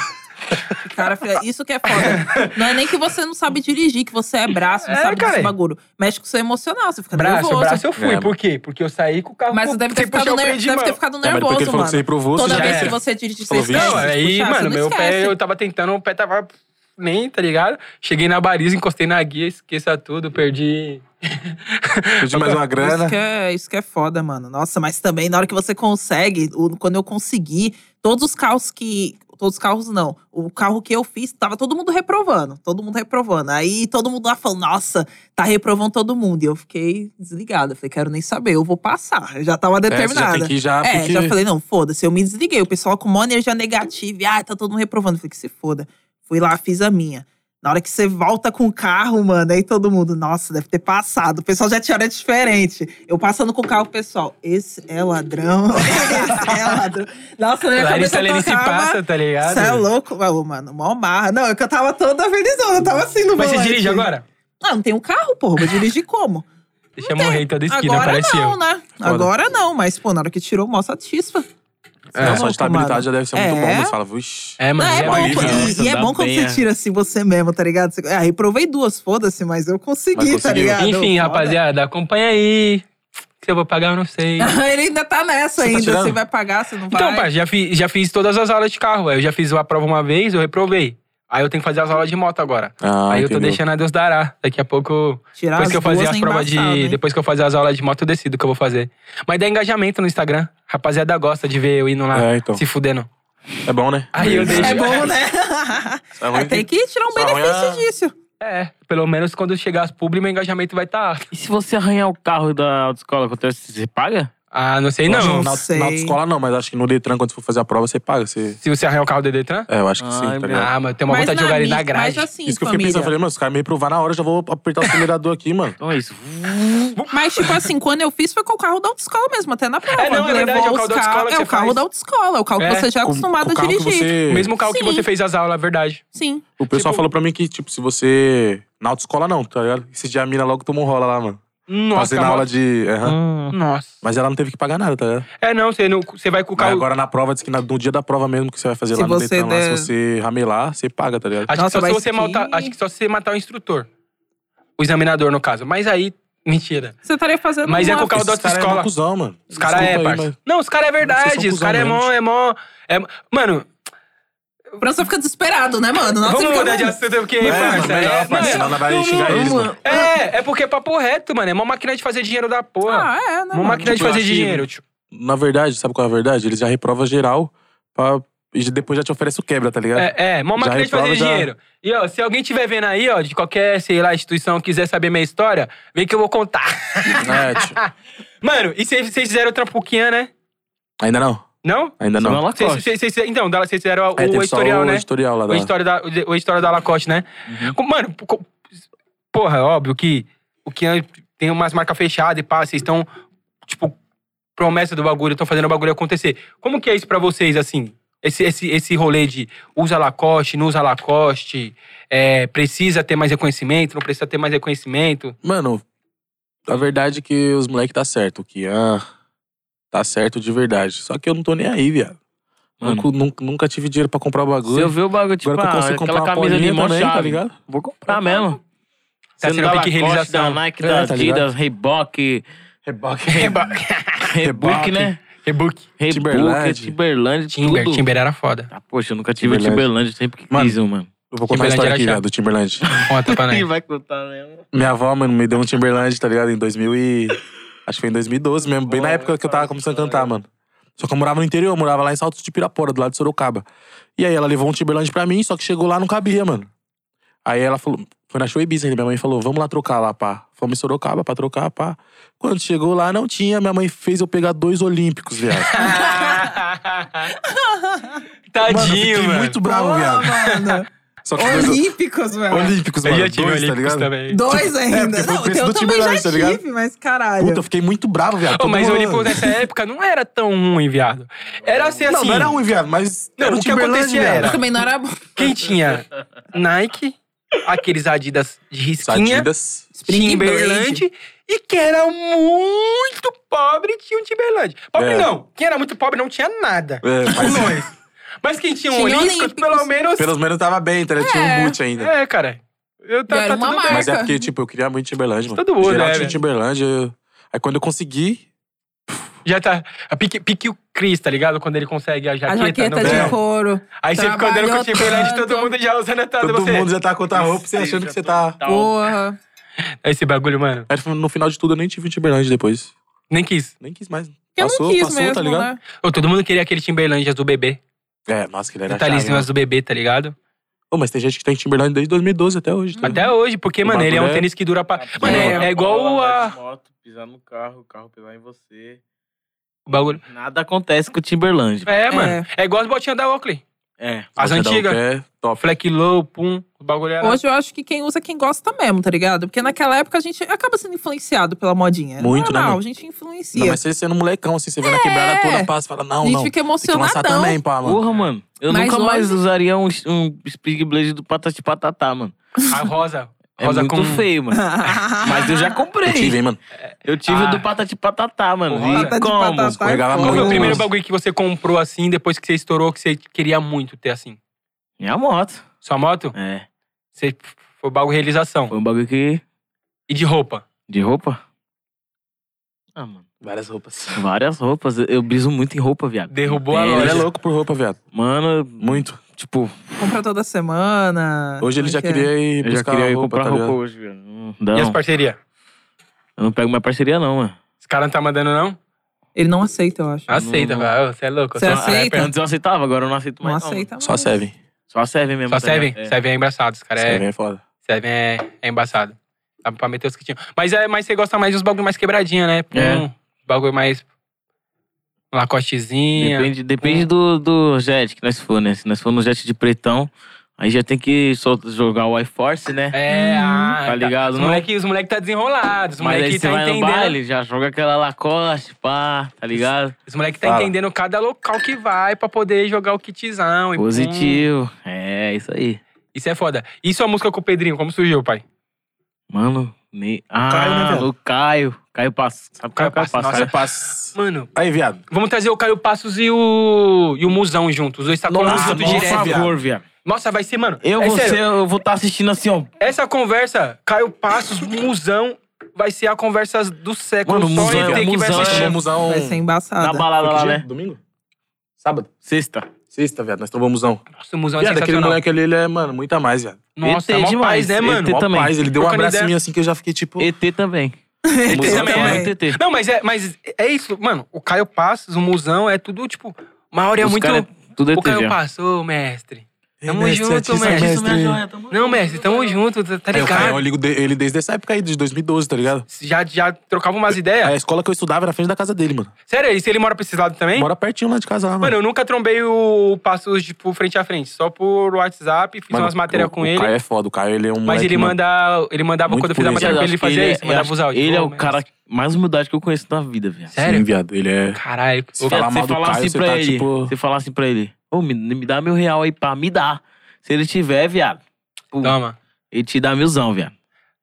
Cara, filha, isso que é foda. Não é nem que você não sabe dirigir, que você é braço, não É, sabe cara. desse bagulho. Mexe com o seu emocional, você fica Braço, nervoso. braço eu fui. É. Por quê? Porque eu saí com o carro. Mas com- você deve ter, sem puxar ficado, o ner- freio de deve mão. ter ficado mas depois que nervoso, ele falou que você mano. reprovou, você Toda já vez era. que você dirige, você Falou, esquece. Não, Vixe, aí, puxar, mano, você não meu pé, esquece. eu tava tentando, o pé tava nem, tá ligado? Cheguei na baliza, encostei na guia, esqueça tudo, perdi. pedi mais uma grana. Isso que, é, isso que é foda, mano. Nossa, mas também na hora que você consegue, o- quando eu consegui, todos os carros que. Todos os carros não. O carro que eu fiz, tava todo mundo reprovando. Todo mundo reprovando. Aí todo mundo lá falando, nossa, tá reprovando todo mundo. E eu fiquei desligada. Falei, quero nem saber, eu vou passar. Eu já tava É, você já determinada. tem que ir já, É, porque... já assim, falei, não, foda-se, eu me desliguei. O pessoal com uma energia negativa, e, ah, tá todo mundo reprovando. Eu Falei, que se foda. Fui lá, fiz a minha. Na hora que você volta com o carro, mano, aí todo mundo, nossa, deve ter passado. O pessoal já tinha hora diferente. Eu passando com o carro, o pessoal, esse é ladrão, esse é ladrão. Nossa, na minha Larissa cabeça eu Lene se tocava, passa, tá ligado? Você é louco, Ô, mano, mó marra. Não, é que eu tava toda felizona, eu tava assim no Mas você volante. dirige agora? Não, não tem um carro, porra, vou dirigir como? Deixa eu morrer em toda esquina, Agora parece não, eu. né? Agora não, mas, pô, na hora que tirou, mó satisfa. É, só de estabilidade mano. já deve ser É. muito bom. Você fala, vixe... É, Não, mano, é já bom, vi, alívio, pô, mano. né? e, e é Dá bom quando bem, você é. tira assim você mesmo, tá ligado? Você, ah, reprovei duas, foda-se, mas eu consegui, Mas tá conseguiu. ligado? Enfim, Foda. rapaziada, acompanha aí. Se eu vou pagar, eu não sei. Ele ainda tá nessa Você tá ainda, tirando? você vai pagar, você não Então, vai. pai, já fiz, já fiz todas as aulas de carro. Eu já fiz a prova uma vez, eu reprovei. Aí eu tenho que fazer as aulas de moto agora. Ah, aí eu entendeu. tô deixando a Deus dará. Daqui a pouco. Tirar depois as que eu fazer duas as é provas de. embaçado, hein? Depois que eu fazer as aulas de moto, eu decido o que eu vou fazer. Mas dá engajamento no Instagram. Rapaziada gosta de ver eu indo lá É, então. se fudendo. É bom, né? Aí eu deixo. É bom, né? É ruim É, tem que tirar um Só ruim é- benefício disso. É, pelo menos quando chegar as publi, meu engajamento vai tá estar. E se você arranhar o carro da autoescola, acontece, você paga? Ah, não sei não. Não, na, sei. na autoescola não, mas acho que no Detran, quando você for fazer a prova, você paga. Você... Se você arranhar o carro do Detran. É, eu acho que Ai, sim, tá meu. ligado? Ah, mano, tem uma mas vontade de jogar ele na mi- grade. Mas assim, Isso que eu fiquei família. pensando, eu falei, mano, os caras me provar na hora, eu já vou apertar o acelerador aqui, mano. Então é isso. Mas, tipo assim, quando eu fiz foi com o carro da autoescola mesmo, até na prova. É, não, é Levou verdade, é o os carro da carros- autoescola que É você o carro faz. da autoescola, é o carro É, que você já é Com- acostumado com o a carro dirigir. Que você... Mesmo o carro que Sim. você fez as aulas, é verdade. Sim. O pessoal Tipo- falou pra mim que, tipo, se você. Na autoescola não, tá ligado? Esse dia a mina logo tomou um rola lá, mano. Nossa, Hum. Passei na aula de. Aham. Ah, Nossa. Mas ela não teve que pagar nada, tá ligado? É, não, você, não, você vai com o Mas carro. agora na prova, diz que na- no dia da prova mesmo que você vai fazer Se lá no você Detran, lá, der- se você ramelar, você paga, tá ligado? Acho, Nossa, que só se mas você que- malta- acho que só se você matar o instrutor. O examinador, no caso. Mas aí, mentira. Você estaria fazendo Mas é uma com o carro da Esses caras autoescola. É cuzão, mano. Os caras Desculpa é, aí, parça. mas- Não, os caras é Vocês verdade. são Os caras é cuzão mó, mesmo. é mó. é mó- Mano, O França fica desesperado, né, mano? Nossa, ele vamos fica, mudar de mano, assunto, porque. Não, parça, então mano, é, melhor, parça, senão mano, ela vai não, xingar não, eles. mano. é, é porque é papo reto, mano. É mó máquina de fazer dinheiro da porra. Ah, é, né, mó mano? máquina de Tipo, eu fazer achei- dinheiro, tio. Na verdade, sabe qual é a verdade? Eles já reprovam geral pra... e depois já te oferece o quebra, tá ligado? É, é, mó Já máquina de reprova, fazer já- dinheiro. E, ó, se alguém tiver vendo aí, ó, de qualquer, sei lá, instituição, quiser saber minha história, vem que eu vou contar. É, tio. Mano, e vocês vocês fizeram o trampuquinha, né? Ainda não, Não? ainda Não. não. Vocês- vocês- vocês- então, dela- vocês fizeram um É, o teve só editorial, o né? editorial lá O da... história da, o editorial da Lacoste, né? Uhum. Com- Mano, co- porra, é óbvio que o Kian tem umas marcas fechadas e pá, vocês estão, tipo, promessa do bagulho, estão fazendo o bagulho acontecer. Como que é isso pra vocês, assim? Esse, esse, esse rolê de usa Lacoste, não usa Lacoste, é, precisa ter mais reconhecimento, não precisa ter mais reconhecimento. Mano, a verdade é que os moleques tá certo. O Kian tá certo de verdade. Só que eu não tô nem aí, viado. Mano. Nunca, nunca, nunca tive dinheiro pra comprar o Se bagulho. eu ver o bagulho, tipo, Agora que eu ah, consigo comprar aquela uma camisa de polinha mão também, chave, tá ligado? vou comprar mesmo. Tá sendo da pique Lacoste, realização. Da Nike, É, da tá ligado? Adidas, Reebok, Reboque. Reebok, né? Rebook. Rebuca, Timberland. Timberland, Timber. tudo. Timber era foda. Ah, poxa, eu nunca tive o Timberland. Timberland, sempre que Mano. quis um, mano. Eu vou contar Timberland a história era aqui, chato. velho, do Timberland. Conta pra Quem nós. vai contar né? mesmo? Minha avó, mano, me deu um Timberland, tá ligado? Em 2000 e... Acho que foi em 2012 mesmo, bem na Olha, época que eu tava cara, começando a que cantar, mano. Só que eu morava no interior, eu morava lá em Salto de Pirapora, do lado de Sorocaba. E aí ela levou um Timberland pra mim, só que chegou lá, não cabia, mano. Aí ela falou, foi na show Ibiza, ainda, minha mãe falou, vamos lá trocar lá, pá. Fomos em Sorocaba pra trocar, pá. Quando chegou lá, não tinha, minha mãe fez eu pegar dois Olímpicos, viado. Mano, eu Tadinho, fiquei mano. muito bravo, Porra, viado. mano. Só que dois Olímpicos, velho. Olímpicos, Eu mano, já tive dois, tá Olímpicos ligado? também. Dois ainda. porque foi o não, preço eu do também já Timberland, tá ligado? tive, mas caralho. Puta, eu fiquei muito bravo, viado. Ô, Todo mas o mundo- Olímpicos nessa época não era tão ruim, viado. Era assim, Não, assim. não era ruim, viado, mas. Não, era o que Timberland, acontecia viado. era- Também não era bom. Quem tinha? Nike, aqueles Adidas de risquinha, Adidas. Timberland. E quem era muito pobre tinha um Timberland. Pobre É. não. Quem era muito pobre não tinha nada. É, mas- Nós. Mas quem tinha um Tinha Olímpicos, Olímpicos. pelo menos. Pelo menos tava bem, tá? ligado? Tinha um boot ainda. É, cara. Eu tá, E era tá uma tudo marca. bem. Mas é porque, tipo, eu queria muito Timberland, mano. Todo mundo, Geral né, tinha velho? Timberland. eu- Aí quando eu consegui. Já tá. A pique, pique o Chris, tá ligado? Quando ele consegue a A jaqueta. no jaqueta de verão. couro. Aí você fica andando com o Trabalhou Timberland, tanto. todo mundo já usando a tatuagem. Todo você... mundo já tá com outra roupa, você Sim, achando já que você tô- tá. Porra. Esse bagulho, mano. Aí tipo, no final de tudo eu nem tive um Timberland depois. Nem quis. Nem quis mais. Que eu passou, não quis passou, mesmo, tá ligado? né? Ô, todo mundo queria aquele Timberland azul bebê. É, nossa, que ele era Detalhezinho chato. azul bebê, tá ligado? Pô, mas tem gente que tem Timberland desde 2012 até hoje. tá ligado? Até hoje, porque, O mano, ele é bagulho um é- tênis que dura Tá pra. Mano, é, é igual Bola, andar a. de moto, pisar no carro, o carro pisar em você. O bagulho. Nada acontece com o Timberland. É, mano. É igual as botinhas da Oakley. É. As Cada um antigas. quer, Top. Fleck low, pum. O bagulho era. Hoje eu acho que quem usa é quem gosta mesmo, tá ligado? Porque naquela época a gente acaba sendo influenciado pela modinha. Muito, né, Normal, mano? a gente Não, influencia. mas você sendo molequão, assim, você vê É. na quebrada toda, passa, fala, a não, gente não. fica Tem que lançar emocionadão. também, pá, mano. Porra, mano. Eu Mas nunca hoje- mais usaria um, um Sprig Blade do Patati Patatá, mano. A rosa. É Rosa muito com. feio, mano. Mas eu já comprei. Eu tive, hein, mano. Eu tive Ah. o do Patati Patatá, mano. O E Patati como? Patatá é Escorregava foda. Qual foi o Nossa. primeiro bagulho que você comprou assim, depois que você estourou, que você queria muito ter assim? Minha moto. Sua moto? É. Você foi bagulho realização. Foi um bagulho que. E de roupa? De roupa? Ah, mano. Várias roupas. Várias roupas. Eu- Eu briso muito em roupa, viado. Derrubou a Tênis. Ele loja. é louco por roupa, viado. Mano, Muito. tipo, Compra toda semana. Hoje ele Como já é que é? queria ir eu já buscar queria ir roupa, comprar tá roupa ligado? hoje, viado. Não, dá, E as não. parcerias? Eu não pego minha parceria, não, mano. Os caras não tá mandando, não? Ele não aceita, eu acho. Aceita, Não. vai. Você é louco. Você eu sou um aceita? rapper. Ah, Antes eu aceitava, agora eu não aceito Não mais. aceita mais. Só serve. mano. Só serve mesmo. Só tá ligado? Seven. É. Seven é embraçado. Os caras é. Serve é foda. Seven é, é embaçado. Dá pra meter os que tinham. Mas, é, mas você gosta mais dos bagulho mais quebradinha, né? Pum, É. Bagulho mais. um Lacostezinha. Depende, depende do, do jet que nós for, né? Se nós for no jet de pretão, aí já tem que só jogar o iForce, né? É, ah, Tá ligado, Os não? moleque, os moleque tá desenrolado. Os Mas aí moleque você tá vai no entendendo. baile, já joga aquela Lacoste, pá, tá ligado? Os moleque tá Fala. entendendo cada local que vai pra poder jogar o kitzão. e pum. Positivo. É, isso aí. Isso é foda. E sua música com o Pedrinho, como surgiu, pai? Mano, ne... ah, Caio, né, velho? o Caio. Caio Passos. Sabe o Caio Caio Passos, Passos? nossa. é Caio Passos. Mano, Aí, viado. vamos trazer o Caio Passos e o, e o Musão juntos. Os dois tá colando Nossa, junto por direto. favor, viado. Nossa, vai ser, mano. Eu é vou sério, ser- eu vou estar assistindo assim, ó. Essa conversa, Caio Passos, Musão, vai ser a conversa do século. Mano, Só Musão é- ET que vai Musão assistir. é- Nós tomamos Vai ser um. Na embaçado. balada lá, né? Domingo? Sábado. Sexta. Sexta, viado. Nós tomamos um. Nossa, o Musão é Viado, aquele sensacional. moleque ali, ele é, mano, muito a mais, viado. Nossa, ET é mó demais, paz, né, mano? ET Mó também. paz, ele deu um Trocando abraço em ideia. mim assim que eu já fiquei tipo. ET também. Musão também. também. é ET. Não, mas é, mas é isso, mano. O Caio Passos, o Musão, é tudo, tipo, uma hora é Os muito. cara é tudo o ET, Caio viado. passou, mestre. "Ei, Tamo mestre, junto, artista, mestre. Isso me ajuda, é, tamo junto. Não, mestre, tamo junto, tá- tá Aí, o Caio, eu ligado? ligo de- ele desde essa época aí, de 2012, tá ligado? Já, já trocava umas Aí A ideias. escola que eu estudava era na frente da casa dele, mano. Sério, e se ele mora pra esse lado também? Mora pertinho lá de casa lá, Mano, mano. eu nunca trombei o Passos, tipo, frente a frente. Só por WhatsApp, fiz Mano, umas matérias o- com o ele. Caio é foda, o Caio ele é um Mas moleque, ele, mano. manda, ele mandava, Muito quando eu fiz a polícia. matéria pra Eu ele, ele acho que fazia ele- isso, eu mandava acho os que áudios. Ele é Ô, o mestre. cara mais humildade que eu conheço na vida, viado. Sério? Sim, viado. Ele é. Caralho. Se falar mal do falar Caio, assim você pra tá, ele, tipo- você falar assim pra ele, ô, me, me dá mil real aí, pá, me dá. Se ele tiver, viado, pô, Toma. ele te dá milzão, viado.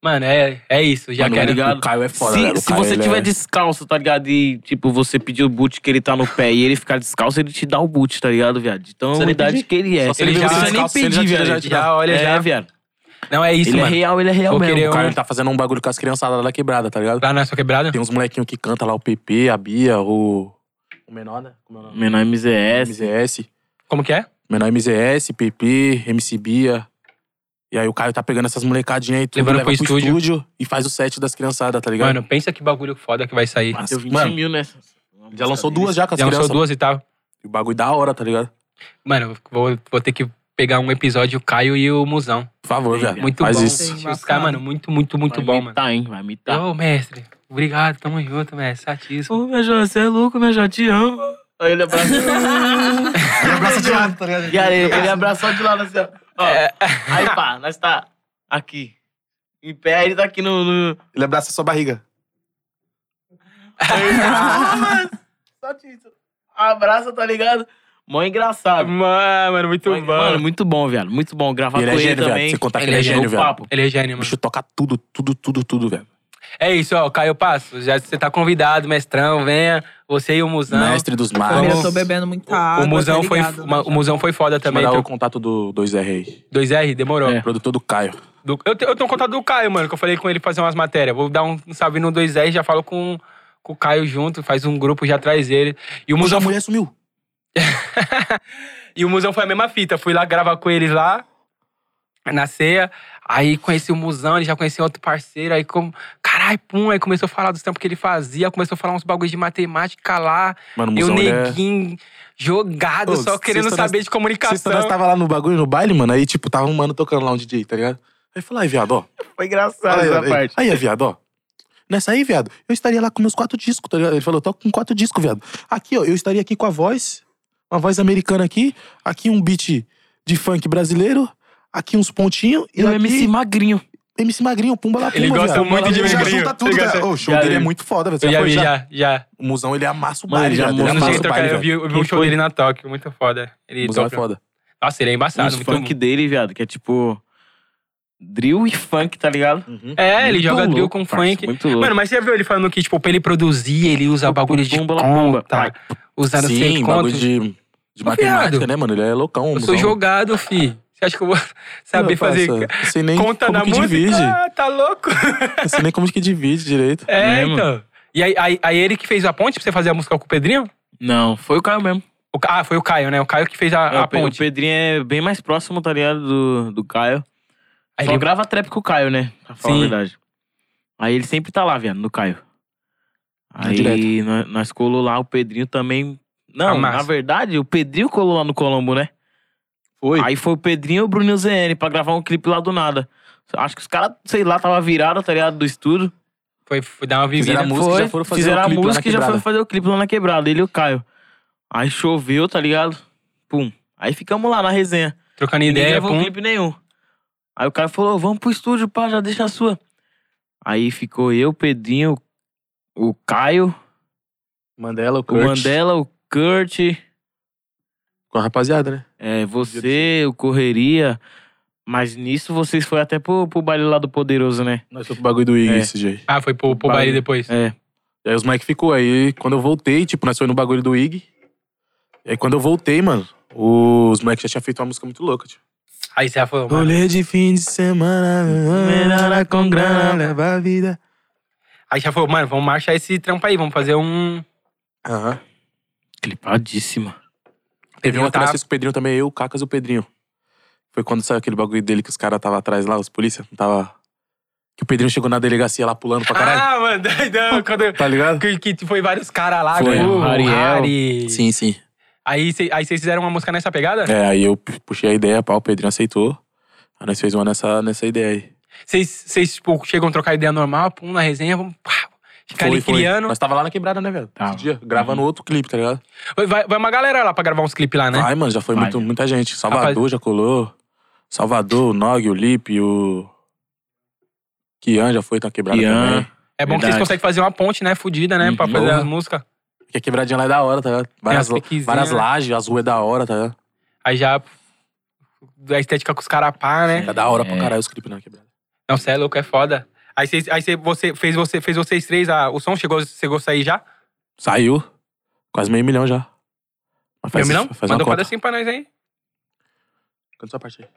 Mano, é, é isso. Já Mano, quero. ele- ligado? O Caio é foda, se velho. O se Caio, você ele tiver é... descalço, tá ligado? E, tipo, você pedir o boot que ele tá no pé e ele ficar descalço, ele te dá o boot, tá ligado, viado? De tão Precisa nem pedir. humildade que ele é. Só se ele Não já- precisa nem descalço, ele pedir, já tira, viado. já ele tira. dá. Olha, é, já. viado. Não, é isso, Ele é mano. real, ele é real Vou mesmo. querer O Caio ele tá fazendo um bagulho com as criançadas lá da quebrada, tá ligado? Lá na sua quebrada? Tem uns molequinhos que canta lá, o PP, a Bia, o. O menor, né? Como é o nome? Menor MZS. MZS. Como que é? Menor MZS, PP, MC Bia. E aí o Caio tá pegando essas molecadinhas aí, tudo, Levando leva pro estúdio. e faz o set das criançadas, tá ligado? Mano, pensa que bagulho foda que vai sair. Massa. Deu 20 Mano. mil nessa. já lançou duas já com as Já lançou crianças. duas e tal. E o bagulho da hora, tá ligado? Mano, vou, vou ter que pegar um episódio o Caio e o Musão. Por favor, Tem, velho. Muito faz bom. isso. Tem Os bacana. caras, mano, muito, muito, muito Vai bom, mano. mitar, Tá, hein? Vai mitar. Ô, mestre. Obrigado, tamo junto, mestre. Satisfação. Ô, meu João, você é louco, meu João, te amo. Aí ele abraçou. Abraça de lado, tá ligado? e aí ele Ele abraçou. abraçou de lado assim, ó. Ó, É. Aí pá, nós tá aqui. Em pé, ele tá aqui no. no... Ele abraça sua barriga. Só disso. Abraça, tá ligado? Mó engraçado. Mano, É muito Mó- Mano, muito bom, viado. Muito bom. Gravar E ele é com ele gênio, velho. também. Você contar que Ele ele é é gênio, o velho. papo. Ele é gênio, O mano. bicho toca tudo, tudo, tudo, tudo, velho. É isso, ó. Caio Passo, já você tá convidado, mestrão, venha. Você e o Musão. Mestre dos Primeiro, mares. eu tô bebendo muita água. o Musão tá foi, ligado, né, uma- o Musão foi foda também. tá? Mandar o que contato do 2R aí. eu- 2R, demorou. É. Produtor do Caio. Do- eu, te- eu tenho contato do Caio, mano, que eu falei com ele fazer umas matérias. Vou dar um salve no 2R, já falo com, com o Caio junto, faz um grupo já atrás dele. E o Puxa, Musão a mulher sumiu. E o Musão foi a mesma fita. Fui lá gravar com eles lá, na ceia. Aí conheci o Musão, ele já conhecia outro parceiro. Aí, como. Caralho, pum. Aí começou a falar dos tempos que ele fazia, começou a falar uns bagulhos de matemática lá. Mano, o Eu, Musão, ele é... neguinho, jogado, Ô, só querendo sexta nós- saber de Sexta nós comunicação. tava lá no bagulho, no baile, mano. Aí, tipo, tava um mano tocando lá um DJ, tá ligado? Aí eu falei, aí, viado, ó. Foi engraçado Aí, essa aí, parte. Aí, viado, ó. Nessa aí, viado, eu estaria lá com meus quatro discos, tá ligado? Ele falou, eu toco com quatro discos, viado. Aqui, ó, eu estaria aqui com a voz, uma voz americana aqui, aqui um beat de funk brasileiro, aqui uns pontinhos e E o aqui MC Magrinho. MC Magrinho, pumba lá, pumba, Um Ele gosta viado. muito de Ele já Magrinho. junta tudo, Ele cara. gosta- Ô, O show Já dele é vi. muito foda, velho. Você Eu já foi vi, já? já, já. O Musão, ele amassa o Mano, baile, ele já viado. Ele Eu não amassa cheguei amassa a o trocar, baile, eu velho. vi, eu vi Quem um show foi? dele na Tóquio, muito foda. Ele O Musão é tocou- foda. Nossa, ele é Os embaçado. funk Muito... dele, viado, que é tipo. Drill e funk, tá ligado? Uhum. É, ele Muito joga drill louco, com parça, funk. Muito louco. Mano, mas você viu ele falando que, tipo, pra ele produzir, ele usa Pum, bagulho de pum, bala, pumba. conta, usa não sei Sim, quanto. bagulho de, de Ô, matemática, viado. né, mano? Ele é loucão. Eu sou jogado, fi. Você acha que eu vou saber fazer Sei nem conta como na que música? divide. Ah, tá louco? Eu sei nem como que divide direito. É, Né, mano? então. E aí, aí, aí ele que fez a ponte pra você fazer a música com o Pedrinho? Não, foi o Caio mesmo. O Ca- ah, foi o Caio, né? O Caio que fez a, É, a o Pe- ponte. O Pedrinho é bem mais próximo, tá ligado, do, do Caio. Aí Só ele- grava trap com o Caio, né? Pra falar Sim. a verdade. Aí ele sempre tá lá, viado, no Caio. É Aí direto. nós, nós colou lá, o Pedrinho também. Não, Amassa. na verdade, o Pedrinho colou lá no Colombo, né? Foi. Aí foi o Pedrinho e o Bruninho ZN pra gravar um clipe lá do nada. Acho que os caras, sei lá, tava virado, tá ligado, do estudo. Foi, foi dar uma vivida. Fizeram a música e já Foi, foram fazer o fizeram a clipe lá na música e já quebrada. foram fazer o clipe lá na quebrada, ele e o Caio. Aí choveu, tá ligado? Pum. Aí ficamos lá na resenha. Trocando Ninguém ideia, gravou pum. clipe nenhum. Aí o cara falou, vamos pro estúdio, pá, já deixa a sua. Aí ficou eu, o Pedrinho, o Caio, Mandela, o o Mandela, o Kurt, Com a rapaziada, né? é, você, o Correria. Mas nisso vocês foram até pro, pro baile lá do Poderoso, né? Nós foi pro bagulho do Iggy É. esse dia aí. Ah, foi pro, pro Baile. baile depois. É. E aí os Mike ficou. Aí quando eu voltei, tipo, nós foi no bagulho do Ig. E aí quando eu voltei, mano, os Mike já tinha feito uma música muito louca, tipo. Aí você já falou, mano. Rolê de fim de semana, melhora com grana, leva a vida. Aí já falou, mano, vamos marchar esse trampo aí, vamos fazer um. Aham. Clipadíssima. Teve um Pedrinho uma que nós tá- fez com o Pedrinho também, eu, o Cacas e o Pedrinho. Foi quando saiu aquele bagulho dele que os caras tava atrás lá, os polícia, não tava. Que o Pedrinho chegou na delegacia lá pulando pra caralho. Ah, mano, doidão. Quando, Tá ligado? que, que foi vários caras lá, Foi, Gugu, o Ariel. Ari. Sim, sim. Aí vocês aí vocês fizeram uma música nessa pegada? É, aí eu pu- puxei a ideia, pá, o Pedrinho aceitou. Aí nós fez uma nessa, nessa ideia aí. Vocês, vocês, tipo, chegam a trocar ideia normal, pum, na resenha, vamos pá, ficar ali criando. Nós tava lá na quebrada, né, velho? Tava. Esse dia, gravando outro clipe, tá ligado? Vai, vai uma galera lá pra gravar uns clipes lá, né? Ai, mano, já foi Vai. muito, muita gente. Salvador já colou. Salvador, o Nog, o Lipe, o. Kian já foi, tá quebrada Kian. também. é bom que vocês verdade. conseguem fazer uma ponte, né? Fudida, né? pra Uhum. fazer as músicas. Porque a quebradinha lá é da hora, tá ligado? Várias, as piquezinhas, várias né? lajes, as ruas é da hora, tá ligado? Aí já. A estética com os caras pá, né? É da hora pra É. caralho os clipes na quebrada. Não, cê é louco, é foda. Aí, cês, aí cê, você, fez, você, fez vocês três, a, o som chegou, chegou a sair já? Saiu. Quase meio milhão já. Mas Faz, Milão? Faz Manda um uma conta. pedacinho pra nós aí. Canta sua parte aí.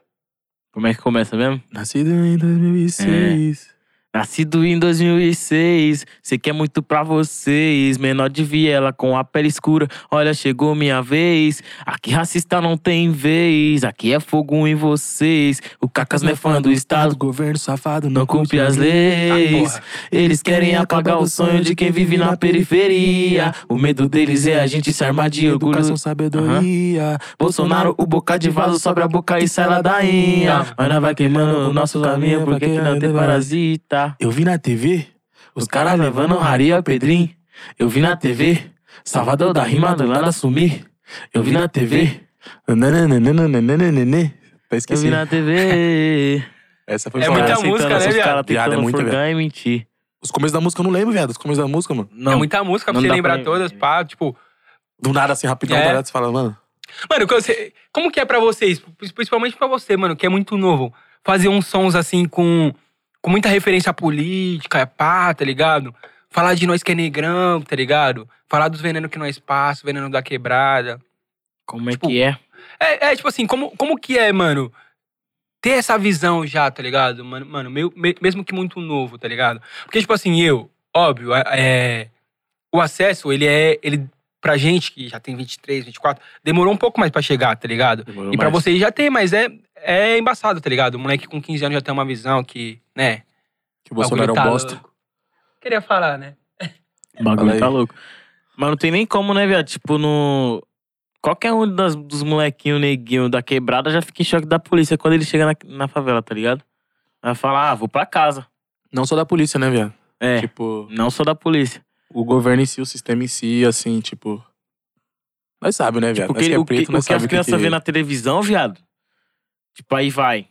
Como é que começa mesmo? Nascido em 2006. Nascido em 2006, sei que é muito pra vocês. Menor de viela com a pele escura, olha, chegou minha vez. Aqui racista não tem vez, aqui é fogo em vocês. O Cacas não é fã do Estado, governo safado, não cumpre as Tá leis. porra. Eles querem apagar o sonho de quem vive na periferia. O medo deles é a gente se armar de orgulho. Educação, sabedoria. Bolsonaro, o boca de vaso sobre a boca e sai ladainha. Mas nós vai queimando o nosso caminho, porque que não tem parasita. Eu vi na TV Os caras levando raria Pedrinho. Eu vi na TV, Salvador da rima do lado assumir. Eu vi na TV, Nanananananananananê. Tá eu vi esquecendo. na TV. Essa foi É só muita essa. música, né, Aceitando Os viado? caras Viado, é tentando muita, furgar e mentir. Os começos da música eu não lembro, viado. Os começos da música, mano. Não, é muita música pra não você dá lembrar pra- todas, pá, tipo... Do nada, assim, rapidão, É. tá ligado? Você fala, mano. Mano, que você- como que é pra vocês? Principalmente pra você, mano, que é muito novo. Fazer uns sons assim com, com muita referência política, pá, tá ligado? Falar de nós que é negrão, tá ligado? Falar dos venenos que não é espaço, veneno da quebrada. como é tipo, que é? É, é, tipo assim, como, como que é, mano? Ter essa visão já, tá ligado? Mano, mano meio- me- mesmo que muito novo, tá ligado? Porque, tipo assim, eu, óbvio, é- é, o acesso, ele é. Ele, pra gente que já tem 23, 24, demorou um pouco mais pra chegar, tá ligado? E pra vocês já tem, mas é, é embaçado, tá ligado? O moleque com 15 anos já tem uma visão que, né? Que o Bolsonaro é bagulho um tá bosta. louco. Queria falar, né? O Fala aí. bagulho tá louco. Mas não tem nem como, né, viado? Tipo, no. Qualquer um das- dos molequinhos neguinhos da quebrada já fica em choque da polícia quando ele chega na, na favela, tá ligado? Vai falar, ah, vou pra casa. Não só da polícia, né, viado? É, Tipo, não sou da polícia. o governo em si, o sistema em si, assim, tipo. Nós sabemos, né, viado? nós Porque que é Tipo, o que, preto, o nós que as sabemos o que, crianças que... vê na televisão, viado. Tipo, aí vai.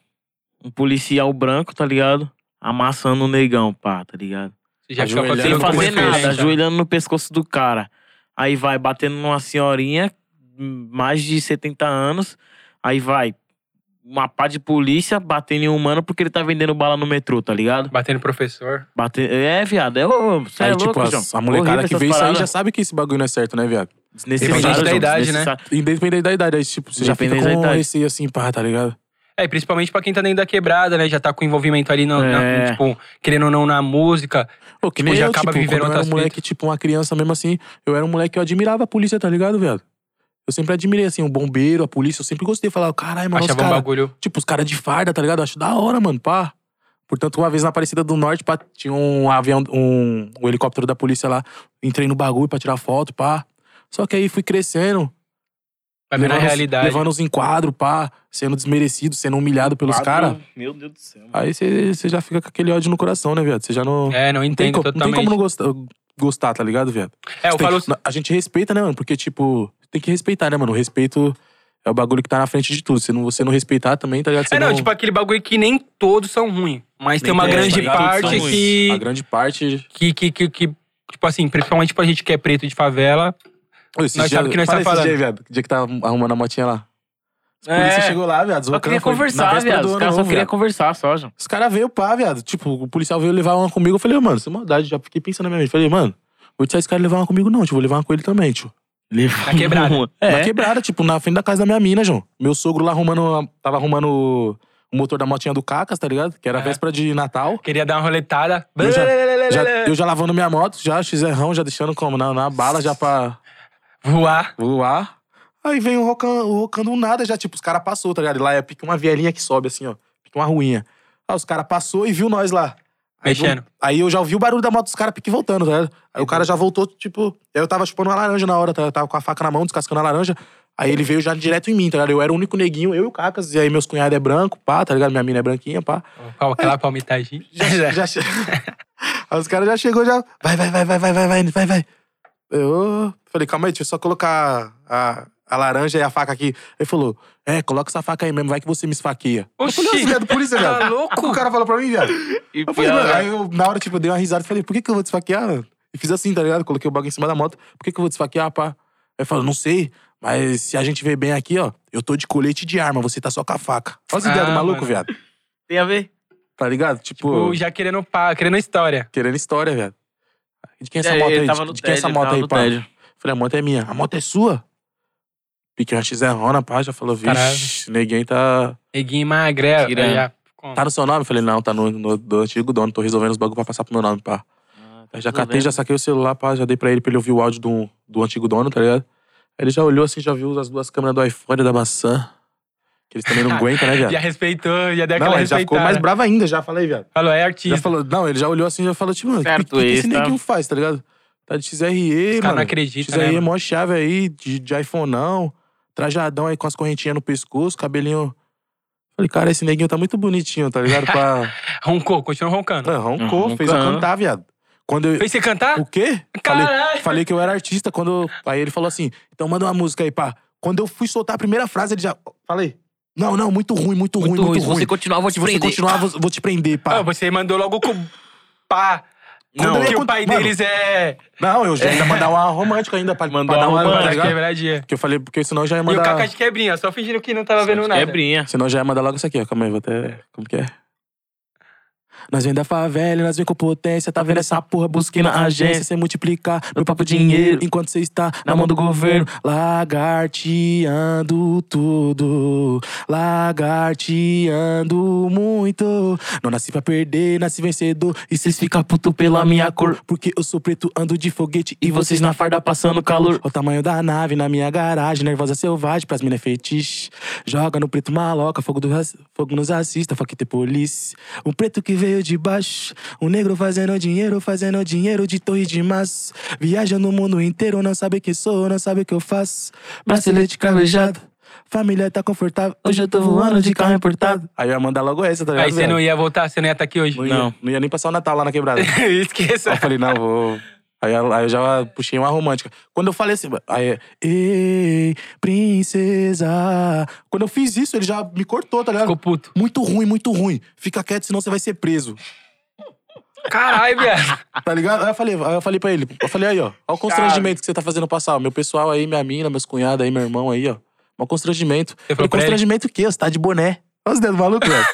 Um policial branco, tá ligado? Amassando um negão, pá, tá ligado? Você já fica Ajoelhando fazendo alguma Olhando Sem fazer coisa nada, diferente, né? ajoelhando no pescoço do cara. Aí vai batendo numa senhorinha, hum, mais de 70 anos. Aí vai uma pá de polícia batendo em um humano porque ele tá vendendo bala no metrô, tá ligado? Batendo professor. Bate... É, viado, é ô, você Aí, é tipo, louco, João. as- a molecada Horrível que essas vê isso aí paradas. já sabe que esse bagulho não é certo, né, viado? Desnecessário, Dependente da João, idade, né? desnecessário. Independente da idade, aí, tipo, você já fica Independente da com idade. esse assim, pá, tá ligado? É, e principalmente pra quem tá dentro da quebrada, né? Já tá com envolvimento ali, na, na- É. tipo, querendo ou não, na música. Pô, que nem Tipo, já eu, acaba tipo, vivendo quando eu era um outras moleque, fitas. tipo, uma criança mesmo assim, eu era um moleque que eu admirava a polícia, tá ligado, velho? Eu sempre admirei, assim, o bombeiro, a polícia, eu sempre gostei. Falava, caralho, mano, os achava um caras... bagulho. Tipo, os caras de farda, tá ligado? Eu acho da hora, mano, pá. Portanto, uma vez na Aparecida do Norte, pá, tinha um avião, um, um helicóptero da polícia lá. Entrei no bagulho pra tirar foto, pá. Só que aí fui crescendo. Vai ver na levando os- realidade. Levando os enquadros, pá. Sendo desmerecido, sendo humilhado pelos caras. Meu Deus do céu. mano. Aí você já fica com aquele ódio no coração, né, viado? Você já não... É, não não tem, entendo co- não tem totalmente. como não gostar, gostar, tá ligado, viado? É, eu Tem- falo. A gente respeita, né, mano? Porque, tipo, tem que respeitar, né, mano? O respeito é o bagulho que tá na frente de tudo. Se não, você não respeitar também, tá ligado? Você É, não, tipo aquele bagulho que nem todos são ruins. Mas tem Nem é uma todos, grande tá ligado? parte Todos são que, A grande parte. que, que, que, que- Tipo assim, principalmente pra gente que é preto de favela. Ô, esses Nós dias- sabe o que nós fala tá esses falando. Dia, viado, que dia que tava arrumando a motinha lá. Os É. polícia chegou lá, viado. Só zocando, queria foi na conversar, véspera viado. do Os ano caras só novo, queriam viado. conversar só, João. Os caras veio pá, viado. Tipo, o policial veio levar uma comigo. Eu falei, mano, sem maldade, já fiquei pensando na minha mente. Falei, mano, vou deixar esse cara levar uma comigo, não. Tipo, vou levar uma com ele também, tio. Tá quebrado. Na É. quebrada, tipo, na frente da casa da minha mina, João. Meu sogro lá arrumando. Tava arrumando o motor da motinha do Cacas, tá ligado? Que era É. véspera de Natal. Queria dar uma roletada. Eu já- Já- eu já lavando minha moto, já xerrão, já deixando como na, na bala, já pra Voar. voar. Aí vem o Rocan, o Rocan do nada, já, tipo, os caras passou, tá ligado? E lá é pique uma vielinha que sobe, assim, ó. Pique uma ruinha. Aí os caras passou e viu nós lá. Aí, do- Mexendo. Aí eu já ouvi o barulho da moto dos caras pique voltando, tá ligado? Aí o cara já voltou, tipo. Aí eu tava chupando uma laranja na hora, tá? Eu tava com a faca na mão, descascando a laranja. Aí ele veio já direto em mim, tá ligado? Eu era o único neguinho, eu e o Cacas. E aí meus cunhados é branco, pá, tá ligado? Minha mina é branquinha, pá. Calma, aquela palmitadinha. Já, já che- Aí os caras já chegou, já. Vai, vai, vai, vai, vai, vai, vai, vai, vai. Eu falei, calma aí, deixa eu só colocar a, a laranja e a faca aqui. Ele falou, é, coloca essa faca aí mesmo, vai que você me esfaqueia. Eu falei, Oxi. "Nossa, viado, por isso, viado. Tá Aí O louco? cara falou pra mim, viado. E Eu falei, mano, pior, aí eu, na hora, tipo, eu dei uma risada e falei, por que, que eu vou desfaquear? mano? E fiz assim, tá ligado? Coloquei o bagulho em cima da moto. Por que, que eu vou desfaquear, pá? Aí ele falou, não sei, mas se a gente vê bem aqui, ó, eu tô de colete de arma, você tá só com a faca. Olha esse Ah, ideia do maluco, mano. viado. Tem a ver? Tá ligado? Tipo, já querendo pá, querendo história. Querendo história, velho. De quem é essa Ele moto aí? tava De, no de quem é essa tédio, moto tava aí, no pá? tédio. Falei, a moto é minha. A moto é sua? Piquei uma XR Rona, pá, já falou, Caralho. vixe, ninguém tá... Neguinho magrelo. Tirando. aí já- Como? Tá no seu nome? Eu falei, não, tá no, no- do antigo dono, tô resolvendo os bagulho pra passar pro meu nome, pá. Eu já catei, já saquei o celular, pá, já dei pra ele pra ele ouvir o áudio do, do antigo dono, tá ligado? Aí ele já olhou assim, já viu as duas câmeras do iPhone e da maçã. Que eles também não aguentam, né, Já viado? respeitou, já deu aquela Não, ele já ficou respeitada. mais bravo ainda, já falei, viado. Falou, é Já artista. falou, não, ele já olhou assim e já falou, tipo, mano, o que, Certo, que esse isso, tá? neguinho faz, tá ligado? Tá de Os XRE, caras mano. não acreditam, XRE né? é mano? mó chave aí, de, de iPhone não. Trajadão aí com as correntinhas no pescoço, cabelinho. Falei, cara, esse neguinho tá muito bonitinho, tá ligado? Pra... Roncou, continuou roncando. Ah, roncou, Uhum, fez eu roncando. cantar, viado. Quando eu... Fez você cantar? O quê? Falei, Caralho! falei que eu era artista quando. eu- Aí ele falou assim: então manda uma música aí, pá. Quando eu fui soltar a primeira frase, ele já. Falei. Não, não, muito ruim, muito, ruim, muito Se ruim. você continuar, eu vou Se te você prender. continuar, vou, vou te prender, pá. Ah, você mandou logo com pá. Quando Não, ele- que o quando- pai mano, deles é. um Não, eu já ainda mandar uma romântica ainda pra, pra Mandou dar uma. uma Tá Mano, romântica, ligado? quebradinha. Porque eu falei, porque senão eu já ia é. E o mandar. Kaká de quebrinha, só fingindo que não tava vendo nada. Quebrinha. Senão eu já ia mandar logo isso aqui, ó. Calma aí, vou até. Como que é? Nós vem da favela, nós vem com potência. Tá vendo essa porra? Busquei na agência, sem multiplicar meu papo dinheiro. Enquanto você está na mão do governo, lagarteando tudo, lagarteando muito. Não nasci pra perder, nasci vencedor. E cês ficam puto pela minha cor, porque eu sou preto, ando de foguete. E vocês na farda passando calor. Olha o tamanho da nave na minha garagem, nervosa selvagem, pras mina é fetiche. Joga no preto maloca, fogo, do, raci- fogo nos racista, fuck the police. Um preto que veio de baixo, um negro fazendo dinheiro, fazendo dinheiro de torre de maço. Viaja no mundo inteiro, não sabe que sou, não sabe o que eu faço. Bracelete cravejado, família tá confortável, hoje eu tô voando de carro importado. Aí eu ia mandar logo essa, tá ligado? Aí você não ia voltar, você não ia estar aqui hoje? Não ia- não ia nem passar o Natal lá na quebrada. Aí Esqueça. eu falei, não, vou. Aí, ela- aí eu já puxei uma romântica. Quando eu falei assim, aí, é, ei, princesa. Quando eu fiz isso, ele já me cortou, tá ligado? Ficou puto. Muito ruim, muito ruim. Fica quieto, senão você vai ser preso. Caralho, viado. Tá ligado? Aí eu falei, aí eu falei pra ele, eu falei, aí, ó, olha o constrangimento que você tá fazendo passar. ó, Meu pessoal aí, minha mina, meus cunhados aí, meu irmão aí, ó. Mó constrangimento. Você Falei, falou pra ele? constrangimento o quê? Você tá de boné. Olha os dedos malucos, velho.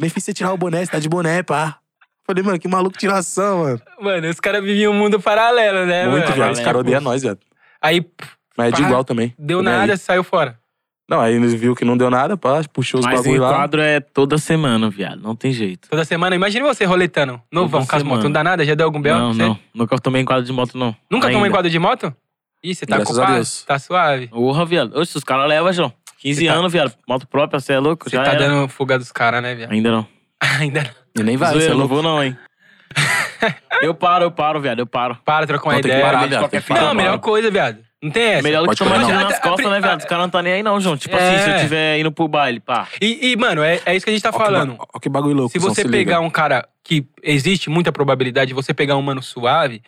Nem fiz você tirar o boné, você tá de boné, pá. Falei, mano, que maluco tiração, mano. Mano, os caras viviam um mundo paralelo, né, Muito, mano? viado. Os caras odeiam nós, viado. Aí pff, Mas é de Pá, igual também. deu Tô nem nada, aí. saiu fora. Não, aí eles viu que não deu nada, pá, puxou os Mas o bagulho lá. quadro é toda semana, viado. Não tem jeito. Toda semana, imagina você roletando. Novão, Toda com as motos. Não semana. dá nada? Já deu algum belo? não, pra você? não. Nunca tomei enquadro de moto, não. Nunca Ainda. tomou enquadro de moto? Ih, você tá Graças a culpado? Deus. Tá suave. Porra, viado. Oxe, os caras levam, João. 15 Você tá- anos, viado. Moto própria, você é louco? Você Já tá era. dando fuga dos caras, né, viado? Ainda não. Ainda não. E nem vai, Zoeira, você é não louco. vou não, hein. eu paro, eu paro, viado. Eu paro. Para, trocar uma Não, tem que ideia. parar, velho. viado. Tem que Não, é parar. melhor coisa, viado. Não tem essa. Melhor do que Pode tomar parar, tiro não. nas Até a costas, pri- né, viado? Os caras não tá nem aí, não, João. Tipo assim, se eu É. tiver indo pro baile, pá. E, e, mano, é, é isso que a gente tá Ó que falando. ba- Ó que bagulho louco. se você pegar um cara que existe muita probabilidade de você pegar um mano suave,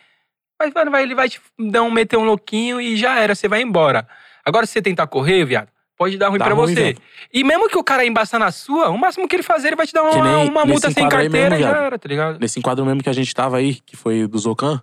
mas mano, vai, ele vai te dar um meter um louquinho e já era, você vai embora. Agora, se você tentar correr, viado, pode dar ruim Dá pra ruim, você. viado. E mesmo que o cara embaçar na sua, o máximo que ele fazer, ele vai te dar Que uma, nem uma nesse multa sem enquadro aí carteira mesmo, e já viado. era, tá ligado? Nesse enquadro mesmo que a gente tava aí, que foi do Zocan,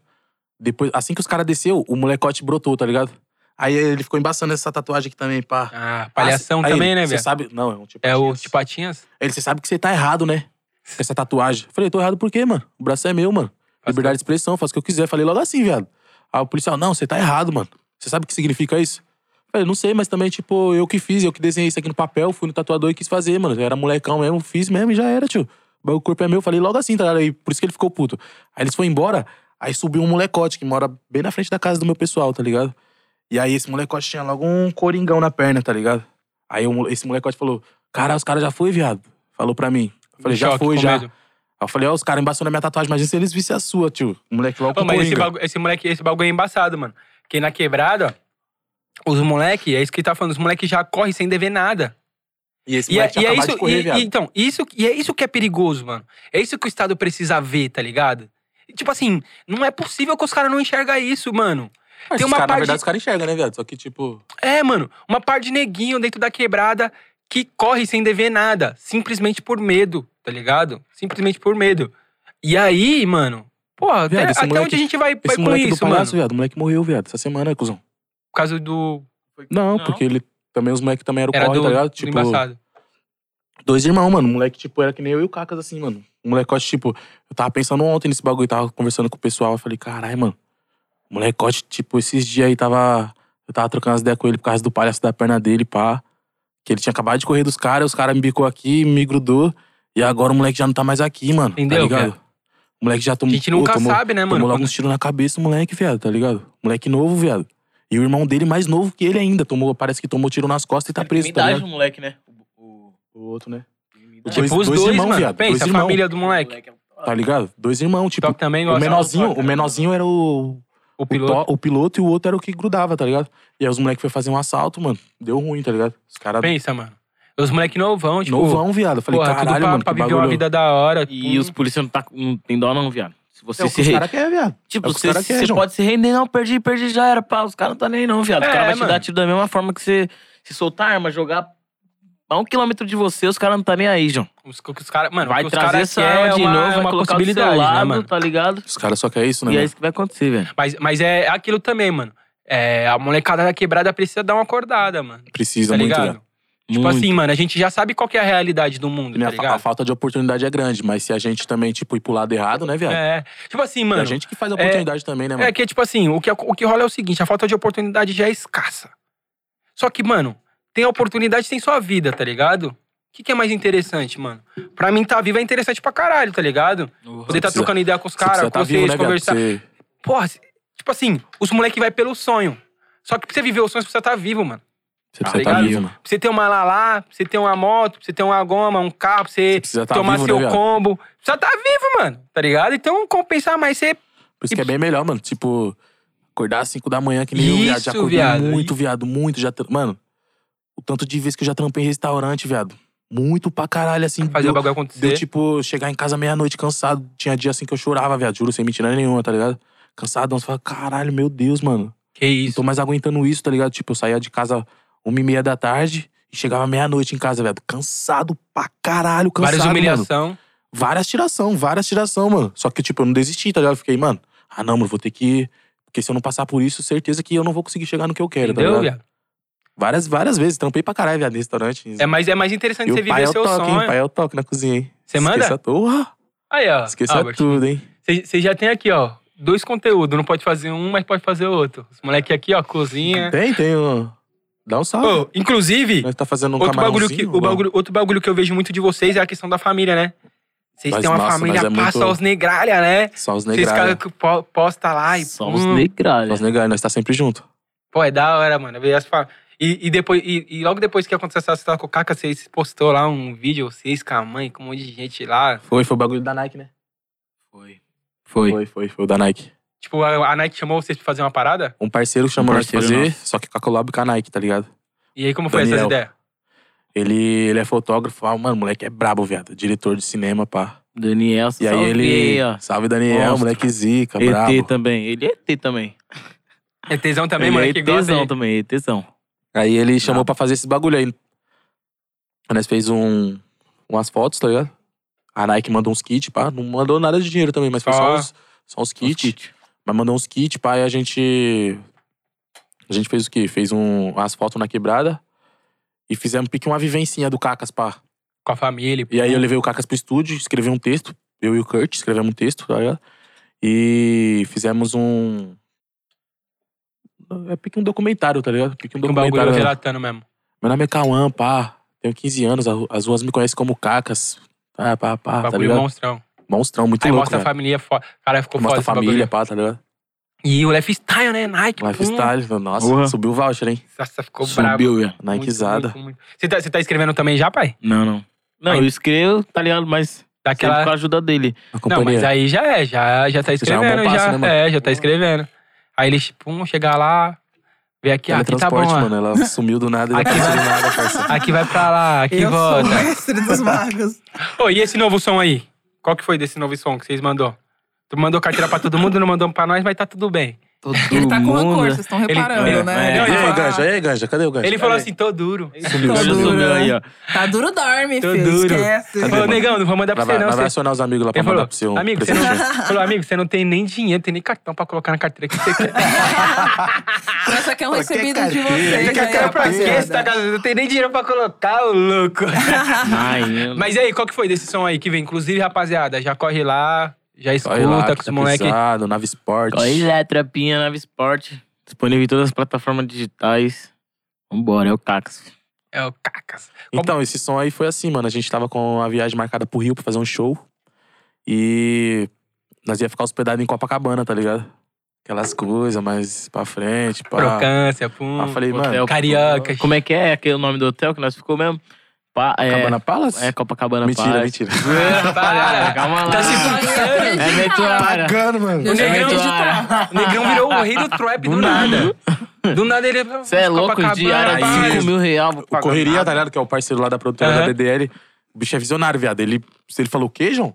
depois, assim que os caras desceu, o molecote brotou, tá ligado? Aí ele ficou embaçando essa tatuagem aqui também, pá. Ah, palhação Aí também, ele, né, Você viado? sabe. Não, é um tipo. É o disso. de patinhas? Ele, você sabe que você tá errado, né? Com Essa tatuagem. Falei, tô errado por quê, mano? O braço é meu, mano. Liberdade de expressão, faço o que eu quiser. Falei logo assim, viado. Aí o policial, não, você tá errado, mano. Você sabe o que significa isso? Falei, não sei, mas também, tipo, eu que fiz, eu que desenhei isso aqui no papel, fui no tatuador e quis fazer, mano. Eu era molecão mesmo, fiz mesmo e já era, tio. O corpo é meu, falei logo assim, tá ligado? Aí, por isso que ele ficou puto. Aí eles foram embora, aí subiu um molecote que mora bem na frente da casa do meu pessoal, tá ligado? E aí esse molecote tinha logo um coringão na perna, tá ligado? Aí o mo- esse molecote falou, cara, os caras já foi, viado. Falou pra mim. Eu falei, já Choque, foi, com já. medo. Aí eu falei, ó, os caras embaçou na minha tatuagem, imagina se eles vissem a sua, tio. O moleque logo Ô, com mas esse, coringa. bagu- esse moleque, esse bagulho é embaçado, mano. Porque na quebrada, os moleque, é isso que ele tá falando, os moleque já correm sem dever nada. E esse E é, moleque e tinha é acabado isso, de correr, e- viado. e então, isso, e é isso que é perigoso, mano. É isso que o Estado precisa ver, tá ligado? E, Tipo assim, não é possível que os caras não enxergam isso, mano. Mas tem os uma cara, parte- Na verdade, os caras enxergam, né, viado? Só que, tipo... É, mano, uma par de neguinho dentro da quebrada que corre sem dever nada, simplesmente por medo, tá ligado? Simplesmente por medo. E aí, mano, porra, até, Viado, esse até moleque- onde a gente vai, vai Esse com moleque isso, do palhaço, mano? viado. O moleque morreu, viado. Essa semana, cuzão. Por causa do. Não, Não. porque ele... Também os moleques também eram Era corre, do, tá ligado? do Tipo, embaçado. dois irmãos, mano. O moleque, tipo, era que nem eu e o Cacas, assim, mano. O molecote, tipo... Eu tava pensando ontem nesse bagulho, tava conversando com o pessoal. Eu falei, caralho, mano. O molecote, tipo, esses dias aí tava... Eu tava trocando as ideias com ele por causa do palhaço da perna dele, pá. Que ele tinha acabado de correr dos caras, os caras me bicou aqui, me grudou. E agora o moleque já não tá mais aqui, mano. Entendeu, Tá ligado? cara? O moleque já A tomou. gente pô, nunca tomou, sabe, né, mano? Tomou logo uns tiros na cabeça, o moleque, viado, tá ligado? Moleque novo, viado. E o irmão dele, mais novo que ele ainda, tomou, parece que tomou tiro nas costas e É tá preso, tá idade ligado? do moleque, né? O, O outro, né? o, é dois- Tipo, os dois dois, irmãos, mano. viado, dois Pensa, a irmãos. família do moleque. um- Tá ligado? Dois irmãos, tipo. Toque também O gosta. menorzinho, o menorzinho era o, O o, piloto. to- o piloto e o outro era o que grudava, tá ligado? E aí os moleques foi fazer um assalto, mano. Deu ruim, tá ligado? Os caras Pensa, mano. Os moleque novão, tipo. novão, viado. Eu Falei, porra, tudo caralho, pra, mano, pra que viver bagulho. uma vida da hora. E os policiais não, tá, não tem dó, não, viado. Se É você o que se. os re- caras querem, viado. Tipo, é o que os você cara quer, você João. pode se render, não, perdi, perdi, já era, pá. Os caras não tá nem aí, não, viado. Os É, caras vão te dar mano. tiro da mesma forma que você se soltar a arma, jogar a um quilômetro de você, os caras não tá nem aí, João. Os, os caras, mano, Vai os trazer caras essa querem arma de uma, é novo, vai uma colocar do seu possibilidade, né, lado, mano? tá ligado? Os caras só querem isso, né? E é mano? isso que vai acontecer, velho. Mas, mas é aquilo também, mano. É, a molecada da quebrada precisa dar uma acordada, mano. Precisa Tá muito, né? ligado? viado. Tipo Muito. assim, mano, a gente já sabe qual que é a realidade do mundo, tá Minha fa- né, a ligado? falta de oportunidade é grande, mas se a gente também, tipo, ir pro lado errado, né, viado? É, É. Tipo assim, mano. a gente que faz a oportunidade também, né, mano? É que, tipo assim, o que, o que rola é o seguinte: a falta de oportunidade já é escassa. Só que, mano, tem a oportunidade, tem sua vida, tá ligado? O que, que é mais interessante, mano? Pra mim, tá vivo é interessante pra caralho, tá ligado? Uhum. Poder tá precisa- trocando ideia com os Você precisa caras, tá com vocês, viado? conversar. Você- Porra, se- tipo assim, os moleque vai pelo sonho. Só que pra você viver o sonho, você precisa estar vivo, mano. Você Tá precisa estar ligado? vivo, mano. Pra você ter uma lalá, pra você ter uma moto, pra você ter uma goma, um carro, pra Você você precisa tá tomar vivo, seu né, viado? combo. Precisa estar vivo, mano, tá ligado? Então compensar mais você. Por isso que é bem melhor, mano. Tipo, acordar às 5 da manhã, que nem eu, viado. Já Isso, acordei viado. muito, viado, muito. Já, tra- mano, o tanto de vezes que eu já trampei em restaurante, viado. Muito pra caralho, assim. Fazer deu, o bagulho acontecer. deu, tipo, chegar em casa meia-noite cansado. Tinha dia assim que eu chorava, viado. Juro, sem mentira nenhuma, tá ligado? Cansadão. Você fala, caralho, meu Deus, mano. que Não isso. tô mais aguentando isso, tá ligado? Tipo, eu saía de casa uma e meia da tarde e chegava meia-noite em casa, viado. Cansado pra caralho, cansado, Várias mano humilhação. várias tiração, várias tiração, mano. Só que, tipo, eu não desisti, tá ligado? Eu fiquei, mano, ah não, mano, vou ter que. Porque se eu não passar por isso, certeza que eu não vou conseguir chegar no que eu quero, Entendeu, tá ligado? viado? Várias, várias vezes, trampei pra caralho, viado, em restaurante. É mais, é mais interessante E você o pai viver é o seu toque, hein? sonho. O pai é o toque na cozinha, hein? Você manda? Ah, Esqueça, Porra, Aí, ó. esqueça Albert, tudo, hein? Você já tem aqui, ó, dois conteúdos. Não pode fazer um, mas pode fazer outro. Os moleque aqui, ó, cozinha. Tem, tem, ó. Dá um salve. Ô, inclusive, Nós tá fazendo um outro, bagulho que, camarãozinho, o bagulho, outro bagulho que eu vejo muito de vocês é a questão da família, né? Vocês Mas, têm uma nossa, família, mas é muito- passa aos negralha, né? Só os Vocês negralhos. caras que po- posta lá e. Só os pum. Só os negralhas. negralhos, nós tá sempre junto. Pô, é da hora, mano. Ver as fa- E, e, depois, e, e logo depois que aconteceu essa situação com o Caca, vocês postou lá um vídeo, vocês com a mãe, com um monte de gente lá. Foi, foi o bagulho da Nike, né? Foi. Foi. Foi, foi, foi o da Nike. Tipo, a, a Nike chamou vocês pra fazer uma parada? Um parceiro chamou Um nós pra parceiro fazer, só que com a collab com a Nike, tá ligado? E aí, como foi essas Daniel. ideias? Ele, ele é fotógrafo, ah, mano, o moleque é brabo, viado. Diretor de cinema, pá. Daniel, E aí salve, ele. ó. Salve Daniel, Monstro. moleque zica, ET Tá brabo. também. Ele é ET também. É tesão também, ele mano, é que ETzão gosta. de- também, ETzão. Aí ele chamou pra fazer esse bagulho aí. Aí Nós fez um, umas fotos, tá ligado? A Nike mandou uns kits, pá. Não mandou nada de dinheiro também, mas foi só Só- uns, Ah. só uns kits. Mas mandou uns kits, pá, e a gente. A gente fez o quê? Fez um, umas fotos na quebrada e fizemos pique uma vivencinha do Cacas, pá. Com a família. E aí eu levei o Cacas pro estúdio, escrevi um texto. Eu e o Kurt escrevemos um texto, tá ligado? E fizemos um. É pique um documentário, tá ligado? Pique um um bagulho documentário. né? relatando mesmo. Meu nome é Cauã, pá. Tenho 15 anos, a ru- as ruas me conhecem como Cacas. Pá, pá, pá, tá bagulho ligado? monstrão. Monstrão, muito Aí louco, mostra a velho. família, fo... cara, ficou Mostra a foda esse família, bagulho. pá, tá ligado? E o lifestyle, né? Nike. pum. Lifestyle, nossa, Porra. subiu o voucher, hein? Nossa, ficou brabo. Subiu, velho. Muito, Nikezada. muito, muito. Você tá, você tá escrevendo também já, pai? Não, não. Não, Aí- eu escrevo, tá ligado? Mas sempre com a Daquela... ajuda dele. A Não, mas companhia. aí já é, já, já tá Já é um bom escrevendo. Já passo, já, né, mano? é, já tá escrevendo. Aí eles, pum, chegar lá, vem aqui, ah, aqui tá bom, Teletransporte, ó. mano. Ela sumiu do nada, ela Aqui tá apareceu do vai- nada, parceiro. Aqui vai pra lá, aqui eu sou o volta. mestre dos magos. Ô, e esse novo som aí? Qual que foi desse novo som que vocês mandou? Tu mandou carteira pra todo mundo, não mandou pra nós, mas tá tudo bem. Todo Ele tá com rancor, mundo. vocês estão reparando, ele- né? é, Ele E aí, fala, Ganja? E aí, Ganja? Cadê o Ganja? Ele falou assim, tô duro. Sumiu, Tá Já sumiu. duro, subiu né? aí, ó. Tá duro dorme, Tô filho. duro. Esquece. Tá Ô, negão, não vou mandar pra Vai, você vai, não. vai Você... acionar os amigos lá pra Ele mandar falou, pro seu. amigo, você presente. não... falou, amigo, você não tem nem dinheiro, tem nem cartão pra colocar na carteira que você quer. Eu só quero um recebido de Você vocês. quer aí, carteira É pra quê? rapaziada. Você tá gastando- Não tem nem dinheiro pra colocar, ô louco. Ai, meu Mas e aí, qual que foi desse som aí que vem? Inclusive, rapaziada, já corre lá, já Corre lá, escuta que com os tá moleque. né? Pesado, nave Sport. Corre lá, Trapinha, Nave Sport. Disponível em todas as plataformas digitais. Vambora, é o Cax. É o Cacas. Então, esse som aí foi assim, mano. A gente tava com a viagem marcada pro Rio pra fazer um show. E nós ia ficar hospedado em Copacabana, tá ligado? Aquelas coisas, mas pra frente, pá. Crocância, pum. Ah, falei, mano, Cariocas. Como é que é? É aquele nome do hotel que nós ficou mesmo? Pa, é, Cabana Palace? É, Copacabana mentira, Palace. mentira. É, para, calma lá. Tá se Olha, fudendo. É ventura. Pagando, mano. O Eu já negão, acreditava. o negão virou o rei do trap do, Do nada. Do nada ele. Você é louco, Copacabana, diária pá. de 5 mil reais. O Correria, tá ligado? Que é o parceiro lá da produtora Aham. da DDL. O bicho é visionário, viado. Ele, se ele falou o quê, João?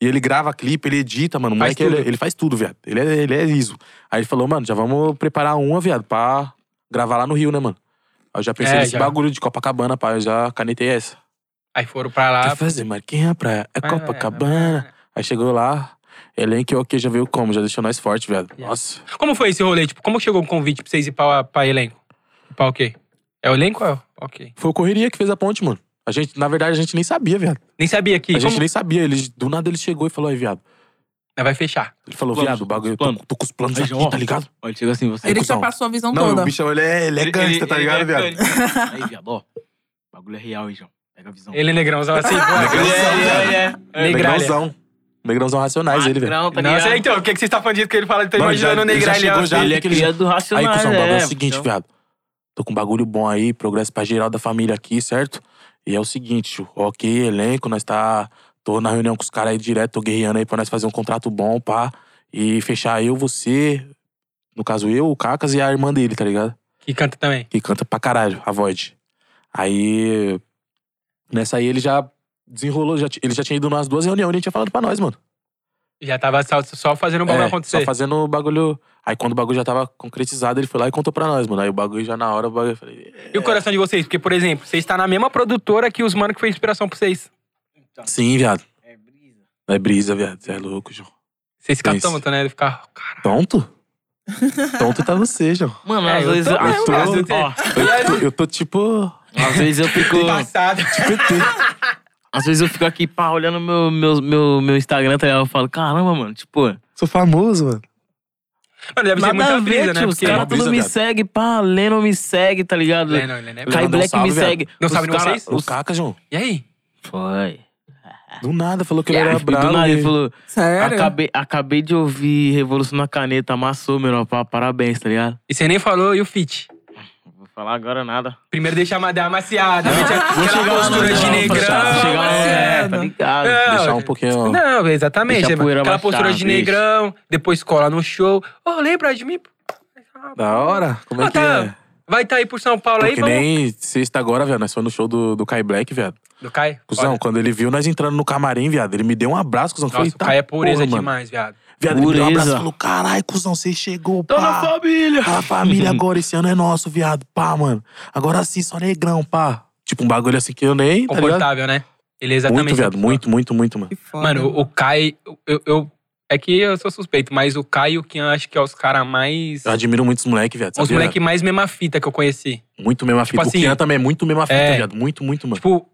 E ele grava clipe, ele edita, mano. O Faz moleque, ele, tudo. ele faz tudo, viado. Ele é, ele é liso. Aí ele falou, mano, já vamos preparar uma, viado, pra gravar lá no Rio, né, mano? Aí eu já pensei É, nesse já. bagulho de Copacabana, pá. Eu já canetei essa. Aí foram pra Ah, lá. Quer fazer, mano? Quem é a praia? É Copacabana. Aí chegou lá, elenco e o que já veio como? Já deixou nós forte, viado. Yeah. Nossa. Como foi esse rolê? Tipo, como que chegou o convite pra vocês ir pra, pra elenco? Pra o quê? É o elenco? ou é o- Ok. Foi o Correria que fez a ponte, mano. A gente, na verdade, a gente nem sabia, viado. Nem sabia que. A gente como- nem sabia. Ele, do nada ele chegou e falou, aí, viado. Mas Vai fechar. Ele falou, Planos, viado, o bagulho, eu tô, planos. tô com os planos Aí, aqui, João, ó. tá ligado? Ó, Ele chegou assim, você. Ele Ele já cuzão. passou a visão Não, toda. o bichão, ele é, ele é gangster, tá ligado, viado? Aí, viado, ó. Bagulho é real, hein, João. Pega a visão. Ele é negrãozão assim. é, É, Negralha. Negrãozão. Negrãozão é Racionais, ele, velho. Não, tá Nossa, ligado? então, o que, que vocês estão falando disso que ele fala? Ele tá Não, imaginando já- o ele já Negralha. chegou já. assim. Ele é cria do Aí, Racionais, cuzão, o bagulho é né? o seguinte, Então, viado. Tô com um bagulho bom aí, progresso pra geral da família aqui, certo? E é o seguinte, ok, elenco, nós tá... Tô na reunião com os caras aí direto, tô guerreando aí pra nós fazer um contrato bom, pá. E fechar eu, você, no caso eu, o Cacas e a irmã dele, tá ligado? Que canta também. que canta pra caralho, a Void. Aí, nessa aí ele já desenrolou, já, ti- ele já tinha ido nas duas reuniões, ele tinha falado pra nós, mano. Já tava só, só fazendo o bagulho É, acontecer. Só fazendo o bagulho... Aí quando o bagulho já tava concretizado, ele foi lá e contou pra nós, mano. Aí o bagulho já na hora, o bagulho... Eu falei, E o coração de vocês? Porque, por exemplo, vocês estão na mesma produtora que os mano que foi inspiração pra vocês. sim, viado. É brisa, viado. Você é louco, João. Vocês ficam Isso. tontos, né? Ele fica, cara. Tonto? Tonto tá você, João. Mano, É, às eu vezes. também, às- mas eu ó, tenho- Eu tô, eu tô tipo... Às vezes eu fico. Passado. Às vezes eu fico aqui, pá, olhando meu, meu, meu, meu Instagram, tá ligado? Eu falo, caramba, mano, tipo, Sou famoso, mano. Mano, deve ser nada muita a ver, brisa, tio. né? Os Porque... caras Brisa, tudo me viado. segue, pá, Lennon me segue, tá ligado? Lennon, ele é- Kai Lennon Black sabe, me viado. segue. Não Os sabe de cara- vocês? O os- caca, João. E aí? Foi. Do nada, falou que ele Ah, era brabo. do nada, e- ele falou, Sério? acabei, acabei de ouvir Revolução na Caneta, amassou, meu pá, parabéns, tá ligado? E você nem falou, e o fit? Não vou falar agora nada. Primeiro deixa a dar amaciada. mete Aquela postura de Não, negrão. pra chegar lá, é, tá ligado? Não, Deixar um pouquinho... Não, exatamente. né, Deixa a poeira Aquela baixar, postura de bicho. negrão, depois cola no show. Ô, lembra de mim? Da hora? Como é Ah, que tá. é? Vai tá aí por São Paulo aí, Porque vamos. nem sexta agora, viado. Nós fomos no show do, do Kai Black, viado. Do Kai? Cusão, Olha. quando ele viu nós entrando no camarim, viado, ele me deu um abraço, cuzão. Nossa, Falei, o Kai é "Tá pureza porra, mano." demais, viado. Viado, ele me deu um abraço e Pureza. falou: caralho, cuzão, você chegou, Tô na pá. família! A família agora, esse ano é nosso, viado. Pá, mano. Agora sim, só negrão, pá. Tipo, um bagulho assim que eu nem. Tá ligado? Confortável, né? Ele é exatamente. muito, viado. essa pessoa. Muito, muito, muito, mano. Que foda. Mano, o Kai, eu, eu- É que eu sou suspeito, mas o Kai e o Kian acho que é os caras mais. Eu é. admiro muito os moleques, viado. Os sabia? moleque mais mesma fita que eu conheci. Muito mesma Tipo fita. assim, o Kian também é muito mesma fita, é. viado. Muito, muito, mano. Tipo.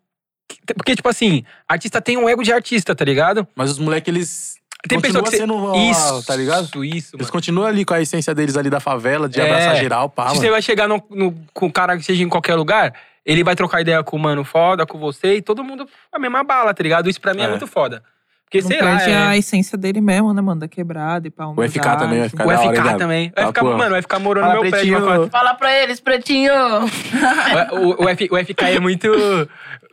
que- Porque, tipo assim, artista tem um ego de artista, tá ligado? Mas os moleques, eles. Tem pessoa que. Você... continuam sendo. ó, Isso, Tá ligado? Isso, isso. Eles Mano. continuam ali com a essência deles ali da favela, de É. abraçar geral, pá, Se mano. você vai chegar no, no- com o cara que seja em qualquer lugar, ele vai trocar ideia com o mano foda, com você, e todo mundo a mesma bala, tá ligado? Isso pra mim é, É. muito foda. Porque, Não sei lá, perde é- a essência dele mesmo, né, mano? Da quebrada e pá, O FK também, o FK o da hora, hein, FK viado? também. Vai Ah, ficar, pô. mano, vai ficar morando Fala, no meu prédio. pretinho. uma quadra. Fala pra eles, pretinho. O, o, o F- o FK é muito.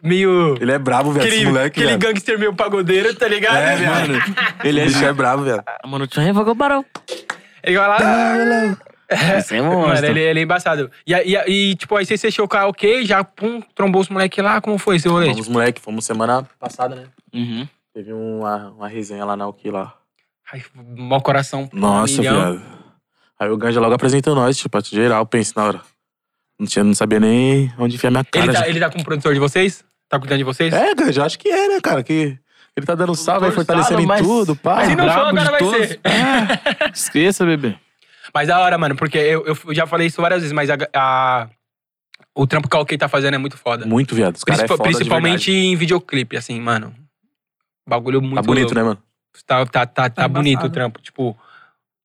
meio. Ele é brabo, velho, esse Aquele, moleque, aquele velho. gangster meio pagodeiro, tá ligado? É, mano. Ele é, bicho é brabo, velho. Mano, o Tchon revogou o barão. Ele vai Tá, lá. Você é Mano, monstro. ele, ele é embaçado. E, a- e, a- e, tipo, aí você fechou o karaokê, já pum, trombou os moleque lá. Como foi seu rolê? Fomos, moleque, fomos semana passada, né? Uhum. Teve um, uma, uma resenha lá na Uki lá. Ai, mau coração. Nossa, milhão. viado. Aí o Ganja logo apresentou nós, tipo, pra geral, pense na hora. Não, tinha, não sabia nem onde enfiar minha cara. Ele tá, já. ele tá com o produtor de vocês? Tá cuidando de vocês? É, Ganja, acho que é, né, cara? Que ele tá dando salve aí, Doutor fortalecendo Salo, em mas- tudo, pá. Mas se não for, brabo de agora vai todos. ser. Esqueça, bebê. Mas da hora, mano, porque eu, eu já falei isso várias vezes, mas a, a- o trampo que a OK tá fazendo é muito foda. Muito, viado. Os caras é Principal- foda de principalmente verdade. em videoclipe, assim, mano. Bagulho muito Tá bonito, né, mano? Tá, tá, tá, tá Tá bonito o embaçado. trampo, tipo,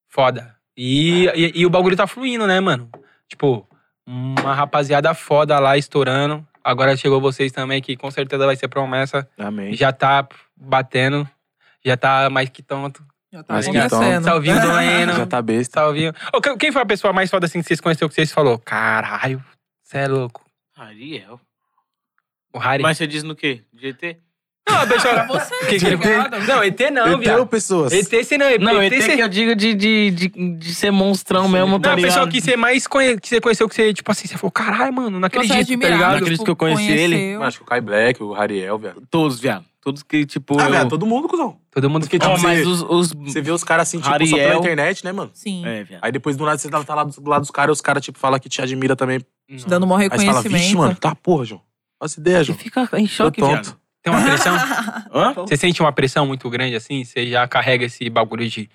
foda. E, e, e o bagulho tá fluindo, né, mano? Tipo, uma rapaziada foda lá estourando. Agora chegou vocês também, que com certeza vai ser promessa. Amém. Já tá batendo. Já tá mais que tonto. Já tá Mas que acontecendo. Salvinho doendo. Já tá besta. Salvinho. Ô, que- quem foi a pessoa mais foda assim que vocês conheceram que vocês falou? Caralho, você é louco. Ariel. O Harry. Mas você diz no quê? GT? não, deixa eu... Você, Que- que ele- Não, ET não, Eu tenho viado. pessoas. ET você não. ET, Não, ET você... que eu digo de, de, de, de ser monstrão mesmo, tá Não, a ligado? pessoa que você mais conhe... que você conheceu, que você, tipo assim, você falou, caralho, mano, não é acredito, tá admirado, ligado? Não acredito que eu conheci conheceu. ele, Acho que o Kai Black, o Ariel, viado. Todos, viado. Todos que, tipo... Ah, eu- viado, todo mundo, cuzão. Todo mundo Porque, ficou. Ó, tipo, mas você- os... os... Você vê os caras assim, tipo, só pela Ariel. internet, né, mano? Sim. É, viado. Aí depois do nada você tá, tá lá do, do lado dos caras e os caras, tipo, falam que te admira também. Te "Hum, dando um bom Aí você fala, reconhecimento. vixe, mano, tá porra, João. Olha essa ideia, Você João. fica em Tô choque, viado. tonto. Tem uma pressão? Hã? Você sente uma pressão muito grande assim? Você já carrega esse bagulho de.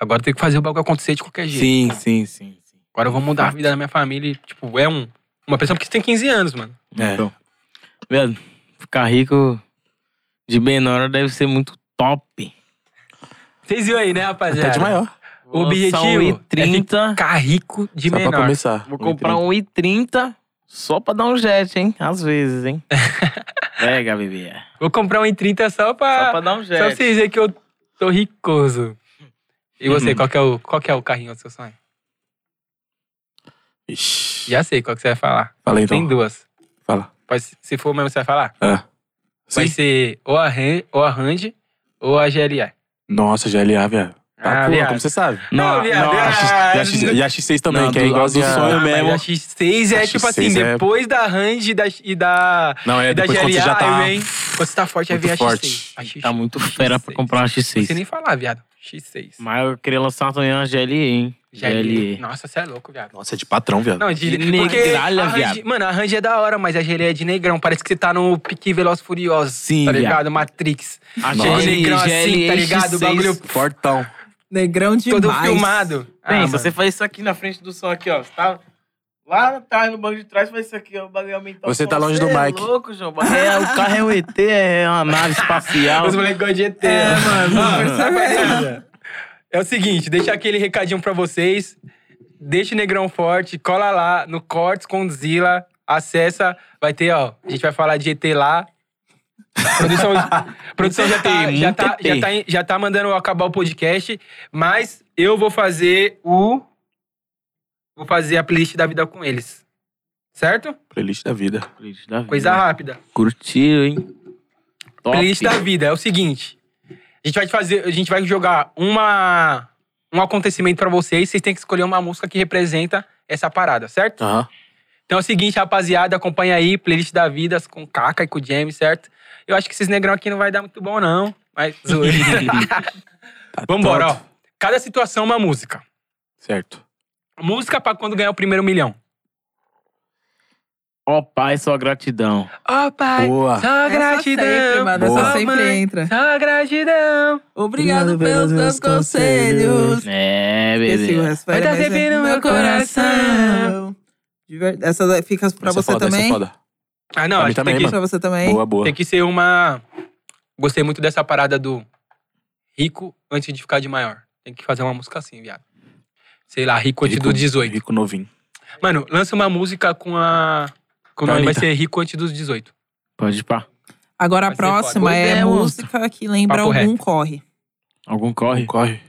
Agora tem que fazer o bagulho acontecer de qualquer jeito. Sim, sim, sim. sim. Agora eu vou mudar a vida da minha família. E, tipo, é um, uma pressão porque você tem 15 anos, mano. É. Então, velho, ficar rico de menor deve ser muito top. Vocês viram aí, né, Até rapaziada? de maior. um né? O objetivo São é 1,30. Ficar rico de só pra menor. começar. Vou comprar um i30 só pra dar um jet, hein? Às vezes, hein? Pega, bebê. Vou comprar um em 30 só Só pra. pra dar um Só pra jet. vocês verem que eu tô ricoso. E você, Uhum. Hum. qual, que é o, qual que é o carrinho do seu sonho? Ixi. Já sei qual que você vai falar. Fala então. Tem duas. Fala. Pode, se for mesmo, você vai falar? Ah. Vai Sim. ser ou a, Ran- ou a Range ou a GLA. É Nossa, GLA, viado. Tá Ah, porra, viado. como você sabe. Não, viado, não, E a Ah, X- e a X- e a X6 também, Não, que é do- igual do sonho Ah, mas mesmo. A X6 é A tipo assim, X6 é- depois da Range e da, e da, Não, é e da depois GLA, quando você já tá. aí vem- Quando você tá forte, aí muito vem a X6. forte. A X6. Tá muito fera pra comprar uma Não sei X6. nem falar, viado. X6. Mas eu queria lançar também uma GLE, hein? GLE. Nossa, você é louco, viado. Nossa, é de patrão, viado. Não, de, De porque negralha, a Range- viado. Mano, a Range é da hora, mas a GLE é de negrão. Parece que você tá no pique Veloz Furioso. Sim, Tá viado. ligado? Matrix. A Nossa. GLE, Negrão assim, tá ligado? O X6. bagulho Fortão. Negrão demais. Todo filmado. Ah, Pensa, mano. você faz isso aqui na frente do som aqui, ó. Você tá Lá atrás, no banco de trás, faz isso aqui, ó, o bagulho aumentar o Você som. tá longe do Cê mic. É louco, João. É, o carro é um ET, é uma nave espacial. Os moleques gostam de ET. É, mano. É o seguinte, deixa aquele recadinho pra vocês. Deixa o Negrão Forte, cola lá no Cortes com Zila, acessa, vai ter, ó, a gente vai falar de ET lá. Produção, produção já, tá, Tem já, muito tá, ET. já, tá, já tá mandando acabar o podcast, mas eu vou fazer o... Vou fazer a playlist da vida com eles. Certo? Playlist da vida. Coisa rápida. Curtiu, hein? Top. Playlist da vida é o seguinte. A gente vai fazer, a gente vai jogar uma um acontecimento pra vocês, vocês têm que escolher uma música que representa essa parada, certo? Aham. Então é o seguinte, rapaziada, acompanha aí playlist da vida com o Kaka e com o James, certo? Eu acho que esses negrão aqui não vai dar muito bom não, mas zoeira. Tá Vambora, ó. tonto. Cada situação é uma música. Certo. Música pra quando ganhar o primeiro milhão. Ó pai, só gratidão. Ó pai, Boa. só Essa sempre, gratidão. mano. Boa. Essa Ó sempre mãe, entra. só gratidão. Obrigado pelos teus conselhos. É, Esqueci o bebê. resto. Vai tá Vai dar sempre no meu coração. De ver- Essa daí fica pra Essa é você foda, essa é também? foda. Ah, não, Pra mim acho que tem também, que mano. Pra você também? Boa, boa. Tem que ser uma. Gostei muito dessa parada do rico antes de ficar de maior. Tem que fazer uma música assim, viado. Sei lá, rico antes Rico- dos 18. Rico novinho. Mano, lança uma música com a. Com o Com a nome vai Anitta. ser rico antes dos 18. Pode ir pra. Agora a Vai ser foda. próxima Boa é ideia, monstro. música que lembra Papo algum corre. Algum corre? Corre.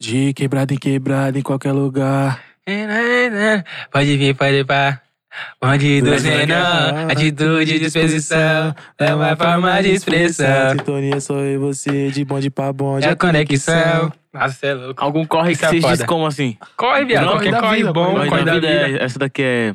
De quebrada em quebrada, em qualquer lugar. É, né, Pode vir, pode pá. Onde dos menor, atitude e disposição. É uma forma de expressão. Sintonia sou eu e você, de bonde pra bonde. É a conexão. Nossa, você é louco. Algum corre Isso que é vocês foda. dizem como assim? Corre, viado. Não, Qualquer da corre vida, bom, corre corre da vida. é- essa daqui é.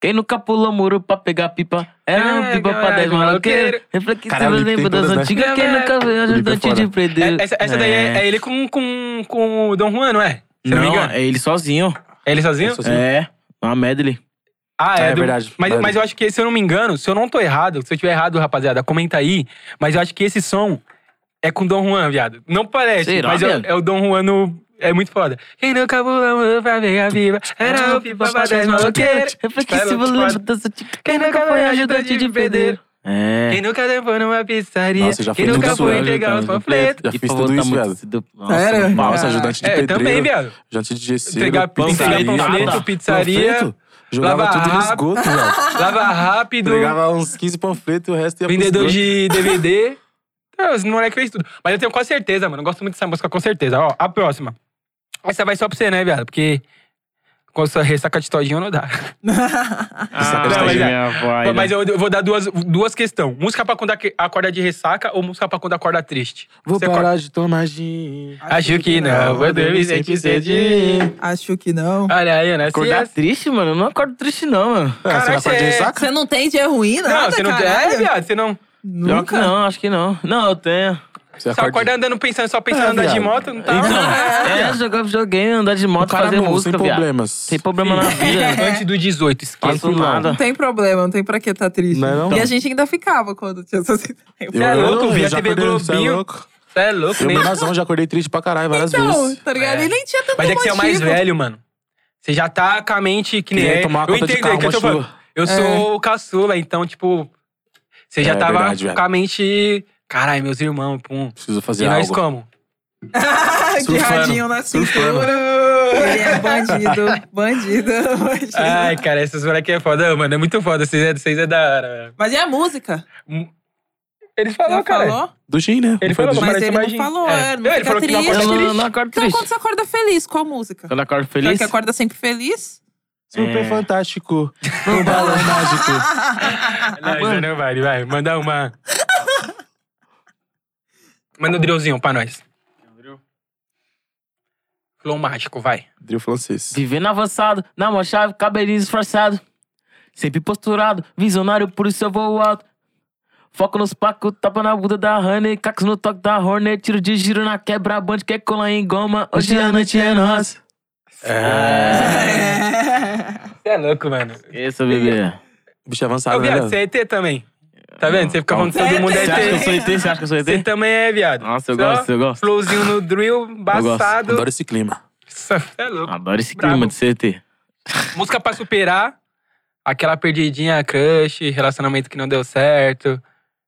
Quem nunca pulou muro pra pegar pipa? Era uma É, pipa pra caralho, 10 maloqueiros. Reflexivo Caralho, o Lipe tem lembro das todas, né? antigas. Quem É, nunca viu Lipe é ajudante de foda. prender. Essa, essa daí é, é ele com, com, com o Dom Juan, não é? Se não, me Não, engano. é ele sozinho. É ele sozinho? É sozinho. É, uma medley. Ah, é, É do- verdade. Mas, Vale. mas eu acho que, se eu não me engano, se eu não tô errado, se eu tiver errado, rapaziada, comenta aí. Mas eu acho que esse som é com o Dom Juan, viado. Não parece, Será, mas é, viado? é o Dom Juan no. É muito foda. Quem nunca pulou pra ver a viva era o pipa pra dez maloqueiros. Eu fiquei se Espera, volando das antigas. Quem nunca foi ajudante de pedreiro? É. Quem nunca levou numa pizzaria? Nossa, eu já Quem fui tudo nunca isso, foi velho, entregar os então, panfletos? Já E fiz pra tudo voltar isso, muito viado. cedo. Nossa, Sério? mano. Nossa, ajudante de É, eu pedreiro. também, viado. Ajudante de gesseiro. Entregar- panfaria, entregar panfleto, né? pizzaria, panfleto, Jogava lavar tudo no rápido. esgoto, velho. Lava rápido, Entregava uns 15 panfletos e o resto ia pro vendedor esgoto. de DVD. Não, Os moleques fez tudo. Mas eu tenho quase certeza, mano. Eu gosto muito dessa música, com certeza. Ó, a próxima. Essa vai só pra você, né, viado? Porque com essa ressaca de todinho não dá. Ah, Não, mas é. minha vai, Mas né? eu, eu vou dar duas, duas questões. Música pra quando aque- acorda de ressaca ou música pra quando acorda triste? Vou Você parar de tomar gin. Acho que não, vou dormir sem te cedir. Acho que não. Olha aí, né? Acordar Se- triste, mano? Eu não acordo triste, não, mano. Ah, você Caraca, vai parar de é- ressaca? Você não tem dia ruim, nada, Não, você não tem. É, caralho. viado, você não. Pior que Nunca. não, acho que não. Não, eu tenho. Você Só acorda andando pensando, só pensando É, em andar de viado. moto, não tá. Então, é, jogar videogame, andar de O moto, cara fazer novo, sem música, viado. problemas. Sem problema na vida. Antes do 18, esquece. Faço nada. Não tem problema, não tem pra que tá triste. Não é não? E a gente ainda ficava quando tinha essas ideias. Cê é louco, vi a já TV acordei- cê é Globinho. louco. Você é louco, Eu, né? menazão, já acordei triste pra caralho várias Então, vezes. tá ligado? É. E nem tinha tanto Mas é que você é o mais motivo. velho, mano. Você já tá com a mente que nem. Queria é. tomar eu conta de entendo carro, é que eu tô uma falando. chuva. Eu sou o caçula, então, tipo. Você já É tava verdade, viado. com a mente. Caralho, meus irmãos, pum. Preciso E fazer nós algo. como? tá? De Surfando, radinho na surfando. cintura. Ele é bandido, bandido, bandido. Ai, cara, essas moleques é foda. Ô, Mano, é muito foda. Vocês é, vocês é da hora, velho. Mas e a música? Hum. Eles Já falaram, Tá cara. falou? Do gin, né? Ele Foi falou, do gin. mas Mas ele imagina. não falou, É. é, não Não, ele fica falou que não triste. acorda Eu não, triste. não acordo Então, triste. quando você acorda feliz, qual música? Quando eu acordo Já feliz, que acorda sempre feliz? Super É. fantástico. Um balão mágico. Não, isso não vale, vai. Manda uma. Manda um drillzinho pra nós. Flow mágico, vai. Drill francês. vivendo avançado, na mão chave, cabelinho disfarçado. Sempre posturado, visionário, por isso eu vou alto. Foco nos pacos, tapa na bunda da Honey, cacos no toque da Hornet, tiro de giro na quebra, band, quer colar em goma. Hoje a noite é nossa. É. Você é louco, mano. Isso, bebê. Bicho Ô, Tá avançado, né? viado, velho? você é ET também. Tá vendo? Você fica falando que todo Calma. mundo é Você acha que eu ET. sou ET? Você acha que eu sou Você ET? também é, viado. Nossa, eu Só gosto, eu gosto. Flowzinho no drill, embaçado. Adoro esse clima. Você é louco. Adoro esse Bravo. clima de ser ET. Música pra superar. Aquela perdidinha, crush, relacionamento que não deu certo.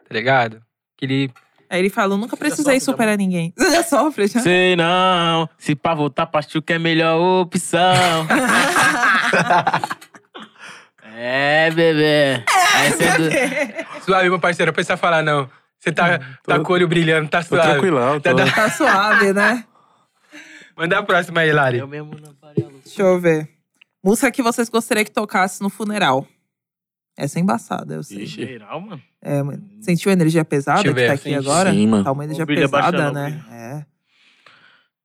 Tá ligado? Aquele Aí ele falou, nunca precisei superar ninguém. Você já sofre, já? Sei não, se pra voltar pra Chuca é a melhor opção. é, bebê. Essa é do- Suave, meu parceiro, não precisa falar, não. Você Hum, tá, tá com o olho brilhando, tá Tô suave. tranquilão. Tô... Tá, tá. Tá suave, né? Manda a próxima aí, Lari. Eu mesmo não parei a luz. Deixa eu ver. Música que vocês gostariam que tocasse no funeral. Essa é embaçada, eu sei. Ixi. Geral, mano. É, mano. sentiu a energia pesada Deixa eu que ver, tá aqui senti. agora? Sim, mano. Tá uma energia O brilho pesada, abaixando, né?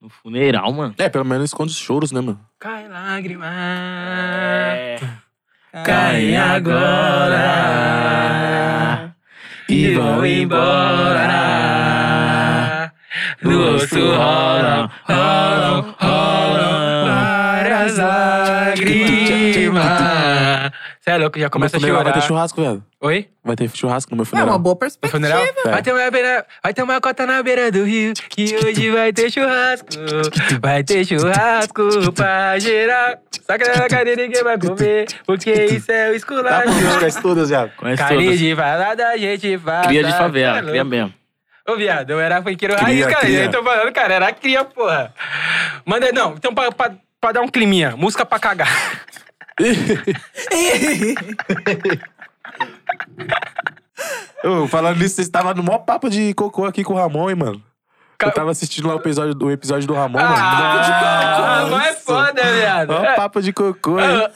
No funeral, mano. É, pelo menos esconde os choros, né, mano? Cai lágrima. Ah, É. É. Caem agora e vão embora. No rosto rolam, rolam, rolam várias lágrimas. Você é louco, já começa a No funeral chorar. Vai ter churrasco, velho. Oi? Vai ter churrasco no meu É funeral. uma boa No perspectiva. funeral? É. Vai, ter uma beira, vai ter uma cota na beira do rio, que hoje vai ter churrasco. Vai ter churrasco pra gerar. Saca na cadeira ninguém vai comer, porque isso é o Tá esculacho. bom, músicas todas, viado. Conhece Carinha todas. de balada, a gente vai. Cria de favela, Tá cria louco. mesmo. Ô, viado, eu era funkeiro Cria, raiz, cara. cria. Eu tô falando, cara, era cria, porra. Manda, não, então pra, pra, pra dar um climinha, música pra cagar. Ô, falando nisso, vocês estavam no maior papo de cocô aqui com o Ramon, hein, mano? Cara- Eu tava assistindo lá o episódio, o episódio do Ramon, mano. Ah, Nossa. mas é foda, viado. Ó, um papo de cocô, hein? Não,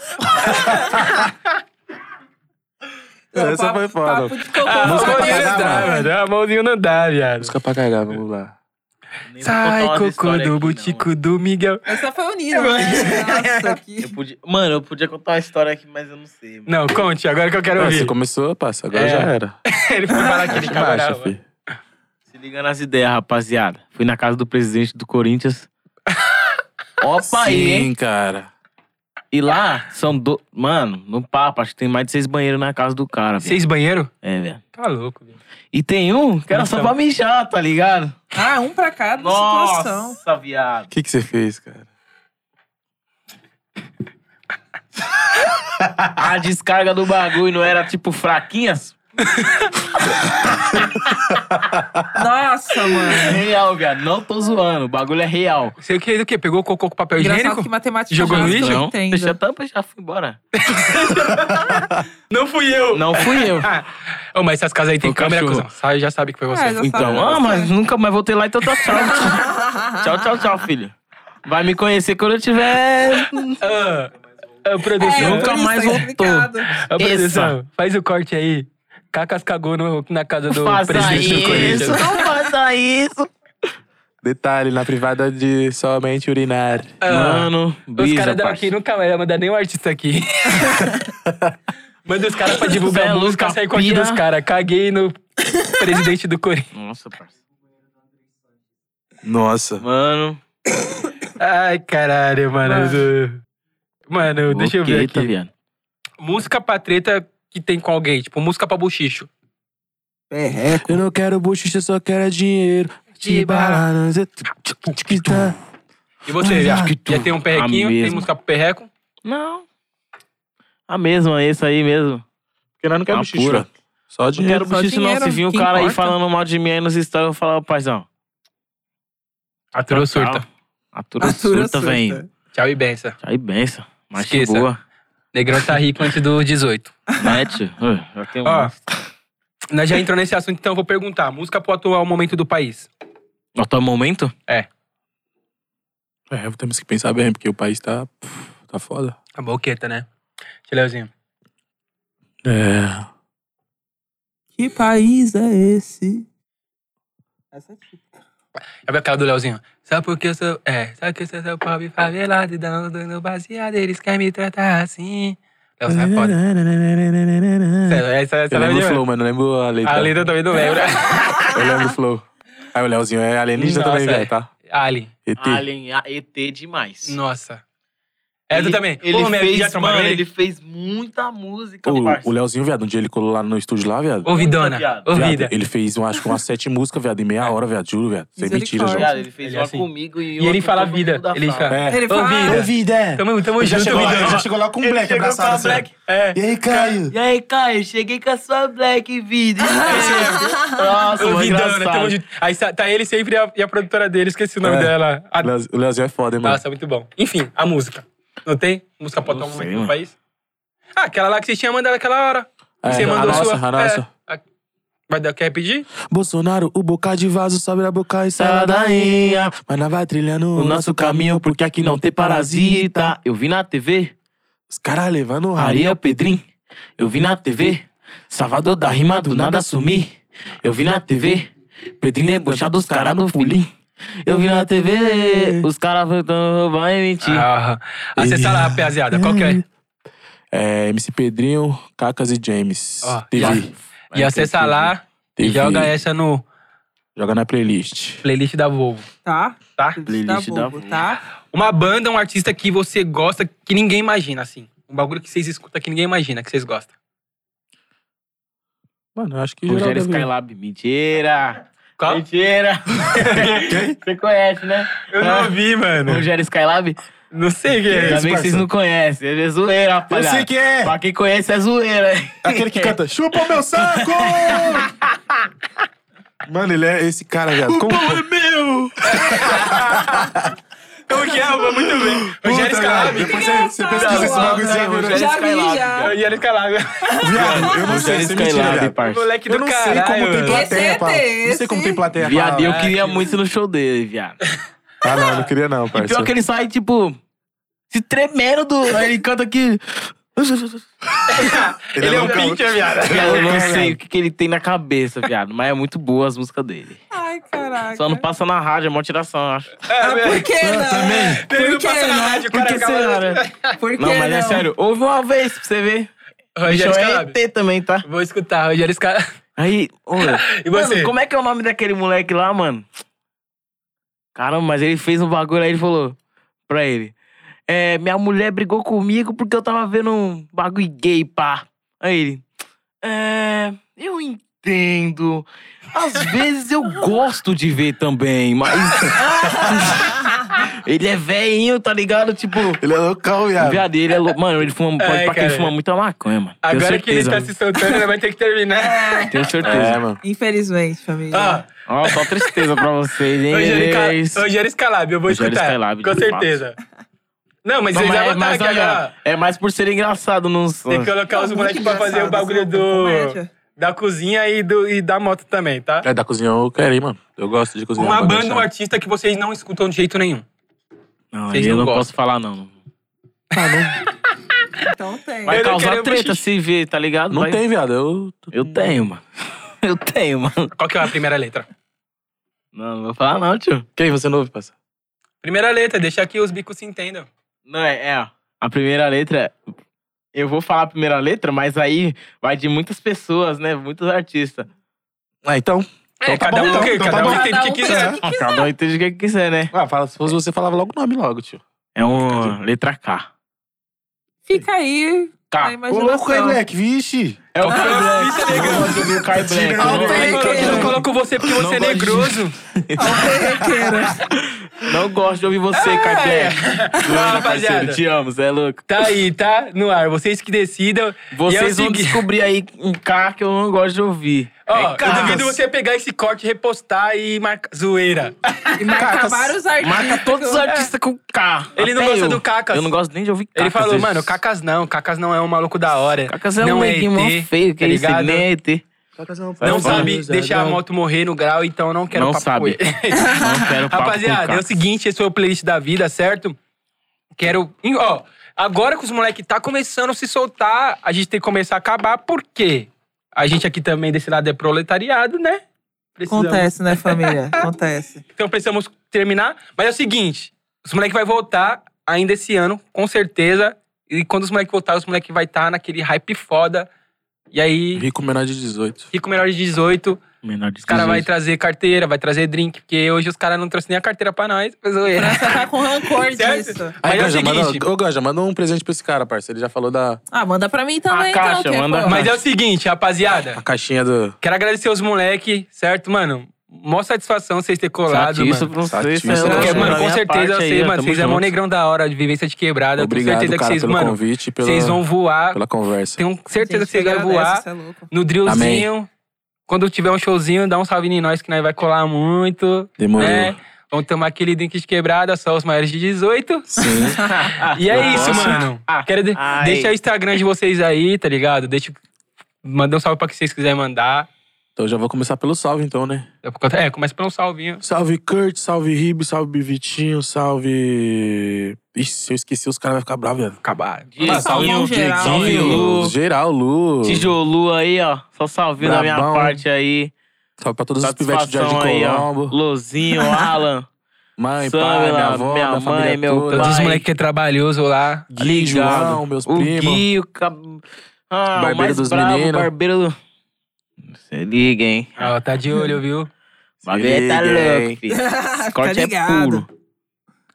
Essa É. papo- foi foda. papo de cocô. É, A Música pra mãozinha não cagar, dá, mano. mano. A mãozinha não dá, viado. Música pra cagar, vamos lá. Nem vou contar Sai, umas cocô histórias aqui, do não. butico do Miguel. Essa foi o Nino, né? Nossa, Eu que... podia... Mano, eu podia contar uma história aqui, mas eu não sei. Mano. Não, conte, agora que eu quero Ah, você ouvir. começou, passa, agora É. já era. Ele foi falar que ele Baixa, camarava. fi. Se liga nas ideias, rapaziada. Fui na casa do presidente do Corinthians. Opa aí, hein? Sim, cara. E lá são do. Mano, no papo, acho que tem mais de seis banheiros na casa do cara, velho. Seis banheiro? É, velho. Tá louco, viado. E tem um que era só Então. pra mijar, tá ligado? Ah, um pra cada situação. Nossa, viado. O que, que você fez, cara? A descarga do bagulho não era tipo fraquinhas? Nossa, mano. Real, viado. Não tô zoando. O bagulho é real. Sei o que, do quê? Pegou cocô com papel Engraçado higiênico? que matemática Jogou já no não lixo? Então, entendo. fechei a tampa e já fui embora. Não fui eu. Não fui eu. Ah, ô, mas essas casas aí tem Foi o câmera, cachorro. cuzão. Sai, já sabe que foi você. É, já sabe. Então, ah, mas né? nunca mais voltei lá, então tchau, tchau. tchau, tchau, tchau, filho. Vai me conhecer quando eu tiver. Ah, ah, É, produção. nunca por isso mais é voltou. complicado. Ah, produção, faz o corte aí. Cacas cagou no- na casa do Faça presidente do isso, Corinthians. não faça isso. Detalhe, na privada de somente urinar. Ah, Mano, os brisa, caras daqui parça. nunca mais vai mandar nenhum artista aqui. Manda os caras pra divulgar Zé a Lu música, sai corte Capira. dos caras. Caguei no presidente do Corinthians. Nossa, parça. Nossa. Mano, Ai, caralho, mano. Mano, deixa eu ver boqueta, aqui. viado. Música pra treta que tem com alguém. Tipo, música pra buchicho. Perreco. Eu não quero buchicha, só quero dinheiro. De De é banana. banana. E você, já, Acho que Ah, tu- já tem um perrequinho? A Tem mesma. música pro perreco? Não. A mesma, é isso aí mesmo. Porque nós não queremos buchicha. Só Não dinheiro. quero buchicho, não. dinheiro, Se vir um que cara aí importa. falando mal de mim aí nos stories, eu falava, paizão. Ah, tá, Aturou surta. Atura surta, velho. Tchau e benção. Aí benção. Mas que Esqueça. boa. Negrão tá rico antes do 18. Mete. Ui, Já tem um. Ó, nós já entrou nesse assunto, então eu vou perguntar. Música pro atual momento do país. No atual momento? É, temos que pensar bem, porque o país tá. tá foda. A boqueta, né? Tileozinho. É. Que país é esse? Essa é tipo. Já viu aquela do Leozinho? Só porque eu sou. É, só que eu sou seu pobre favelado e dando baseado, eles querem me tratar assim. Leozinho é foda. Eu Essa, essa, essa lembro o lembra? flow, mas não lembro a letra. é? tá. A Leda também não lembra. Eu lembro o flow. Aí o Leozinho é alienígena Nossa, também, é. velho, tá? Ali. ET. Alien a ET demais. Nossa. Essa também. Ele Ô, minha, fez, já trombaram mano, ele? ele? fez muita música, O, parça. o Leozinho, viado, um dia ele colou lá no estúdio lá, viado. Ouvidona. Viado, Ouvida. Viado, ele fez, um, acho que umas sete músicas, viado, em meia hora, viado. Juro, viado. Sem mentira, Misericórdia. João. Viado, ele fez Ele é uma assim. comigo e, E outra ele fala com o vida. da Ele fala. fica. É. Ele fala. Ouvida. Vida! Tamo, tamo Já junto, chegou, lá, já ouvidona. chegou lá com o Black abraçado. assim, ó. É. E aí, Caio? E aí, Caio, cheguei com a sua Black Vida. Nossa, mano, Ouvidona, né? tamo engraçado. junto. Aí sa- tá ele sempre e a, e a produtora dele, esqueci o nome É. dela. A, O Leoz- O Leozinho é foda, hein, mano. nossa, muito bom. Enfim, a música. Não tem? Música pra Não tomar sei, muito no mano. país? Ah, aquela lá que você tinha mandado aquela hora. E É, você a mandou nossa, sua. a nossa. É. A- Vai dar, quer pedir? Bolsonaro, o boca de vaso sobe na boca e sai ladainha. Mas nós vai trilhando O nosso caminho, porque aqui não tem parasita. Eu vi na TV, Os caras levando raia. Ariel é Pedrinho, eu vi na TV. Salvador da rima do nada sumir. Eu vi na TV. Pedrinho debochado, os caras no fulim. Eu vi na TV. Os caras tentando roubar e mentir. Ah, acessa lá, rapaziada. Qual que Hum. é? É, MC Pedrinho, Cacas e James. Ó, TV. já- E Vai, acessa TV. lá e TV. joga essa no Joga na playlist. playlist da Volvo. Tá? Tá. Playlist da Bobo, tá? Uma banda, um artista que você gosta, que ninguém imagina, assim. Um bagulho que vocês escutam que ninguém imagina, que vocês gostam. Mano, eu acho que geral Rogério deve- Skylab. Mentira! Qual? Mentira! Você conhece, né? Eu não vi, mano. Rogério Skylab? Não sei o que é. Ainda bem que vocês não conhecem. Ele é zoeira, Eu rapaz. sei que é! Pra quem conhece, é zoeira. Aquele que canta, chupa o meu saco! Mano, ele é esse cara, viado. Como... Como que é? Eu vou muito bem. Puta, Rogério viado, Scalab. Depois você, Tá. você pesquisa esse Engraçado, bagulho e você vai ver. Já vi, já. Rogério Scalab. Viado, eu não sei, Rogério isso é mentira, Skylab, viado. parça. Moleque Eu do não sei como tem caralho. placa. plateia, Esse pá. é Não sei como tem plateia, Viado, pá. eu queria muito ir no show dele, viado. Ah, não, eu não queria não, E pior parceiro. que ele sai, tipo, se tremendo do. Aí ele canta aqui. Ele é um loucão. pincher, viado. É, Viado, eu não sei o que, que ele tem na cabeça, viado. Mas é muito boa as músicas dele. Ai, caraca. Ah, Só não passa na rádio, é mó tiração, eu acho. É, velho. Por que não? Ele não Por que passa na não? rádio, o Por cara que acaba- será, né? Por que Não, mas é sério, ouve uma vez pra você ver. O Rogério show Scalab. é ET também, tá? Vou escutar, Rogério Scalab. Aí, olha. E você? Mano, como é que é o nome daquele moleque lá, mano? Caramba, mas ele fez um bagulho aí, ele falou pra ele. É, minha mulher brigou comigo porque eu tava vendo um bagulho gay, pá. Aí ele. É, eu entendo. Às vezes eu gosto de ver também, mas. Ele é velhinho, tá ligado? Tipo, Ele é loucão, viado. viado, ele é louco. Mano, ele fuma. Pode pra Ah. cara. quem fuma muita maconha, mano. Tenho Agora que ele tá certeza, se soltando, ele vai ter que terminar. Ah, mano. Tenho certeza. É, mano. Infelizmente, família. Ó, Ó, só tristeza pra vocês, hein? hoje era eles. Ca- hoje era Scalab, eu vou Hoje era escutar. Skylab, com de certeza. Não, mas Não, eles já mas, é botaram mas, aqui agora. olha, é mais por ser engraçado, não Tem que colocar os Tá Muito moleques pra fazer o engraçado, bagulho assim, do, comédia. da cozinha e, do, e da moto também, tá? É, da cozinha eu quero, hein, mano. Eu gosto de cozinhar. Uma pode banda, um deixar. artista que vocês não escutam de jeito nenhum. Não, Vocês aí eu não não gostam. posso falar, não. Então tem. Vai não causar quero treta bochicha. se ver, tá ligado? Não Vai- tem, viado. Eu... Eu tenho, mano. Eu tenho, mano. Qual que é a primeira letra? Não, não vou falar, não, tio. Quem você não ouve, parça? Primeira letra, deixa que os bicos se entendam. Não, é, é. ó. A primeira letra. Eu vou falar a primeira letra, mas aí vai de muitas pessoas, né? Muitos artistas. Ah, então. É, cada um, bom, que- então tá cada bom. um entende o que Cada um quiser. fez o Ah, Cada um entende o que quiser, né? Ah, fala, se fosse você, falava logo o nome logo, tio. É um letra K. Fica aí a K. imaginação. vixe. É o Kai Ah, Black. É o Kai Black. Não Eu não- tem, Mano, cara. eu não coloco você porque você é gosto de- negroso. Não gosto de ouvir você, Kai Black. Te Ah, amo, É. rapaziada. parceiro. Te amo, você é louco. Tá aí, tá? No ar, vocês que decidam. E é o Vocês vão seguinte- descobrir aí um K que eu não gosto de ouvir. É Ó, eu K. duvido você pegar esse corte, repostar e marcar. Zoeira. E marca vários artistas. Marca todos os artistas com K. É. Ele não Até gosta eu. do Cacas. Eu não gosto nem de ouvir Cacas. Ele falou, eu- mano, Cacas não, Cacas não é um maluco da hora. Cacas é não um é neguinho mó ET, feio, que tá é esse, ligado? nem é ET. Não Vai, vai, sabe deixar a moto morrer no grau, então não quero Não papo sabe. com ele. Não quero papo com Rapaziada, é o Cacas. seguinte, esse foi o playlist da vida, certo? Quero. Ó, agora que os moleques tá começando a se soltar, a gente tem que começar a acabar, porque a gente aqui também desse lado é proletariado, né? Precisamos- Acontece, né, família? Acontece. Então precisamos terminar. Mas é o seguinte: os moleques vai voltar ainda esse ano, com certeza. E quando os moleques voltar, os moleques vai estar naquele hype foda. E aí, Rico menor de 18. Rico menor de 18, Menor de os caras vai 18. trazer carteira, vai trazer drink, porque hoje os caras não trouxeram nem a carteira pra nós. Mas zoeira. França tá com rancor Certo? disso. Mas Aí, é o Ganja, seguinte. manda, ô, Ganja, manda um presente pra esse cara, parça. Ele já falou da Ah, manda pra mim também, A caixa, então. que manda- pô. Mas é o seguinte, a rapaziada. caixinha do... Quero agradecer os moleques, certo, mano? Mó satisfação vocês terem colado, Sabe isso, mano. não sei se é Satisfação. Porque, Nossa, mano, da com minha certeza eu parte sei, aí, ó, mano. tamo Vocês é mó junto. negrão da hora, de vivência de quebrada. Eu tenho Obrigado, certeza que cara, vocês, pelo mano, convite. Pela... vocês vão um voar. Pela conversa. Tenho certeza que Gente, vocês vão agradece, voar. cê é louco. No drillzinho. Quando tiver um showzinho, dá um salve em nós, que nós vai colar muito. Demorou. Né? Vamos tomar aquele drink de quebrada, só os maiores de 18. Sim. E é Eu isso, posso? mano. Ah, Quero de ai. Deixa o Instagram de vocês aí, tá ligado? Deixa. Mandar um salve pra que vocês quiserem mandar. Então já vou começar pelo salve, então, né? É, começa por um salvinho. Salve Kurt, salve Ribe, salve Vitinho, salve. Ixi, se eu esqueci, os caras vão ficar bravos, velho. Acabado. Dieguinho, Salve, geral. Salve Lu, Lu, geral, Lu. Tijolu aí, ó. Só salvinho da minha Brabão. parte aí. Salve pra todos os pivetes de Jardim Satisfação aí, ó. Colombo. Lozinho, Alan, Mãe, pai, Samela, minha avó, minha, minha família mãe, meu toda. Todos os Vai. moleques que é trabalhoso lá. Gui, ligado. João, meus o primos. Gui, o cab... ah, Barbeiro o mais dos bravo, meninos. Ah, barbeiro do... Se liga, hein. Ah. Ó, tá de olho, viu? O bagulho tá liga, hein. louco, filho. Esse corte é ligado. puro.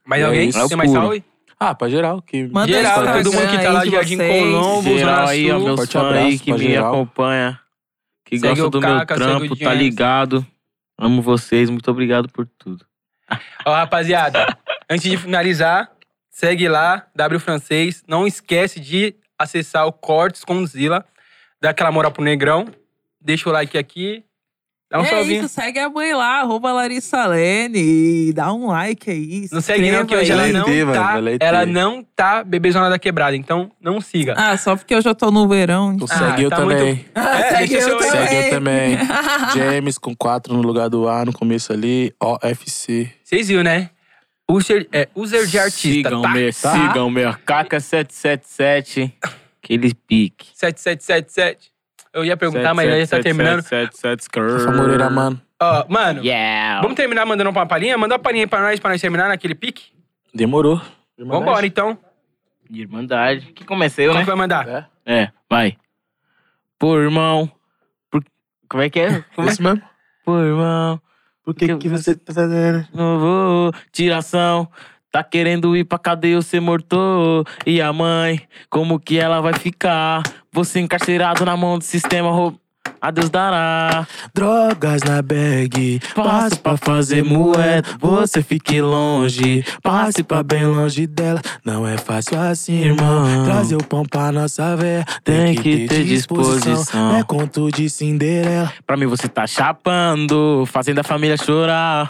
Mais É alguém? isso. Tem mais Puro. salve? Ah, pra geral. Que... Manda o Geral, Instagram todo mundo que tá aí lá, de Jardim vocês. Colombo. Vamos, Geral Zona aí, Sul. ó, meus Forte fãs aí abraço que pra me geral. acompanha, que Segue o gostam do meu Caca, segue o trampo, tá James. ligado? Amo vocês, muito obrigado por tudo. Ó, rapaziada, antes de finalizar, segue lá, W Francês. Não esquece de acessar o Cortes com Zila. Dá aquela moral pro Negrão. Deixa o like aqui. Dá um é salvinho. isso, segue a mãe lá, arroba Larissa Lene, e dá um like aí. Não segue inscreva não, que hoje ela Ela aí. é não, ET, mano, tá, ela é ET. ela não tá bebezona da quebrada, então não siga. Ah, só porque eu já tô no verão. Tu Ah, segue eu tá também. É, segue deixa eu seu- Segue eu também. também. James com 4 no lugar do A no começo ali. OFC. Vocês viram, né? User, é, user de artista, sigam, tá? meu, Tá. sigam, meu. Caca 777, aquele pique. 7777. Eu ia perguntar, mas já tá terminando. 777, Rafa Moreira, mano. Ó, mano, Yeah. vamos terminar mandando uma palhinha? Manda uma palhinha aí pra nós, pra nós terminar naquele pique? Demorou. né? Vambora, então. Irmandade. Que comecei eu, Como né? que vai mandar? É. É, vai. Pô, irmão. por- Como é que é? Como é? Isso mesmo. Pô, irmão. Por que, que você tá fazendo? Não vou, tiração. Tá querendo ir pra cadeia ou ser morto? E a mãe, como que ela vai ficar? Você encarcerado na mão do sistema rou- Adeus dará. Drogas na bag, passe pra fazer moeda. Você fique longe, passe pra bem longe dela. Não é fácil assim, irmão. Trazer o pão pra nossa véia. Tem, que, ter disposição. disposição. Não é conto de Cinderela. Pra mim você tá chapando, fazendo a família chorar.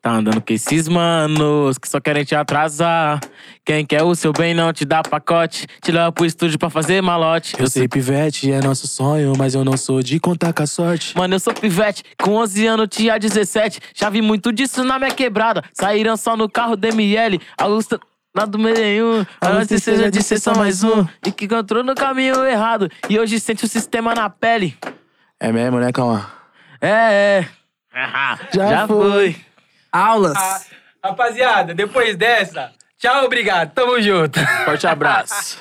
Tá andando com esses manos que só querem te atrasar. Quem quer o seu bem não te dá pacote, te leva pro estúdio pra fazer malote. Eu sei, pivete, é nosso sonho, mas eu não sou de contar com a sorte. Mano, eu sou pivete, com 11 anos tinha 17. Já vi muito disso na minha quebrada. Saíram só no carro DML, Augusta. Lá do meio nenhum, a Augusta noite seja seja de de ser só sessão mais um. E que encontrou no caminho errado. E hoje sente o sistema na pele. É mesmo, né, calma? É, é. Já foi. Aulas. Ah, rapaziada, depois dessa, tchau, obrigado, tamo junto. Forte abraço.